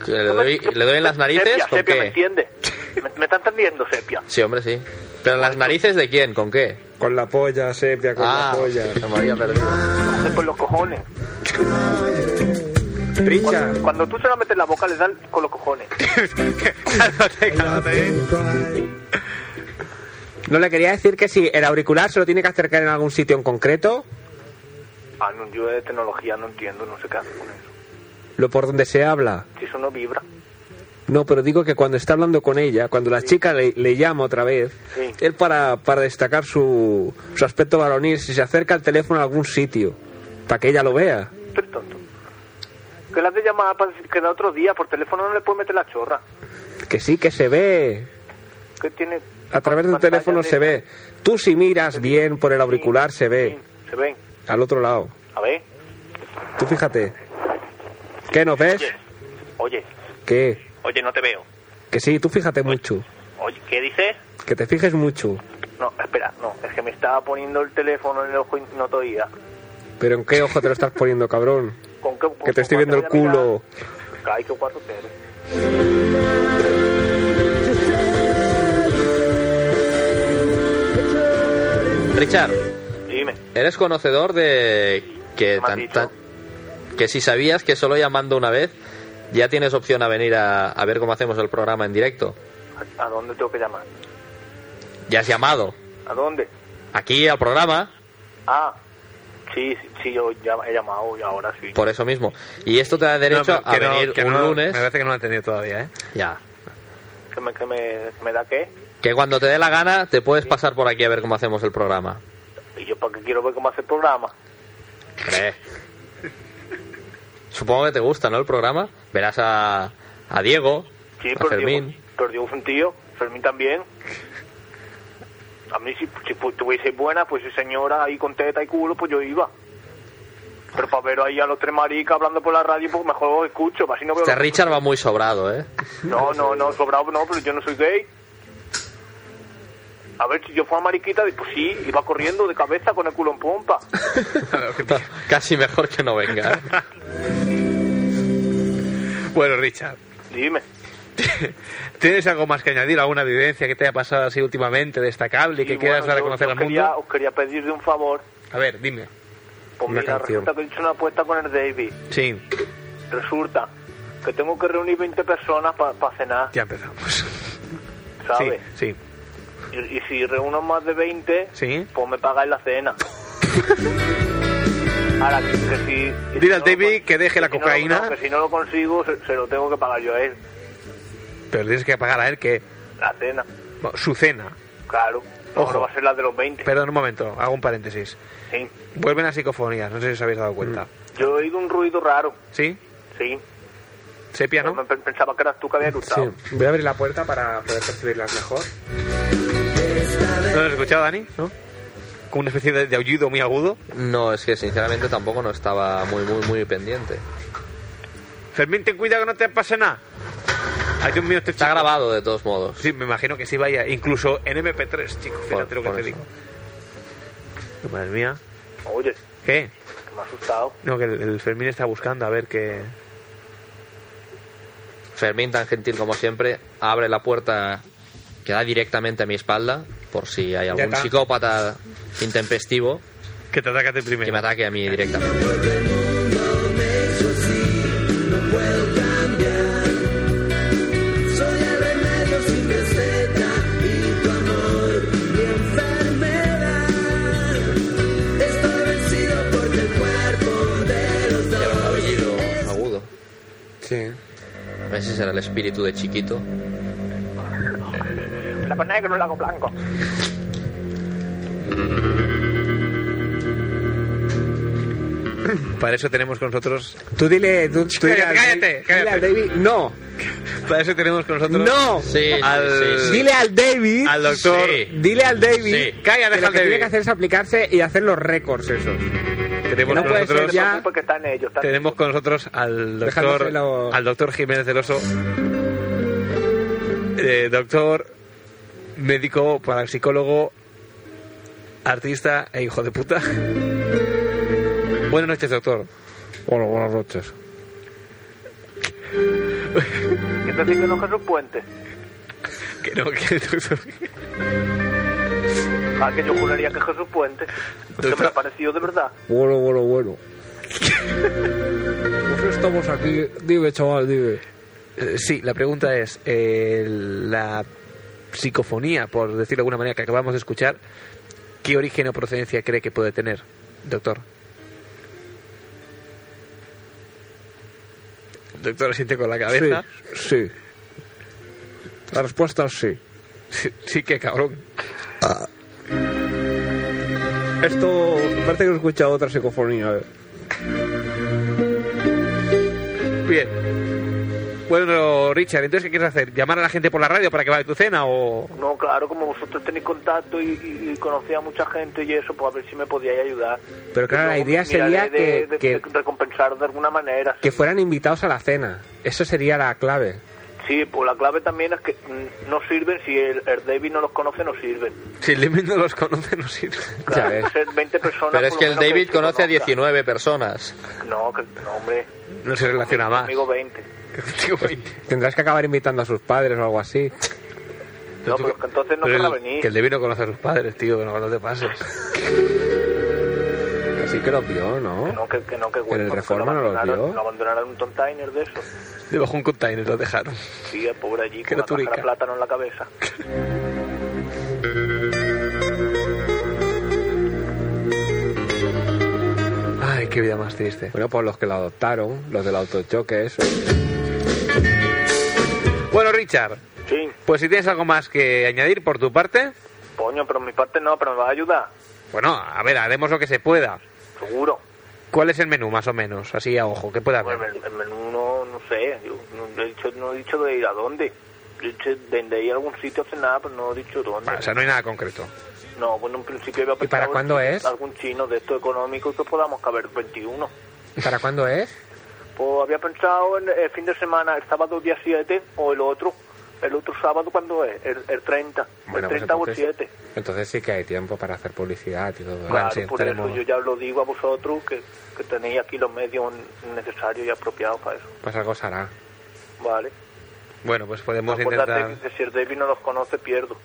Speaker 3: Que Le doy, le doy en las narices
Speaker 11: sepia,
Speaker 3: con
Speaker 11: sepia, ¿me
Speaker 3: qué.
Speaker 11: entiende? ¿Me, me está entendiendo, Sepia?
Speaker 3: Sí, hombre, sí. Pero en las narices de quién, con qué.
Speaker 1: Con la polla, sepia,
Speaker 3: con la polla. Me había perdido.
Speaker 11: Con los cojones.
Speaker 1: Trincha.
Speaker 11: Cuando, cuando tú se la metes en la boca, le das con los cojones.
Speaker 1: No le quería decir que si el auricular se lo tiene que acercar en algún sitio en concreto,
Speaker 11: Ah, no, yo de tecnología no entiendo, no sé qué hace con eso.
Speaker 1: lo por donde se habla.
Speaker 11: Si eso no vibra.
Speaker 1: No, pero digo que cuando está hablando con ella, cuando la chica le, le llama otra vez,
Speaker 11: Sí.
Speaker 1: él para, para destacar su, su aspecto varonil, si se acerca el teléfono a algún sitio, para que ella lo vea.
Speaker 11: Que la has de llamar para decir que da otro día, por teléfono no le puedes meter la chorra.
Speaker 1: Que sí que se ve,
Speaker 11: Que tiene...
Speaker 1: a través del teléfono se ve. Tú si miras bien por el auricular se ve,
Speaker 11: Se ven.
Speaker 1: al otro lado.
Speaker 11: A ver.
Speaker 1: Tú fíjate. ¿Qué no ves?
Speaker 11: Oye,
Speaker 1: ¿Qué?
Speaker 11: oye, no te veo.
Speaker 1: Que sí, tú fíjate mucho.
Speaker 11: Oye, ¿qué dices?
Speaker 1: Que te fijes mucho.
Speaker 11: No, espera, no. Es que me estaba poniendo el teléfono en el ojo y no te oía.
Speaker 1: Pero ¿en qué ojo te lo estás poniendo, cabrón?
Speaker 11: ¿Con qué, con-
Speaker 1: Que te estoy
Speaker 11: con
Speaker 1: viendo el
Speaker 11: cuánto voy a
Speaker 1: culo.
Speaker 11: mirar? Ay, qué cuatro te eres.
Speaker 3: Richard,
Speaker 11: Dime.
Speaker 3: ¿eres conocedor de Eh, que
Speaker 11: me has
Speaker 3: tan-
Speaker 11: dicho?
Speaker 3: tan- que si sabías que solo llamando una vez ya tienes opción a venir a, a ver cómo hacemos el programa en directo?
Speaker 11: ¿A dónde tengo que llamar?
Speaker 3: Ya has llamado.
Speaker 11: ¿A dónde?
Speaker 3: Aquí al programa,
Speaker 11: Ah, sí, sí, sí, yo ya he llamado y ahora sí.
Speaker 3: por eso mismo. Y esto te da derecho
Speaker 1: No,
Speaker 3: a
Speaker 1: que no,
Speaker 3: venir
Speaker 1: que
Speaker 3: un
Speaker 1: no,
Speaker 3: lunes.
Speaker 1: me parece que no lo ha entendido todavía, ¿eh?
Speaker 3: Ya.
Speaker 11: ¿Que me, que me, me da qué?
Speaker 3: Que cuando te dé la gana te puedes pasar por aquí a ver cómo hacemos el programa.
Speaker 11: ¿Y yo para qué quiero ver cómo hace el programa?
Speaker 3: Hombre. Supongo que te gusta, ¿no? El programa. Verás a, a Diego,
Speaker 11: Sí,
Speaker 3: a
Speaker 11: pero
Speaker 3: Fermín.
Speaker 11: Diego, pero Diego fue un tío, Fermín también. A mí si, si fu- tuviese buena, pues si señora ahí con teta y culo, pues yo iba. Pero para ver ahí a los tres maricas hablando por la radio, pues mejor los escucho, así no veo...
Speaker 3: Este
Speaker 11: los-
Speaker 3: Richard va muy sobrado, ¿eh?
Speaker 11: No, no, no, sobrado no, pero yo no soy gay. A ver, si yo fuera mariquita, pues sí, iba corriendo de cabeza con el culo en pompa.
Speaker 3: Casi mejor que no venga. ¿eh?
Speaker 1: Bueno, Richard,
Speaker 11: Dime.
Speaker 1: ¿tienes algo más que añadir? ¿Alguna vivencia que te haya pasado así últimamente destacable y que
Speaker 11: Y
Speaker 1: quieras
Speaker 11: bueno,
Speaker 1: dar a
Speaker 11: yo-
Speaker 1: conocer
Speaker 11: yo
Speaker 1: al
Speaker 11: quería-
Speaker 1: mundo?
Speaker 11: Os quería pedir de un favor.
Speaker 1: A ver, dime.
Speaker 11: Pues
Speaker 1: Una
Speaker 11: mira,
Speaker 1: canción.
Speaker 11: resulta que he hecho una apuesta con el David.
Speaker 1: Sí,
Speaker 11: Resulta que tengo que reunir 20 personas para cenar,
Speaker 1: ya empezamos.
Speaker 11: ¿sabes?
Speaker 1: Sí,
Speaker 11: Y, y si reúno más de 20,
Speaker 1: sí.
Speaker 11: pues me pagáis la cena. Ahora, que, que si...
Speaker 1: Dile al David que deje la
Speaker 11: si no lo-
Speaker 1: cocaína,
Speaker 11: no, que si no lo consigo, se, se lo tengo que pagar yo a él,
Speaker 1: pero tienes que pagar a él que
Speaker 11: la cena.
Speaker 1: bueno, su cena.
Speaker 11: Claro.
Speaker 1: Ojo.
Speaker 11: Ojo. va a ser la de los 20.
Speaker 1: Perdón un momento, hago un paréntesis.
Speaker 11: Sí.
Speaker 1: Vuelven a psicofonías, no sé si os habéis dado cuenta.
Speaker 11: Yo he oído un ruido raro.
Speaker 1: ¿Sí?
Speaker 11: Sí.
Speaker 1: ¿Sepia,
Speaker 11: Pero
Speaker 1: no?
Speaker 11: me pe- Pensaba que eras tú que habías gustado.
Speaker 1: Voy a abrir la puerta para poder percibirlas mejor. ¿No lo has escuchado, Dani? ¿No? Como una especie de, de aullido muy agudo.
Speaker 3: No, es que sinceramente tampoco no estaba muy, muy, muy pendiente.
Speaker 1: Fermín, ten cuidado que no te pase nada. Ay, Dios mío, este
Speaker 3: Está
Speaker 1: chico-
Speaker 3: grabado de todos modos.
Speaker 1: Sí, me imagino que sí vaya, incluso en MP3, chico, fíjate lo que
Speaker 3: por
Speaker 1: te
Speaker 3: eso.
Speaker 1: digo. Madre mía.
Speaker 11: Oye,
Speaker 1: ¿Qué?
Speaker 11: que me ha asustado.
Speaker 1: No, que el, el Fermín está buscando a ver qué...
Speaker 3: Fermín, tan gentil como siempre, abre la puerta que da directamente a mi espalda, por si hay algún
Speaker 1: está.
Speaker 3: psicópata intempestivo
Speaker 1: Que te atacas de
Speaker 3: que
Speaker 1: primero.
Speaker 3: me ataque a mí directamente.
Speaker 8: Soy el remedio sin receta y tu amor mi enfermedad. Estoy vencido porque el cuerpo de los
Speaker 3: Y era un
Speaker 8: dos.
Speaker 3: aullido agudo.
Speaker 1: Sí.
Speaker 3: Ese será el espíritu de chiquito.
Speaker 11: La con negro, el lago blanco.
Speaker 1: Para eso tenemos con nosotros.
Speaker 2: Tú dile, tú, tú dile al-
Speaker 1: ¡Cállate!
Speaker 2: dile al David, no,
Speaker 1: Para eso tenemos con nosotros.
Speaker 2: no,
Speaker 1: al,
Speaker 2: dile al David,
Speaker 1: al doctor.
Speaker 2: dile al David,
Speaker 1: Sí. Calla,
Speaker 2: que
Speaker 1: deja
Speaker 2: lo
Speaker 1: al
Speaker 2: que tiene
Speaker 1: David.
Speaker 2: que hacer es aplicarse y hacer los récords esos.
Speaker 1: Tenemos
Speaker 2: No
Speaker 1: con
Speaker 2: puede ser
Speaker 1: nosotros.
Speaker 2: ya-
Speaker 11: Porque están ellos. están-
Speaker 1: Tenemos con nosotros al doctor,
Speaker 2: Dejándoselo.
Speaker 1: al doctor Jiménez del Oso, eh, doctor, médico, parapsicólogo, artista e hijo de puta. Buenas noches, doctor. Hola, buenas noches.
Speaker 11: Entonces que no que es un puente.
Speaker 1: Que no, que el doctor,
Speaker 11: Ah, que yo juraría que Jesús Puente. Que me lo ha parecido de verdad.
Speaker 13: Bueno, bueno, bueno. Pues estamos aquí. Dime, chaval, dime.
Speaker 1: Eh, Sí, la pregunta es, eh, la psicofonía, por decirlo de alguna manera, que acabamos de escuchar, ¿qué origen o procedencia cree que puede tener, doctor? El Doctor, asiente con la cabeza.
Speaker 13: Sí, sí. La respuesta es sí. Ah.
Speaker 1: Sí, sí que cabrón.
Speaker 13: Esto parece que he escuchado otra psicofonía. eh.
Speaker 1: Bien. Bueno, Richard, entonces, ¿qué quieres hacer? ¿Llamar a la gente por la radio para que vaya a tu cena o...?
Speaker 11: No, claro, como vosotros tenéis contacto y, y- y conocéis a mucha gente y eso, pues a ver si me podíais ayudar.
Speaker 2: Pero claro, la
Speaker 11: Yo
Speaker 2: idea sería
Speaker 11: miraré de-
Speaker 2: que-
Speaker 11: de-
Speaker 2: que-
Speaker 11: de recompensar de alguna manera.
Speaker 2: Que fueran invitados a la cena, eso sería la clave.
Speaker 11: Sí, pues la clave también es que mm, no sirven, si el, el David no los conoce, no sirven.
Speaker 1: Si el David no los conoce, no sirve.
Speaker 11: Claro, hay que ser 20 personas.
Speaker 3: Pero es
Speaker 11: por
Speaker 3: que
Speaker 11: lo
Speaker 3: el
Speaker 11: menos
Speaker 3: David
Speaker 11: se
Speaker 3: conoce a
Speaker 11: conozcan.
Speaker 3: 19 personas.
Speaker 11: No, que, no, hombre,
Speaker 1: No se relaciona más.
Speaker 11: conmigo 20.
Speaker 2: Pues Tendrás que acabar invitando a sus padres o algo así.
Speaker 11: No, pero que entonces no
Speaker 1: Pero
Speaker 11: querrá
Speaker 1: el-
Speaker 11: venir.
Speaker 1: Que el David no conoce a sus padres, tío, que no, no te pases.
Speaker 2: Así que lo vio, ¿no?
Speaker 11: No, que, que no, que
Speaker 2: Pero
Speaker 11: bueno,
Speaker 2: el
Speaker 11: que
Speaker 2: Reforma
Speaker 11: lo
Speaker 2: no lo
Speaker 11: abandonaron,
Speaker 2: vio.
Speaker 11: lo abandonaron en un container de eso.
Speaker 1: Debajo un container lo dejaron.
Speaker 11: Sí, el pobre allí con la
Speaker 1: Criaturica.
Speaker 11: caja de plátano en la cabeza.
Speaker 1: Ay, qué vida más triste.
Speaker 2: Bueno, pues los que lo adoptaron, los del autochoque, eso.
Speaker 1: Bueno, Richard.
Speaker 11: Sí.
Speaker 1: Pues si tienes algo más que añadir por tu parte,
Speaker 11: Coño, pero mi parte no, pero me vas a ayudar.
Speaker 1: bueno, a ver, haremos lo que se pueda.
Speaker 11: Seguro.
Speaker 1: ¿Cuál es el menú, más o menos? Así a ojo, que pueda haber.
Speaker 11: Bueno, el, el menú no, no sé. Yo no, yo he dicho, no he dicho de ir a dónde. Yo he dicho de, de ir a algún sitio a cenar, pero no he dicho dónde.
Speaker 1: Vale, o sea, no hay nada concreto.
Speaker 11: No, bueno, en principio había
Speaker 2: ¿Y para
Speaker 11: pensado
Speaker 2: cuándo
Speaker 11: en
Speaker 2: es?
Speaker 11: Algún chino de esto económico que podamos caber 21.
Speaker 2: ¿Para cuándo es?
Speaker 11: Pues había pensado en el fin de semana, el sábado día 7 o el otro. El otro sábado, ¿cuándo es? El, el 30.
Speaker 2: Bueno, pues
Speaker 11: el 30
Speaker 2: entonces-
Speaker 11: o el 7.
Speaker 2: Entonces sí que hay tiempo para hacer publicidad y todo. ¿eh?
Speaker 11: claro, por eso yo ya lo digo a vosotros que, que tenéis aquí los medios necesarios y apropiados para eso.
Speaker 2: Pues algo se hará.
Speaker 11: Vale.
Speaker 1: Bueno, pues podemos
Speaker 11: Acordate
Speaker 1: intentar...
Speaker 11: que si el David no los conoce, pierdo.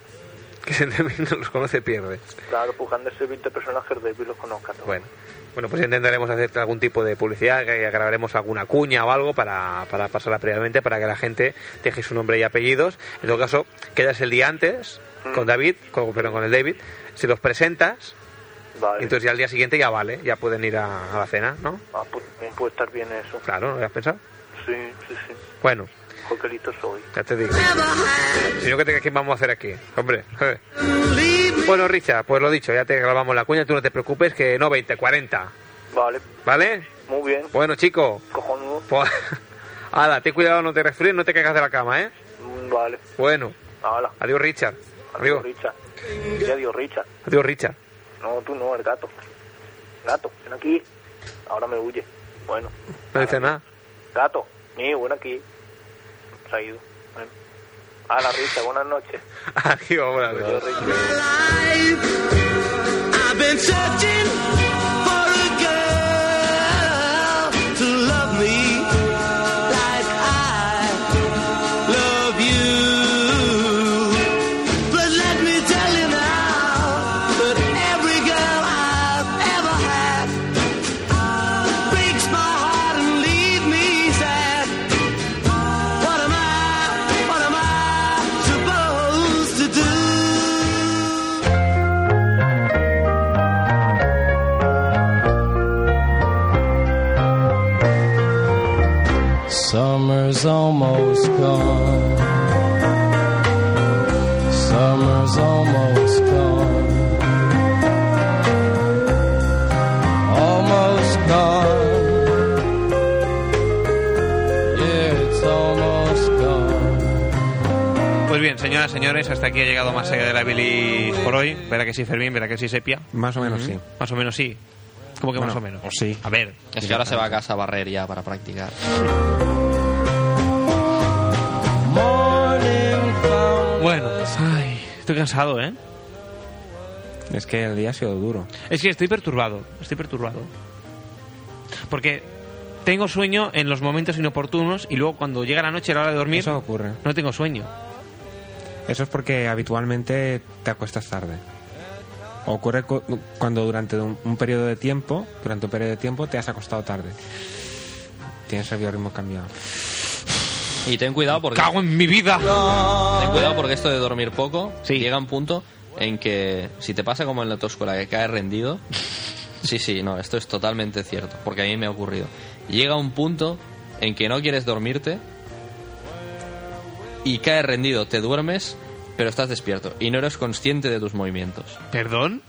Speaker 1: Que si el David no los conoce, pierde.
Speaker 11: Claro, pues han de ser 20 personas que el David los conozca. ¿no?
Speaker 1: Bueno. Bueno, pues intentaremos hacer algún tipo de publicidad, que grabaremos alguna cuña o algo para, para pasarla previamente, para que la gente deje su nombre y apellidos. En todo caso, quedas el día antes con David, con, perdón, con el David, se los presentas,
Speaker 11: Vale.
Speaker 1: y entonces ya al día siguiente ya vale, ya pueden ir a, a la cena, ¿no?
Speaker 11: Ah, pues también puede estar bien eso.
Speaker 1: Claro, ¿no lo has pensado?
Speaker 11: Sí, sí, sí.
Speaker 1: Bueno,
Speaker 11: Jo, qué listo soy.
Speaker 1: ya te digo. Si no, ¿qué, te- qué vamos a hacer aquí? Hombre, joder. Bueno, Richard, pues lo dicho, ya te grabamos la cuña, tú no te preocupes, que no 20, 40,
Speaker 11: Vale,
Speaker 1: ¿vale?
Speaker 11: muy bien.
Speaker 1: Bueno, chico,
Speaker 11: Cojonudo.
Speaker 1: pues... Ala, ten cuidado, no te resfríes, no te caigas de la cama, ¿eh?
Speaker 11: Mm, Vale.
Speaker 1: Bueno,
Speaker 11: Hala.
Speaker 1: adiós, Richard. Amigo,
Speaker 11: Adiós, Richard. Sí, adiós, Richard.
Speaker 1: adiós, Richard.
Speaker 11: No, tú no, el gato. Gato, ven aquí. Ahora me huye. Bueno,
Speaker 1: No dice nada.
Speaker 11: gato, mío, ven aquí. Se ha ido. Bueno. Hala, Richard, buenas noches.
Speaker 1: Adiós, buenas noches.
Speaker 8: I've been searching for a girl to love me like I love you. But let me tell you now that every girl I've ever had breaks my heart and leave me sad. What am I? What am I supposed to do?
Speaker 5: Summer's almost gone. Summer's almost gone.
Speaker 1: Pues Señoras, señores, hasta aquí ha llegado más allá de la bilis por hoy. Verá que sí, Fermín, verá que sí, Sepia.
Speaker 2: Más o menos, sí.
Speaker 1: Más o menos sí. ¿Cómo que más o
Speaker 2: Bueno,
Speaker 1: menos?
Speaker 2: sí.
Speaker 1: A ver.
Speaker 3: pues Es que ahora se va a casa a barrer ya para practicar.
Speaker 1: Bueno, ay, estoy cansado, ¿eh?
Speaker 2: Es que el día ha sido duro.
Speaker 1: Es que estoy perturbado, estoy perturbado. Porque tengo sueño en los momentos inoportunos y luego cuando llega la noche a la hora de dormir
Speaker 2: Eso ocurre.
Speaker 1: no tengo sueño.
Speaker 2: Eso es porque habitualmente te acuestas tarde. Ocurre cu- cuando durante un, un periodo de tiempo, durante un periodo de tiempo te has acostado tarde. Tienes el biorritmo cambiado.
Speaker 3: Y ten cuidado porque...
Speaker 1: ¡Cago en mi vida!
Speaker 3: Ten cuidado porque esto de dormir poco llega un punto en que si te pasa como en la autoescuela que caes rendido, sí, sí, no, esto es totalmente cierto, porque a mí me ha ocurrido. Llega un punto en que no quieres dormirte y caes rendido, te duermes, pero estás despierto y no eres consciente de tus movimientos.
Speaker 1: ¿Perdón?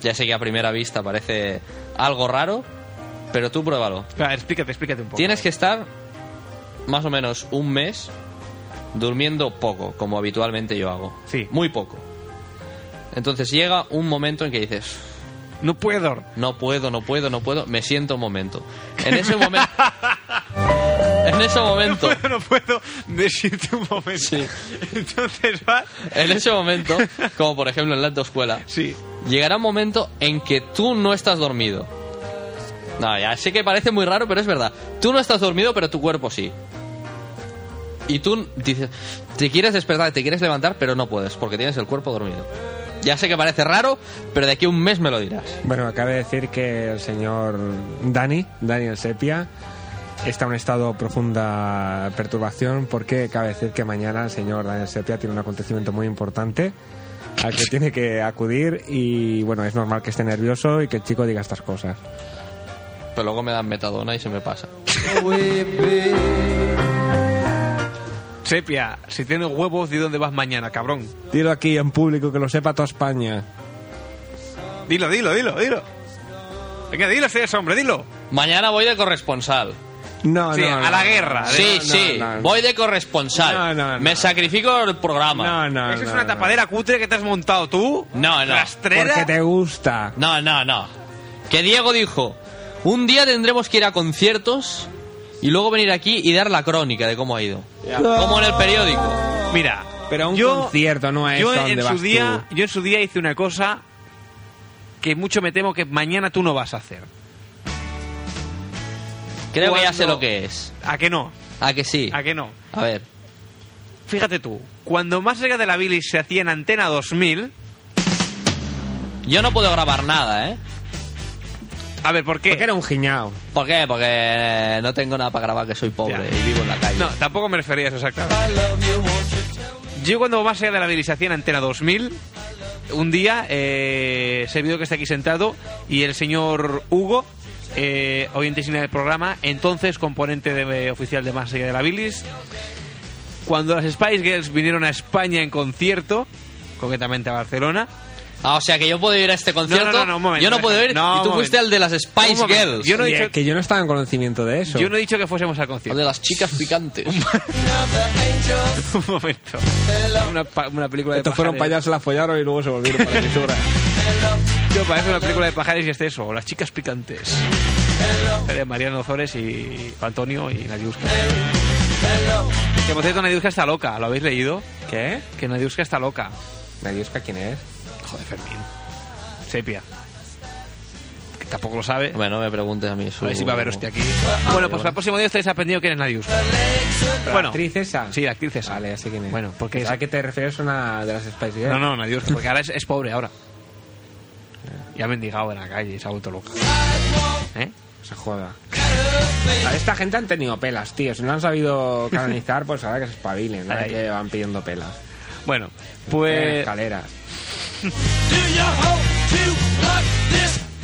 Speaker 3: Ya sé que a primera vista parece algo raro, pero tú pruébalo.
Speaker 1: Espera, explícate, explícate un poco. ¿eh?
Speaker 3: Tienes que estar más o menos un mes durmiendo poco, como habitualmente yo hago.
Speaker 1: Sí.
Speaker 3: Muy poco. Entonces llega un momento en que dices...
Speaker 1: No puedo.
Speaker 3: No puedo, no puedo, no puedo. Me siento un momento. En ese momento... en ese momento...
Speaker 1: No puedo, me siento un momento. Entonces va...
Speaker 3: En ese momento, como por ejemplo en la autoescuela, llegará un momento en que tú no estás dormido. No, ya sé que parece muy raro, pero es verdad. Tú no estás dormido, pero tu cuerpo sí. Y tú dices, te quieres despertar, te quieres levantar, pero no puedes, porque tienes el cuerpo dormido. Ya sé que parece raro, pero de aquí a un mes me lo dirás.
Speaker 2: Bueno, acabe de decir que el señor Dani, Daniel Sepia, está en un estado de profunda perturbación porque cabe decir que mañana el señor Daniel Sepia tiene un acontecimiento muy importante al que tiene que acudir y bueno, es normal que esté nervioso y que el chico diga estas cosas.
Speaker 3: Pero luego me dan metadona y se me pasa.
Speaker 1: Sepia, si tienes huevos, di dónde vas mañana, cabrón.
Speaker 2: Dilo aquí en público que lo sepa toda España.
Speaker 1: Dilo, dilo, dilo, dilo. Venga, dilo, si eres hombre, dilo.
Speaker 3: Mañana voy de corresponsal.
Speaker 2: No,
Speaker 1: Sí, no, a no. la guerra.
Speaker 3: Sí,
Speaker 1: No, no,
Speaker 3: sí.
Speaker 1: no, no.
Speaker 3: Voy de corresponsal. Me sacrifico el programa.
Speaker 1: Eso es una tapadera cutre que te has montado tú.
Speaker 3: No, no.
Speaker 1: Rastrera.
Speaker 2: Porque te gusta.
Speaker 3: No, no, no. Que Diego dijo, un día tendremos que ir a conciertos y luego venir aquí y dar la crónica de cómo ha ido. Como en el periódico.
Speaker 1: Mira,
Speaker 2: pero un concierto no es
Speaker 1: yo
Speaker 2: a
Speaker 1: en
Speaker 2: donde
Speaker 1: su
Speaker 2: vas
Speaker 1: día, yo en su día hice una cosa que mucho me temo que mañana tú no vas a hacer.
Speaker 3: Creo que ya
Speaker 1: Cuando-
Speaker 3: sé lo que es.
Speaker 1: ¿A que no?
Speaker 3: ¿A que sí?
Speaker 1: ¿A que no?
Speaker 3: A ver.
Speaker 1: Fíjate tú, cuando más allá de la bilis se hacía en Antena 2000,
Speaker 3: Yo no puedo grabar nada, ¿eh?
Speaker 1: a ver, ¿por qué?
Speaker 2: Porque era un giñao.
Speaker 3: ¿Por qué? Porque eh, no tengo nada para grabar, que soy pobre y vivo en la calle.
Speaker 1: No, tampoco me refería a eso exactamente. Yo cuando más allá de la habilitación Antena 2000, un día, eh, servidor que está aquí sentado, y el señor Hugo, eh, oyente sin del programa, entonces componente de- eh, oficial de Más allá de la bilis, cuando las Spice Girls vinieron a España en concierto, concretamente a Barcelona,
Speaker 3: Ah, o sea que yo puedo ir a este concierto.
Speaker 1: no, no, un momento.
Speaker 3: yo no puedo ir.
Speaker 1: No,
Speaker 3: y tú
Speaker 1: un
Speaker 3: fuiste
Speaker 1: momento.
Speaker 3: al de las
Speaker 1: Un
Speaker 3: Spice
Speaker 1: momento.
Speaker 3: Girls.
Speaker 1: Yo no he
Speaker 2: Y, eh,
Speaker 1: dicho-
Speaker 2: Que yo no estaba en conocimiento de eso.
Speaker 1: yo no he dicho que fuésemos al
Speaker 3: Al
Speaker 1: concierto.
Speaker 3: de las chicas picantes.
Speaker 1: Un momento. Una, pa- una película de
Speaker 2: Estos fueron
Speaker 1: pajares.
Speaker 2: payasos, se la follaron y luego se volvieron para la emisora.
Speaker 1: Yo parece una película de pajares y es eso, las chicas picantes. De Mariano Zores y Antonio y Nadiuska. Que por cierto, Nadiuska está loca, ¿lo habéis leído?
Speaker 2: ¿Qué?
Speaker 1: Que Nadiuska está loca.
Speaker 2: ¿Nadiuska quién es?
Speaker 1: Joder, Fermín. Sepia. Que tampoco lo sabe.
Speaker 3: Hombre, no me preguntes a mí. Su...
Speaker 1: A ver si va a haber hostia aquí.
Speaker 2: ah,
Speaker 1: Bueno, pues para el próximo día estáis aprendiendo quién es Nadiuska.
Speaker 2: Bueno.
Speaker 1: Bueno.
Speaker 2: ¿Actriz esa?
Speaker 1: Sí, la actriz esa.
Speaker 2: Vale, ya sé quién es.
Speaker 1: Bueno, porque es-
Speaker 2: ah. ¿A qué te refieres una de las Spice Girls?
Speaker 1: No, no, Nadiuska, porque ahora es, es pobre ahora. Eh, Ya ha mendigado en la calle, se ha vuelto loca. ¿Eh?
Speaker 2: Se joda. A esta gente han tenido pelas, tío. Si no han sabido canonizar, pues ahora que se espabilen. Ahora
Speaker 1: Ahí.
Speaker 2: que van pidiendo pelas.
Speaker 1: Bueno,
Speaker 2: Tienen
Speaker 1: pues.
Speaker 2: Escaleras.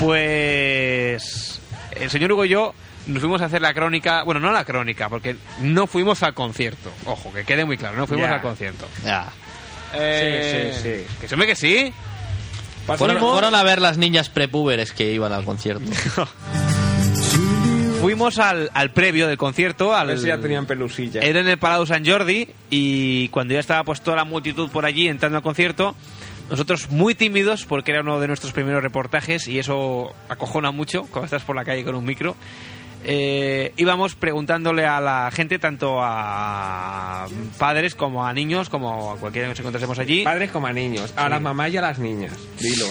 Speaker 1: Pues el señor Hugo y yo nos fuimos a hacer la crónica, bueno, no la crónica, porque no fuimos al concierto. Ojo, que quede muy claro, no fuimos
Speaker 2: Ya.
Speaker 1: al concierto.
Speaker 3: Ya.
Speaker 1: Eh,
Speaker 2: Sí, sí, sí.
Speaker 1: Que se me que sí.
Speaker 3: Fueron,
Speaker 1: Fuimos-
Speaker 3: fueron a ver las niñas prepúberes que iban al concierto.
Speaker 1: Fuimos, fuimos al, al previo del concierto. Al,
Speaker 2: ver si ya tenían pelusilla.
Speaker 1: Era en el Palau San Jordi y cuando ya estaba pues toda la multitud por allí entrando al concierto, nosotros muy tímidos porque era uno de nuestros primeros reportajes y eso acojona mucho cuando estás por la calle con un micro. eh, íbamos preguntándole a la gente, tanto a padres como a niños, como a cualquiera que nos encontrásemos allí.
Speaker 2: Padres como a niños, a las mamás y a las niñas. Dilo.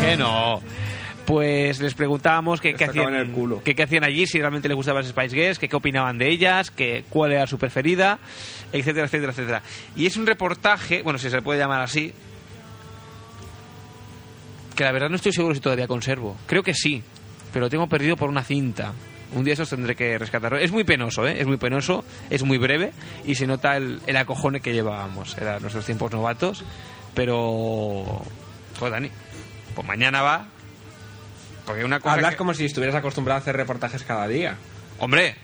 Speaker 1: Que no. Pues les preguntábamos qué, qué
Speaker 2: sacaban
Speaker 1: hacían,
Speaker 2: el culo.
Speaker 1: qué- qué hacían allí, si realmente les gustaban las Spice Girls, que qué opinaban de ellas, que cuál era su preferida, etcétera, etcétera, etcétera. Y es un reportaje, bueno, si se le puede llamar así, que la verdad no estoy seguro si todavía conservo. Creo que sí, pero lo tengo perdido por una cinta. Un día esos tendré que rescatarlo. Es muy penoso, ¿eh? Es muy penoso, es muy breve y se nota el, el acojone que llevábamos. Eran nuestros tiempos novatos, pero... Joder, Dani, pues mañana va... Porque una cosa...
Speaker 2: Hablas
Speaker 1: que-
Speaker 2: como si estuvieras acostumbrado a hacer reportajes cada día.
Speaker 1: Hombre,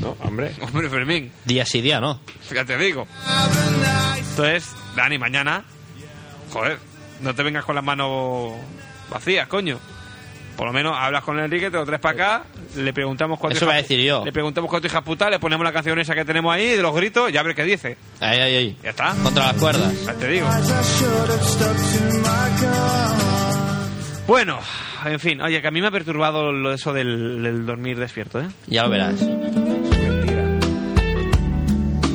Speaker 2: No, hombre.
Speaker 1: hombre Fermín,
Speaker 3: Día sí, día no.
Speaker 1: ya te digo. Entonces, Dani, mañana... Joder, no te vengas con las manos vacías, coño. Por lo menos hablas con Enrique, te lo traes para acá, le preguntamos cuánto
Speaker 3: Eso
Speaker 1: hija-
Speaker 3: iba a decir yo.
Speaker 1: Le preguntamos cuánto hija puta, le ponemos la canción esa que tenemos ahí de los gritos, ya a ver qué dice.
Speaker 3: Ahí, ahí, ahí.
Speaker 1: Ya está.
Speaker 3: Contra las cuerdas.
Speaker 1: Ya te digo. Bueno, en fin, oye, que a mí me ha perturbado lo eso del, del dormir despierto, ¿eh?
Speaker 3: Ya lo verás.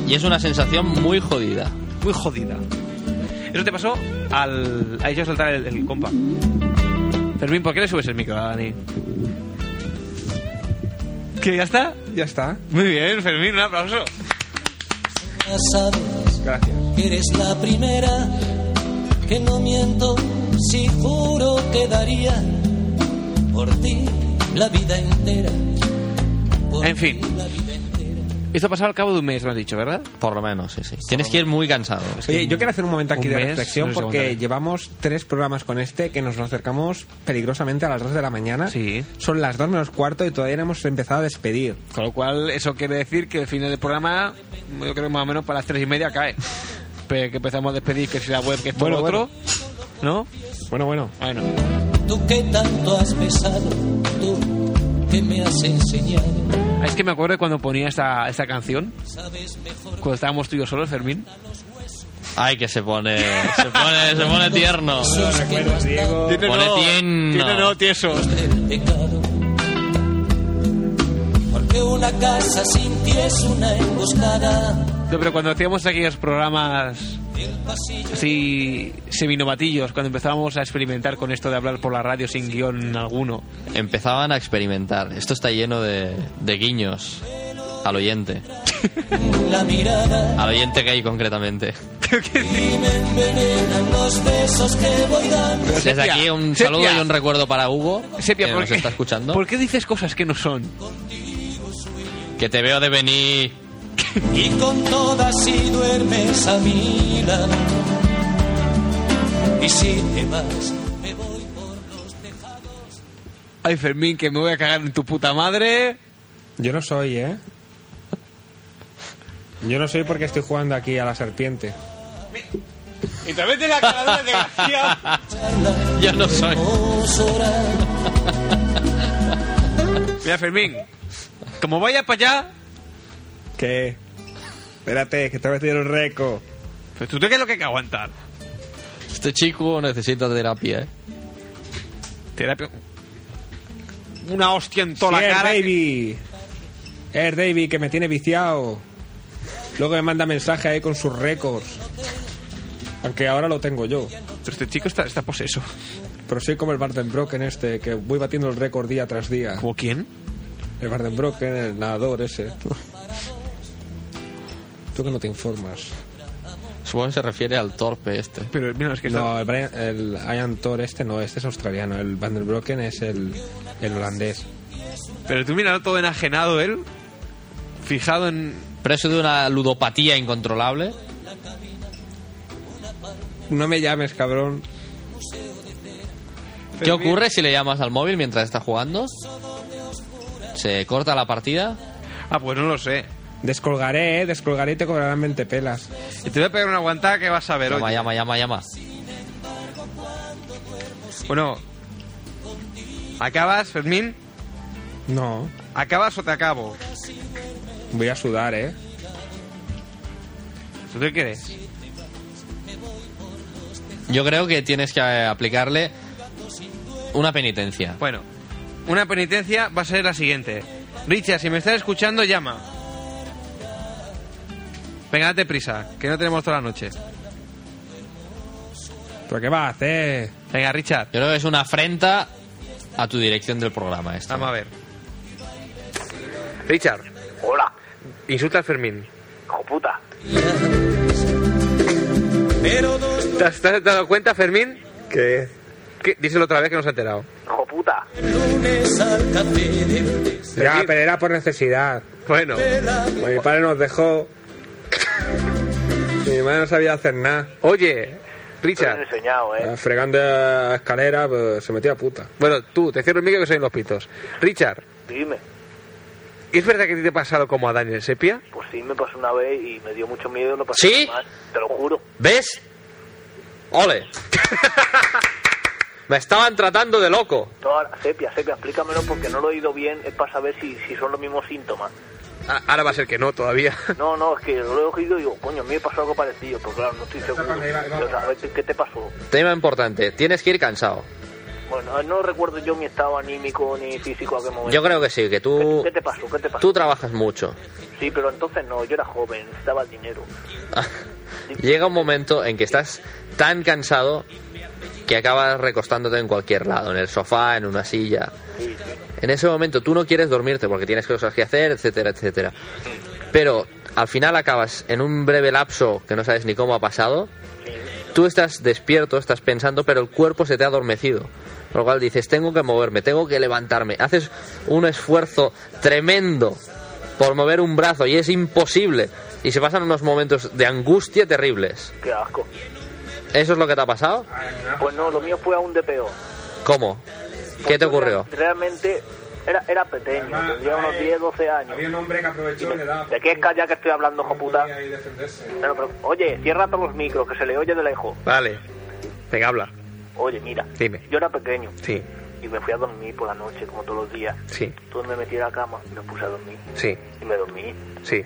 Speaker 3: Y es una sensación muy jodida.
Speaker 1: Muy jodida. Eso te pasó al. Ahí ya saltar el, el compa. Fermín, ¿por qué le subes el micro a Dani? ¿Que ya está?
Speaker 2: Ya está.
Speaker 1: Muy bien, Fermín, un aplauso.
Speaker 8: Ya sabes
Speaker 2: Gracias.
Speaker 8: que eres la primera que no miento si juro que daría por ti la vida entera.
Speaker 1: En fin. Esto ha pasado al cabo de un mes, me has dicho, ¿verdad?
Speaker 3: Por lo menos, sí, sí. Tienes que ir muy cansado. Es que-
Speaker 2: Oye, yo quiero hacer un momento aquí
Speaker 1: Un
Speaker 2: de
Speaker 1: mes,
Speaker 2: reflexión
Speaker 1: un segundo.
Speaker 2: porque llevamos tres programas con este que nos acercamos peligrosamente a las 2 de la mañana.
Speaker 1: Sí.
Speaker 2: Son las 2 menos cuarto y todavía no hemos empezado a despedir.
Speaker 1: Con lo cual, eso quiere decir que el final del programa, yo creo que más o menos para las tres y media cae. Pero que empezamos a despedir que si la web que es por
Speaker 2: Bueno,
Speaker 1: otro, ¿no?
Speaker 2: Bueno, bueno.
Speaker 1: Bueno.
Speaker 8: Tú que tanto has pesado, tú que me has enseñado.
Speaker 1: Ah, Es que me acuerdo de cuando ponía esta, esta canción,
Speaker 8: Sabes mejor
Speaker 1: cuando estábamos tú y yo solos, Fermín.
Speaker 3: Ay, que se pone. Se pone, se pone tierno. Pone
Speaker 1: eh,
Speaker 3: tierno.
Speaker 1: tieso.
Speaker 8: el pecado. Porque una casa sin ti es una emboscada.
Speaker 1: No, pero cuando hacíamos aquellos programas así seminovatillos, cuando empezábamos a experimentar con esto de hablar por la radio sin guión alguno.
Speaker 3: Empezaban a experimentar. Esto está lleno de, de guiños al oyente.
Speaker 8: La mirada
Speaker 3: Al oyente que hay concretamente.
Speaker 8: y me envenenan los besos que voy dando.
Speaker 3: Desde
Speaker 1: Sepia,
Speaker 3: aquí un
Speaker 1: Sepia.
Speaker 3: saludo y un recuerdo para Hugo,
Speaker 1: Sepia,
Speaker 3: que
Speaker 1: ¿por
Speaker 3: nos
Speaker 1: qué?
Speaker 3: está escuchando.
Speaker 1: ¿Por qué dices cosas que no son?
Speaker 3: Que te veo de venir.
Speaker 8: Y con todas si duermes a mi lado. Y si te vas, me voy por los tejados.
Speaker 1: Ay, Fermín, que me voy a cagar en tu puta madre.
Speaker 2: Yo no soy, ¿eh? Yo no soy porque estoy jugando aquí a la serpiente.
Speaker 1: Y te metes la cagadura de García.
Speaker 3: Yo no soy.
Speaker 8: Dos horas.
Speaker 1: Mira, Fermín, como vaya para allá,
Speaker 2: ¿Qué? Espérate, que te voy a decir un reco.
Speaker 1: pues tú te quedas lo que hay que aguantar.
Speaker 3: Este chico necesita terapia, ¿eh?
Speaker 1: Terapia. Una hostia en
Speaker 2: Sí,
Speaker 1: toda la
Speaker 2: es
Speaker 1: cara.
Speaker 2: Davy. Es Davy, que me tiene viciado. Luego me manda mensaje ahí con sus récords. Aunque ahora lo tengo yo.
Speaker 1: Pero este chico está, está poseso.
Speaker 2: Pero soy como el Barden Brocken este, que voy batiendo el récord día tras día.
Speaker 1: ¿Como quién?
Speaker 2: El Barden Brocken, el nadador ese. Tú que no te informas.
Speaker 3: Supongo que Este se refiere al torpe este.
Speaker 1: Pero mira, es que está-
Speaker 2: No, el, Brian- el Ian Thor este no, este es australiano. El Van der Brocken es el, el holandés.
Speaker 1: Pero tú mira todo enajenado él, fijado en...
Speaker 3: Preso de una ludopatía incontrolable.
Speaker 2: No me llames, cabrón.
Speaker 3: ¿Qué ocurre si le llamas al móvil mientras está jugando? ¿Se corta la partida?
Speaker 1: Ah, pues no lo sé.
Speaker 2: Descolgaré, eh, descolgaré y te cobrarán 20 pelas.
Speaker 1: Y te voy a pegar una aguantada que vas a ver,
Speaker 3: Llama,
Speaker 1: oye.
Speaker 3: llama, llama, llama.
Speaker 1: Bueno, acabas, Fermín.
Speaker 2: No.
Speaker 14: ¿Acabas o te acabo?
Speaker 2: Voy a sudar, ¿eh?
Speaker 14: ¿Tú qué crees?
Speaker 3: Yo creo que tienes que eh, aplicarle una penitencia.
Speaker 14: Bueno, una penitencia va a ser la siguiente. Richa, si me estás escuchando, llama. Venga, date prisa, que no tenemos toda la noche.
Speaker 2: ¿Pero qué va a hacer?
Speaker 14: Venga, Richard.
Speaker 3: Yo creo que es una afrenta a tu dirección del programa este. esto.
Speaker 14: Vamos a ver.
Speaker 1: Richard,
Speaker 11: Hola,
Speaker 1: insulta al Fermín.
Speaker 11: hijo puta.
Speaker 1: ¿Te has, te has dado cuenta, Fermín? Que... Díselo otra vez que no se ha enterado.
Speaker 11: Hijo puta.
Speaker 2: Ya, pero era por necesidad.
Speaker 1: Bueno.
Speaker 2: Pues mi padre nos dejó. mi madre no sabía hacer nada.
Speaker 1: Oye,
Speaker 11: Te
Speaker 1: Richard.
Speaker 11: he enseñado, eh.
Speaker 2: Fregando la escalera, pues, se metía a puta.
Speaker 1: Bueno, tú, te cierro el micro que soy en los pitos. Richard,
Speaker 11: Dime.
Speaker 1: ¿es verdad que a ti te ha pasado como a Daniel Sepia?
Speaker 11: Pues sí, me pasó una vez y me dio mucho miedo, no pasó
Speaker 1: ¿Sí?
Speaker 11: nada más, te lo juro.
Speaker 1: ¿Ves? ¡Ole! Me estaban tratando de loco.
Speaker 11: No, ahora, sepia, sepia, explícamelo porque no lo he oído bien, es para saber si, si son los mismos síntomas.
Speaker 1: A- Ahora va a ser que no todavía.
Speaker 11: No, no, es que lo he oído y digo, coño, a mí me pasó algo parecido, pero claro, no estoy seguro. Pero, o sea, a ver, ¿qué- ¿Qué te pasó?
Speaker 3: Tema importante, tienes que ir cansado.
Speaker 11: Bueno, no recuerdo yo mi estado anímico ni físico a qué momento.
Speaker 3: Yo creo que sí, que tú,
Speaker 11: ¿Qué te pasó? ¿Qué te pasó?
Speaker 3: tú trabajas mucho.
Speaker 11: Sí, pero entonces no, yo era joven, necesitaba el dinero.
Speaker 3: Llega un momento en que estás tan cansado que acabas recostándote en cualquier lado, en el sofá, en una silla. En ese momento tú no quieres dormirte porque tienes cosas que hacer, etcétera, etcétera. Pero al final acabas en un breve lapso que no sabes ni cómo ha pasado. Tú estás despierto, estás pensando, pero el cuerpo se te ha adormecido. Por lo cual dices, tengo que moverme, tengo que levantarme. Haces un esfuerzo tremendo por mover un brazo y es imposible. Y se pasan unos momentos de angustia terribles.
Speaker 11: Qué asco.
Speaker 3: ¿Eso es lo que te ha pasado?
Speaker 11: Pues no, lo mío fue aún de peor. Pues
Speaker 3: ¿Cómo? ¿Qué te ocurrió?
Speaker 11: Realmente era, era pequeño, tendría unos 10, 12 años. Había
Speaker 2: un hombre que aprovechó y le daba.
Speaker 11: ¿De qué es callar que estoy hablando, hijo puta? Bueno, pero, oye, cierra todos los micros, que se le oye de lejos.
Speaker 1: Vale. Venga, habla.
Speaker 11: Oye, mira,
Speaker 1: Dime.
Speaker 11: yo era pequeño
Speaker 1: Sí,
Speaker 11: y me fui a dormir por la noche, como todos los días.
Speaker 1: sí,
Speaker 11: Entonces me metí a la cama y me puse a dormir.
Speaker 1: sí,
Speaker 11: Y me dormí.
Speaker 1: sí.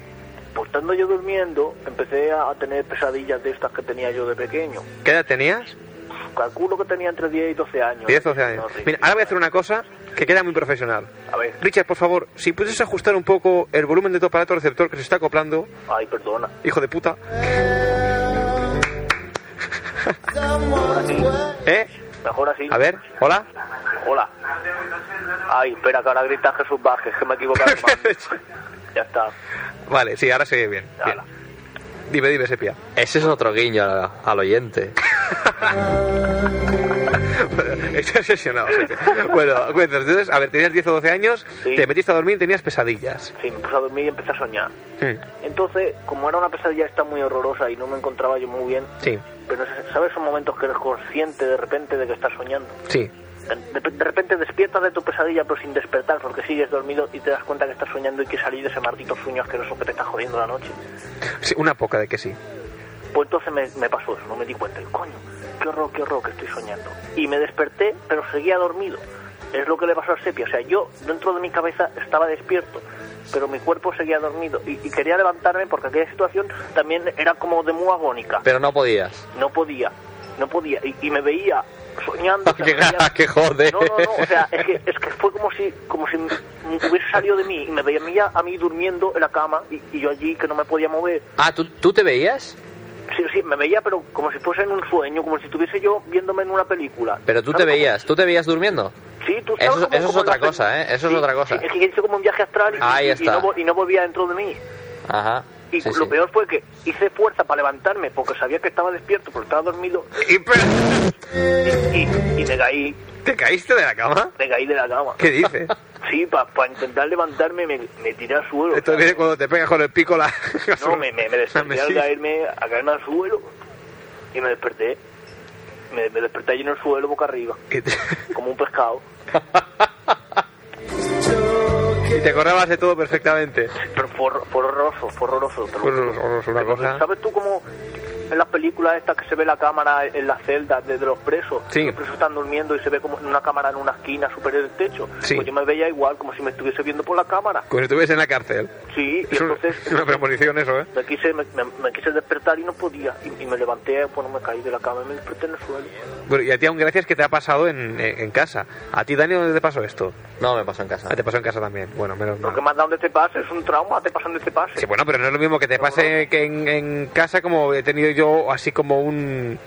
Speaker 11: Por Pues estando yo durmiendo, empecé a a tener pesadillas de estas que tenía yo de pequeño.
Speaker 1: ¿Qué edad tenías?
Speaker 11: Calculo que tenía entre 10 y 12 años.
Speaker 1: 10 o 12 años.
Speaker 11: No, sí.
Speaker 1: Mira, ahora voy a hacer una cosa que queda muy profesional.
Speaker 11: A ver,
Speaker 1: Richard, por favor, si pudieses ajustar un poco el volumen de tu aparato receptor que se está acoplando,
Speaker 11: ay, perdona.
Speaker 1: hijo de puta. ¿Eh?
Speaker 11: Mejor así.
Speaker 1: A ver, hola.
Speaker 11: Hola. Ay, espera, que ahora grita Jesús Vázquez, que me he equivocado. de mando. ya está.
Speaker 1: Vale, sí, ahora se ve bien. bien.
Speaker 11: Hala.
Speaker 1: Dime, dime, sepia.
Speaker 3: Ese es otro guiño al, al oyente.
Speaker 1: Estoy obsesionado. sepia. bueno, cuéntanos, entonces, a ver, tenías 10 o 12 años,
Speaker 11: Sí.
Speaker 1: te metiste a dormir y tenías pesadillas.
Speaker 11: Sí, me puse a dormir y empecé a soñar.
Speaker 1: Sí.
Speaker 11: Entonces, como era una pesadilla esta muy horrorosa y no me encontraba yo muy bien,
Speaker 1: Sí,
Speaker 11: pero ¿sabes esos momentos que eres consciente de repente de que estás soñando?
Speaker 1: sí.
Speaker 11: De, de repente despiertas de tu pesadilla pero sin despertar porque sigues dormido y te das cuenta que estás soñando y que salir de ese maldito sueño asqueroso que te está jodiendo la noche.
Speaker 1: Sí, Una poca de que sí.
Speaker 11: Pues entonces me, me pasó eso, no me di cuenta. Y, Coño, qué horror, qué horror que estoy soñando. Y me desperté, pero seguía dormido. Es lo que le pasó a Sepia. O sea, yo dentro de mi cabeza estaba despierto, pero mi cuerpo seguía dormido. Y, y quería levantarme porque aquella situación también era como de muy agónica.
Speaker 3: Pero no podías.
Speaker 11: No podía, no podía. Y, y me veía soñando. o sea,
Speaker 3: ¡Qué,
Speaker 11: me veía-
Speaker 3: gra- qué jode!
Speaker 11: no, no, no, o sea, es que, es que fue como si, como si m- hubiese salido de mí y me veía a mí, a mí durmiendo en la cama y, y yo allí que no me podía mover.
Speaker 3: Ah, ¿tú, tú te veías?
Speaker 11: Sí, sí, me veía, pero como si fuese en un sueño, como si estuviese yo viéndome en una película.
Speaker 3: Pero tú te
Speaker 11: ¿Sabes cómo?
Speaker 3: veías, ¿tú te veías durmiendo?
Speaker 11: Sí, tú sabes
Speaker 3: Eso,
Speaker 11: cómo-
Speaker 3: eso es
Speaker 11: cómo
Speaker 3: otra
Speaker 11: en la peli-
Speaker 3: cosa, ¿eh? Eso
Speaker 11: Sí,
Speaker 3: es otra cosa.
Speaker 11: sí, es que hice como un viaje astral y,
Speaker 3: Ahí
Speaker 11: y- y
Speaker 3: está.
Speaker 11: no, vo- y no volvía dentro de mí.
Speaker 3: Ajá.
Speaker 11: Y
Speaker 3: sí,
Speaker 11: lo
Speaker 3: sí.
Speaker 11: peor fue que hice fuerza para levantarme porque sabía que estaba despierto, porque estaba dormido
Speaker 1: Y, pero,
Speaker 11: y, y- y me caí,
Speaker 1: ¿Te caíste de la cama?
Speaker 11: me caí de la cama.
Speaker 1: ¿Qué dices?
Speaker 11: Sí, para intentar levantarme me, me tiré al suelo.
Speaker 1: Esto viene cuando te pegas con el pico la...
Speaker 11: No, me, me, me desperté al
Speaker 1: Sí.
Speaker 11: caerme, a caerme al suelo y me desperté. Me, me desperté allí en el suelo boca arriba,
Speaker 1: Y te,
Speaker 11: como un pescado.
Speaker 1: y te acordabas de todo perfectamente. Pues,
Speaker 11: Pero fue, hor- fue horroroso, fue horroroso. te lo
Speaker 1: Fue
Speaker 11: juro.
Speaker 1: horroroso, una
Speaker 11: Pero,
Speaker 1: cosa.
Speaker 11: ¿Sabes tú cómo en las películas estas que se ve la cámara en las celdas de, de los presos.
Speaker 15: Sí.
Speaker 11: Los presos están durmiendo y se ve como una cámara en una esquina superior del techo.
Speaker 15: Sí.
Speaker 11: Pues yo me veía igual, como si me estuviese viendo por la cámara.
Speaker 15: Como si estuviese en la cárcel.
Speaker 11: Sí, y
Speaker 15: Es una-
Speaker 11: entonces...
Speaker 15: es una premonición eso, ¿eh?
Speaker 11: Me quise, me, me- me quise despertar y no podía. Y, y me levanté, bueno, me caí de la cama y me desperté en el suelo.
Speaker 15: Bueno, y a ti aún gracias que te ha pasado en, en- en casa. ¿A ti, Dani, dónde te pasó esto?
Speaker 16: No, me pasó en casa.
Speaker 15: Ah, te pasó en casa también. Bueno, menos
Speaker 11: Lo
Speaker 15: mal.
Speaker 11: que más da donde te pase es un trauma, te pasan de este pase.
Speaker 15: Sí, bueno, pero no es lo mismo que te pase que en, en casa como he tenido yo así como un...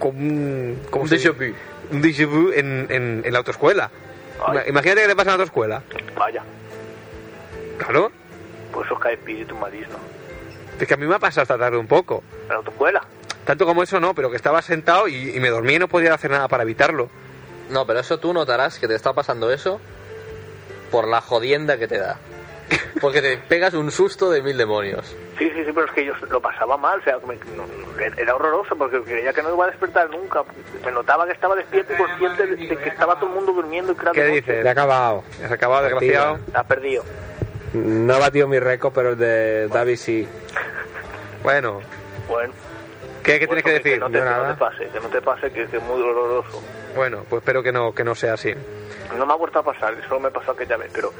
Speaker 15: Como un... ¿cómo
Speaker 16: Un
Speaker 15: se
Speaker 16: déjà
Speaker 15: dice? Un déjà vu en, en- en la autoescuela. Ima- Imagínate que te pasa en la autoescuela.
Speaker 11: Vaya,
Speaker 15: Claro.
Speaker 11: por eso es que hay espíritu maligno.
Speaker 15: Es que a mí me ha pasado esta tarde un poco.
Speaker 11: En la autoescuela.
Speaker 15: Tanto como eso no, pero que estaba sentado y, y me dormí y no podía hacer nada para evitarlo.
Speaker 16: No, pero eso tú notarás que te está pasando eso por la jodienda que te da. Porque te pegas un susto de mil demonios.
Speaker 11: Sí, sí, sí, pero es que yo lo pasaba mal, o sea, que me- no- no- era horroroso porque creía que no iba a despertar nunca. Me notaba que estaba despierto y consciente de, de que estaba todo el mundo durmiendo y que era
Speaker 15: ¿Qué
Speaker 11: de noche.
Speaker 15: dices? acabado. Se ha acabado, desgraciado.
Speaker 11: La has perdido.
Speaker 17: No ha batido mi récord, pero el de David sí.
Speaker 15: Bueno.
Speaker 11: Bueno.
Speaker 15: ¿Qué, qué
Speaker 11: Bueno,
Speaker 15: tienes que decir?
Speaker 11: no, te, que no te pase, que no te pase, que, que es muy doloroso.
Speaker 15: Bueno, pues espero que no, que no sea así.
Speaker 11: No me ha vuelto a pasar, solo me pasó aquella vez, pero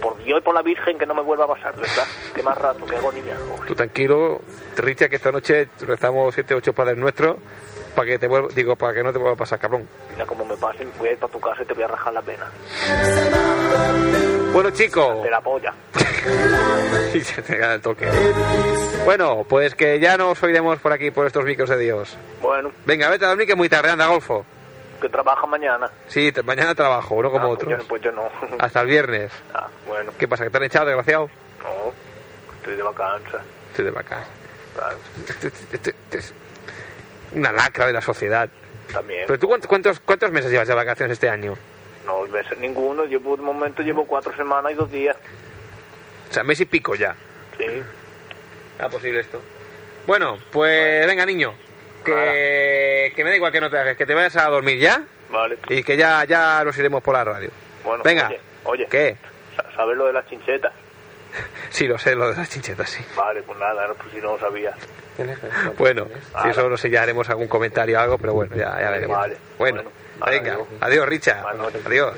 Speaker 11: por Dios y por la Virgen que no me vuelva a pasar, de ¿verdad? Que más rato, que agonía.
Speaker 15: Tú tranquilo, Richa, que esta noche rezamos siete ocho padres nuestros para que te vuelva, digo, para que no te vuelva a pasar, cabrón.
Speaker 11: Mira, como me pase, voy a ir para tu casa y te voy a rajar la pena.
Speaker 15: Bueno, chicos.
Speaker 11: De la polla.
Speaker 15: y se te da el toque. Bueno, pues que ya nos oiremos por aquí, por estos micros de Dios.
Speaker 11: Bueno,
Speaker 15: Venga, vete a dormir que es muy tarde, anda, Golfo.
Speaker 11: que trabaja mañana.
Speaker 15: Sí, te- mañana trabajo, no como
Speaker 11: Ah, pues
Speaker 15: otros.
Speaker 11: yo- Pues yo no.
Speaker 15: Hasta el viernes.
Speaker 11: Ah, bueno,
Speaker 15: ¿Qué pasa, que te han echado, desgraciado?
Speaker 11: no, estoy de vacanza.
Speaker 15: Estoy de vaca.
Speaker 11: Claro,
Speaker 15: Este- este- este- este es Una lacra de la sociedad.
Speaker 11: también.
Speaker 15: Pero tú, cuántos- ¿cuántos, cuántos meses llevas de vacaciones este año?
Speaker 11: No, meses ninguno. Llevo, de momento llevo cuatro semanas y dos días.
Speaker 15: O sea, mes y pico ya.
Speaker 11: Sí.
Speaker 15: ¿Era posible esto? Bueno, pues venga, niño. Que, que me da igual que no te hagas, que te vayas a dormir ya.
Speaker 11: Vale.
Speaker 15: Y que ya, ya los iremos por la radio.
Speaker 11: Bueno,
Speaker 15: venga.
Speaker 11: oye, oye.
Speaker 15: ¿Qué?
Speaker 11: sa- ¿Sabes lo de las chinchetas?
Speaker 15: Sí, lo sé, lo de las chinchetas, sí.
Speaker 11: Vale, pues nada, no, pues si no lo sabía.
Speaker 15: Bueno, si
Speaker 11: Ala.
Speaker 15: eso no sé, ya haremos algún comentario o algo, pero bueno, ya, ya veremos.
Speaker 11: Vale.
Speaker 15: Bueno, venga. Adiós, Richa. Adiós.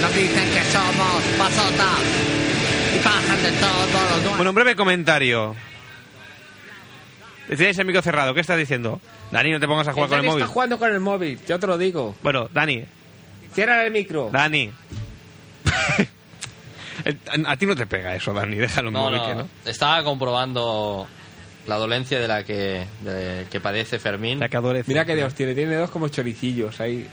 Speaker 18: Nos dicen que somos pasota y bajan de todo lo
Speaker 1: Bueno, un breve comentario. Tienes el micro cerrado, ¿qué estás diciendo? Dani, no te pongas a jugar con el
Speaker 2: Dani
Speaker 1: móvil.
Speaker 2: está jugando con el móvil, yo te lo digo.
Speaker 1: Bueno, Dani,
Speaker 2: Cierra el micro.
Speaker 1: Dani. El- a, a ti no te pega eso, Dani, déjalo en
Speaker 3: No,
Speaker 1: móvil, que
Speaker 3: no,
Speaker 1: no.
Speaker 3: Estaba comprobando la dolencia de la que, de- que padece Fermín.
Speaker 2: Mira que Dios tiene, tiene dos como choricillos ahí.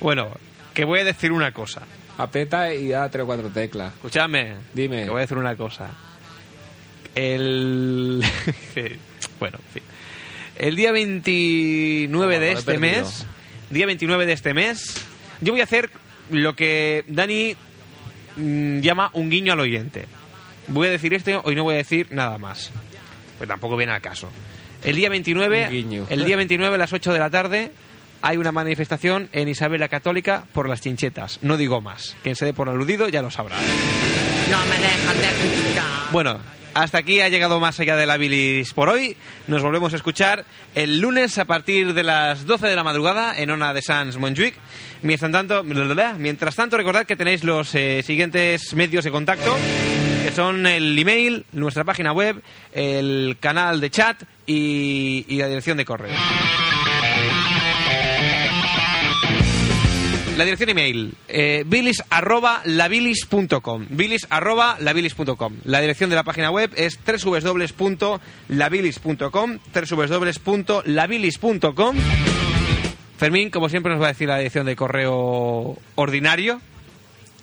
Speaker 1: Bueno, que voy a decir una cosa.
Speaker 2: Aprieta y da tres o cuatro teclas.
Speaker 1: Escúchame.
Speaker 2: Dime.
Speaker 1: Te voy a decir una cosa. El. bueno, en fin. El día 29
Speaker 3: Bueno,
Speaker 1: de
Speaker 3: lo he
Speaker 1: este
Speaker 3: perdido.
Speaker 1: mes. Día 29 de este mes. Yo voy a hacer lo que Dani mm, llama un guiño al oyente. Voy a decir esto hoy no voy a decir nada más. Pues tampoco viene al caso. El día 29.
Speaker 2: Un guiño.
Speaker 1: El día 29 a las 8 de la tarde. Hay una manifestación en Isabel la Católica por las chinchetas. No digo más. Quien se dé por aludido ya lo sabrá.
Speaker 18: No me dejan de escuchar.
Speaker 1: Bueno, hasta aquí ha llegado más allá de la bilis por hoy. Nos volvemos a escuchar el lunes a partir de las 12 de la madrugada en Ona de Sans Montjuic. Mientras tanto, mientras tanto recordad que tenéis los eh, siguientes medios de contacto, que son el email, nuestra página web, el canal de chat y, y la dirección de correo. La dirección email, eh, bilis arroba labilis.com. Bilis arroba labilis.com. La dirección de la página web es www.labilis.com. www.labilis.com. Fermín, como siempre, nos va a decir la dirección de correo ordinario.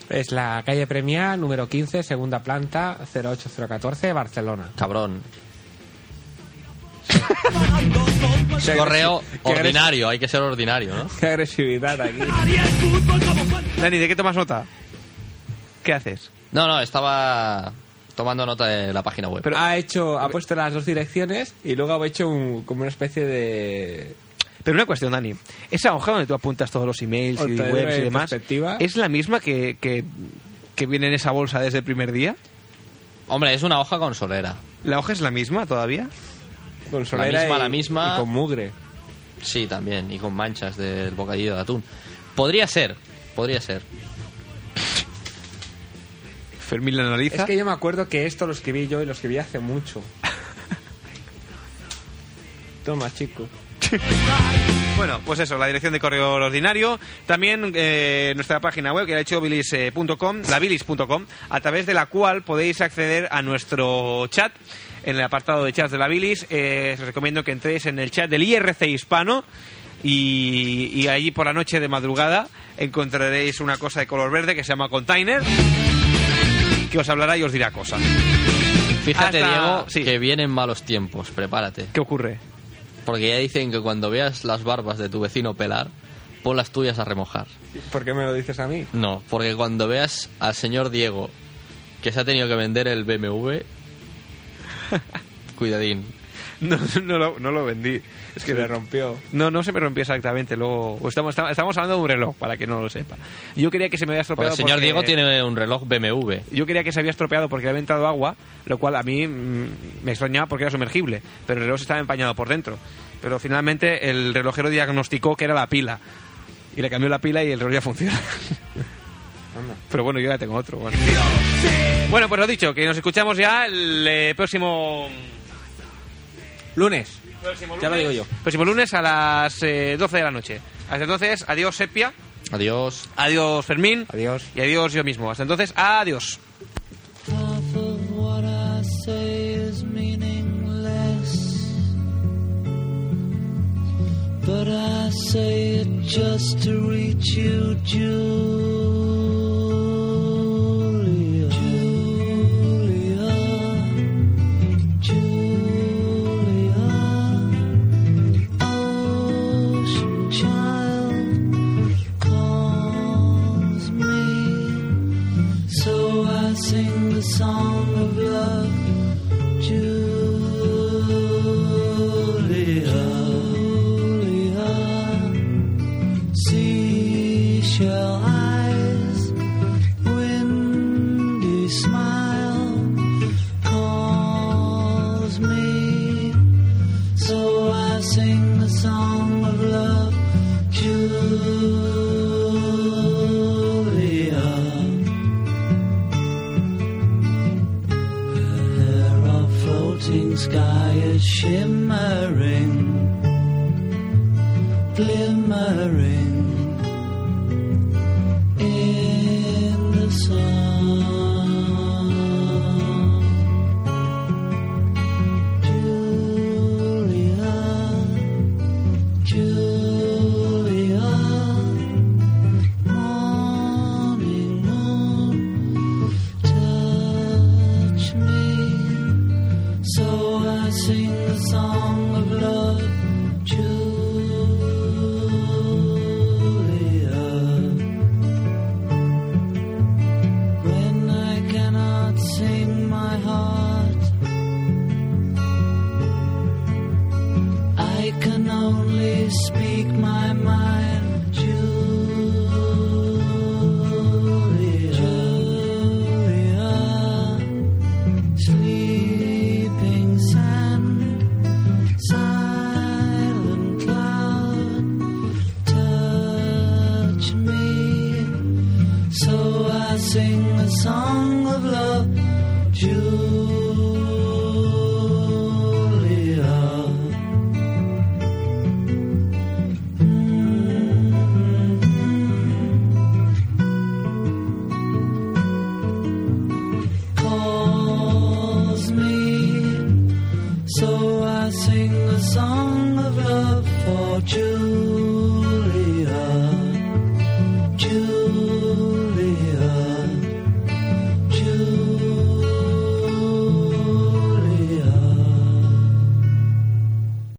Speaker 2: Es la calle Premia, número 15, segunda planta, 08014, Barcelona.
Speaker 3: Cabrón. Correo ordinario, hay que ser ordinario, ¿no?
Speaker 2: Qué agresividad aquí.
Speaker 1: Dani, ¿de qué tomas nota? ¿Qué haces?
Speaker 3: No, no, estaba tomando nota de la página web. Ah,
Speaker 2: Pero ha hecho, ha puesto las dos direcciones y luego ha hecho un- como una especie de
Speaker 1: Pero una cuestión, Dani. Esa hoja donde tú apuntas todos los emails y
Speaker 2: Ordenador
Speaker 1: webs y
Speaker 2: de
Speaker 1: demás,
Speaker 2: perspectiva.
Speaker 1: ¿es la misma que, que, que viene en esa bolsa desde el primer día?
Speaker 3: Hombre, es una hoja con solera.
Speaker 1: ¿La hoja es la misma todavía?
Speaker 2: Con
Speaker 3: la
Speaker 2: solera
Speaker 3: misma,
Speaker 2: y-
Speaker 3: la misma.
Speaker 2: y con mugre.
Speaker 3: Sí, también. Y con manchas del bocadillo de atún. Podría ser, podría ser.
Speaker 1: Fermín la nariz.
Speaker 2: Es que yo me acuerdo que esto lo escribí yo y lo escribí hace mucho. Toma, chico.
Speaker 1: Bueno, pues eso, la dirección de correo ordinario. También eh, nuestra página web, que ha hecho eh, bilis.com, labilis.com, a través de la cual podéis acceder a nuestro chat. En el apartado de chats de la bilis, eh, os recomiendo que entréis en el chat del IRC hispano. Y, y allí por la noche de madrugada encontraréis una cosa de color verde que se llama container que os hablará y os dirá cosas.
Speaker 3: Fíjate,
Speaker 1: Hasta-
Speaker 3: Diego, que vienen malos tiempos. Prepárate.
Speaker 1: ¿Qué ocurre?
Speaker 3: Porque ya dicen que cuando veas las barbas de tu vecino pelar, pon las tuyas a remojar.
Speaker 2: ¿Por qué me lo dices a mí?
Speaker 3: No, porque cuando veas al señor Diego, que se ha tenido que vender el BMW, cuidadín.
Speaker 1: No, no, lo, no lo vendí. Es que
Speaker 2: Se le rompió.
Speaker 1: No, no se me rompió exactamente. Luego estamos, estamos hablando de un reloj, para que no lo sepa. Yo quería que se me había
Speaker 3: Porque
Speaker 1: estropeado.
Speaker 3: el señor
Speaker 1: porque-
Speaker 3: Diego tiene un reloj BMW.
Speaker 1: Yo quería que se había estropeado porque le había entrado agua, lo cual a mí mm, me extrañaba porque era sumergible, pero el reloj estaba empañado por dentro. Pero finalmente el relojero diagnosticó que era la pila. Y le cambió la pila y el reloj ya funciona. Pero bueno, yo ya tengo otro. Bueno, Bueno, pues lo dicho, que nos escuchamos ya el eh, próximo
Speaker 2: lunes.
Speaker 1: Ya lo digo yo. Próximo lunes a las eh, 12 de la noche. Hasta entonces, adiós Sepia.
Speaker 3: Adiós.
Speaker 1: Adiós Fermín.
Speaker 2: Adiós.
Speaker 1: Y adiós yo mismo. Hasta entonces, adiós.
Speaker 6: Half of what I say is meaningless. But I say it just to reach you, Julia. Julia. Julia. Ocean child calls me. So I sing the song of love, Julia. Julia. Seashell eyes, windy smile calls me. So I sing the song of love, Julia. There our floating sky is shimmering, glimmering in the sun. Julia, Julia, morning moon touch me. So I sing the song of love, Julia. When I cannot sing my heart, I can only speak my mind, Julia. Julia, sleeping sand, silent cloud, touch me, so I sing a song of love, Julia. calls me. So I sing a song of love for you.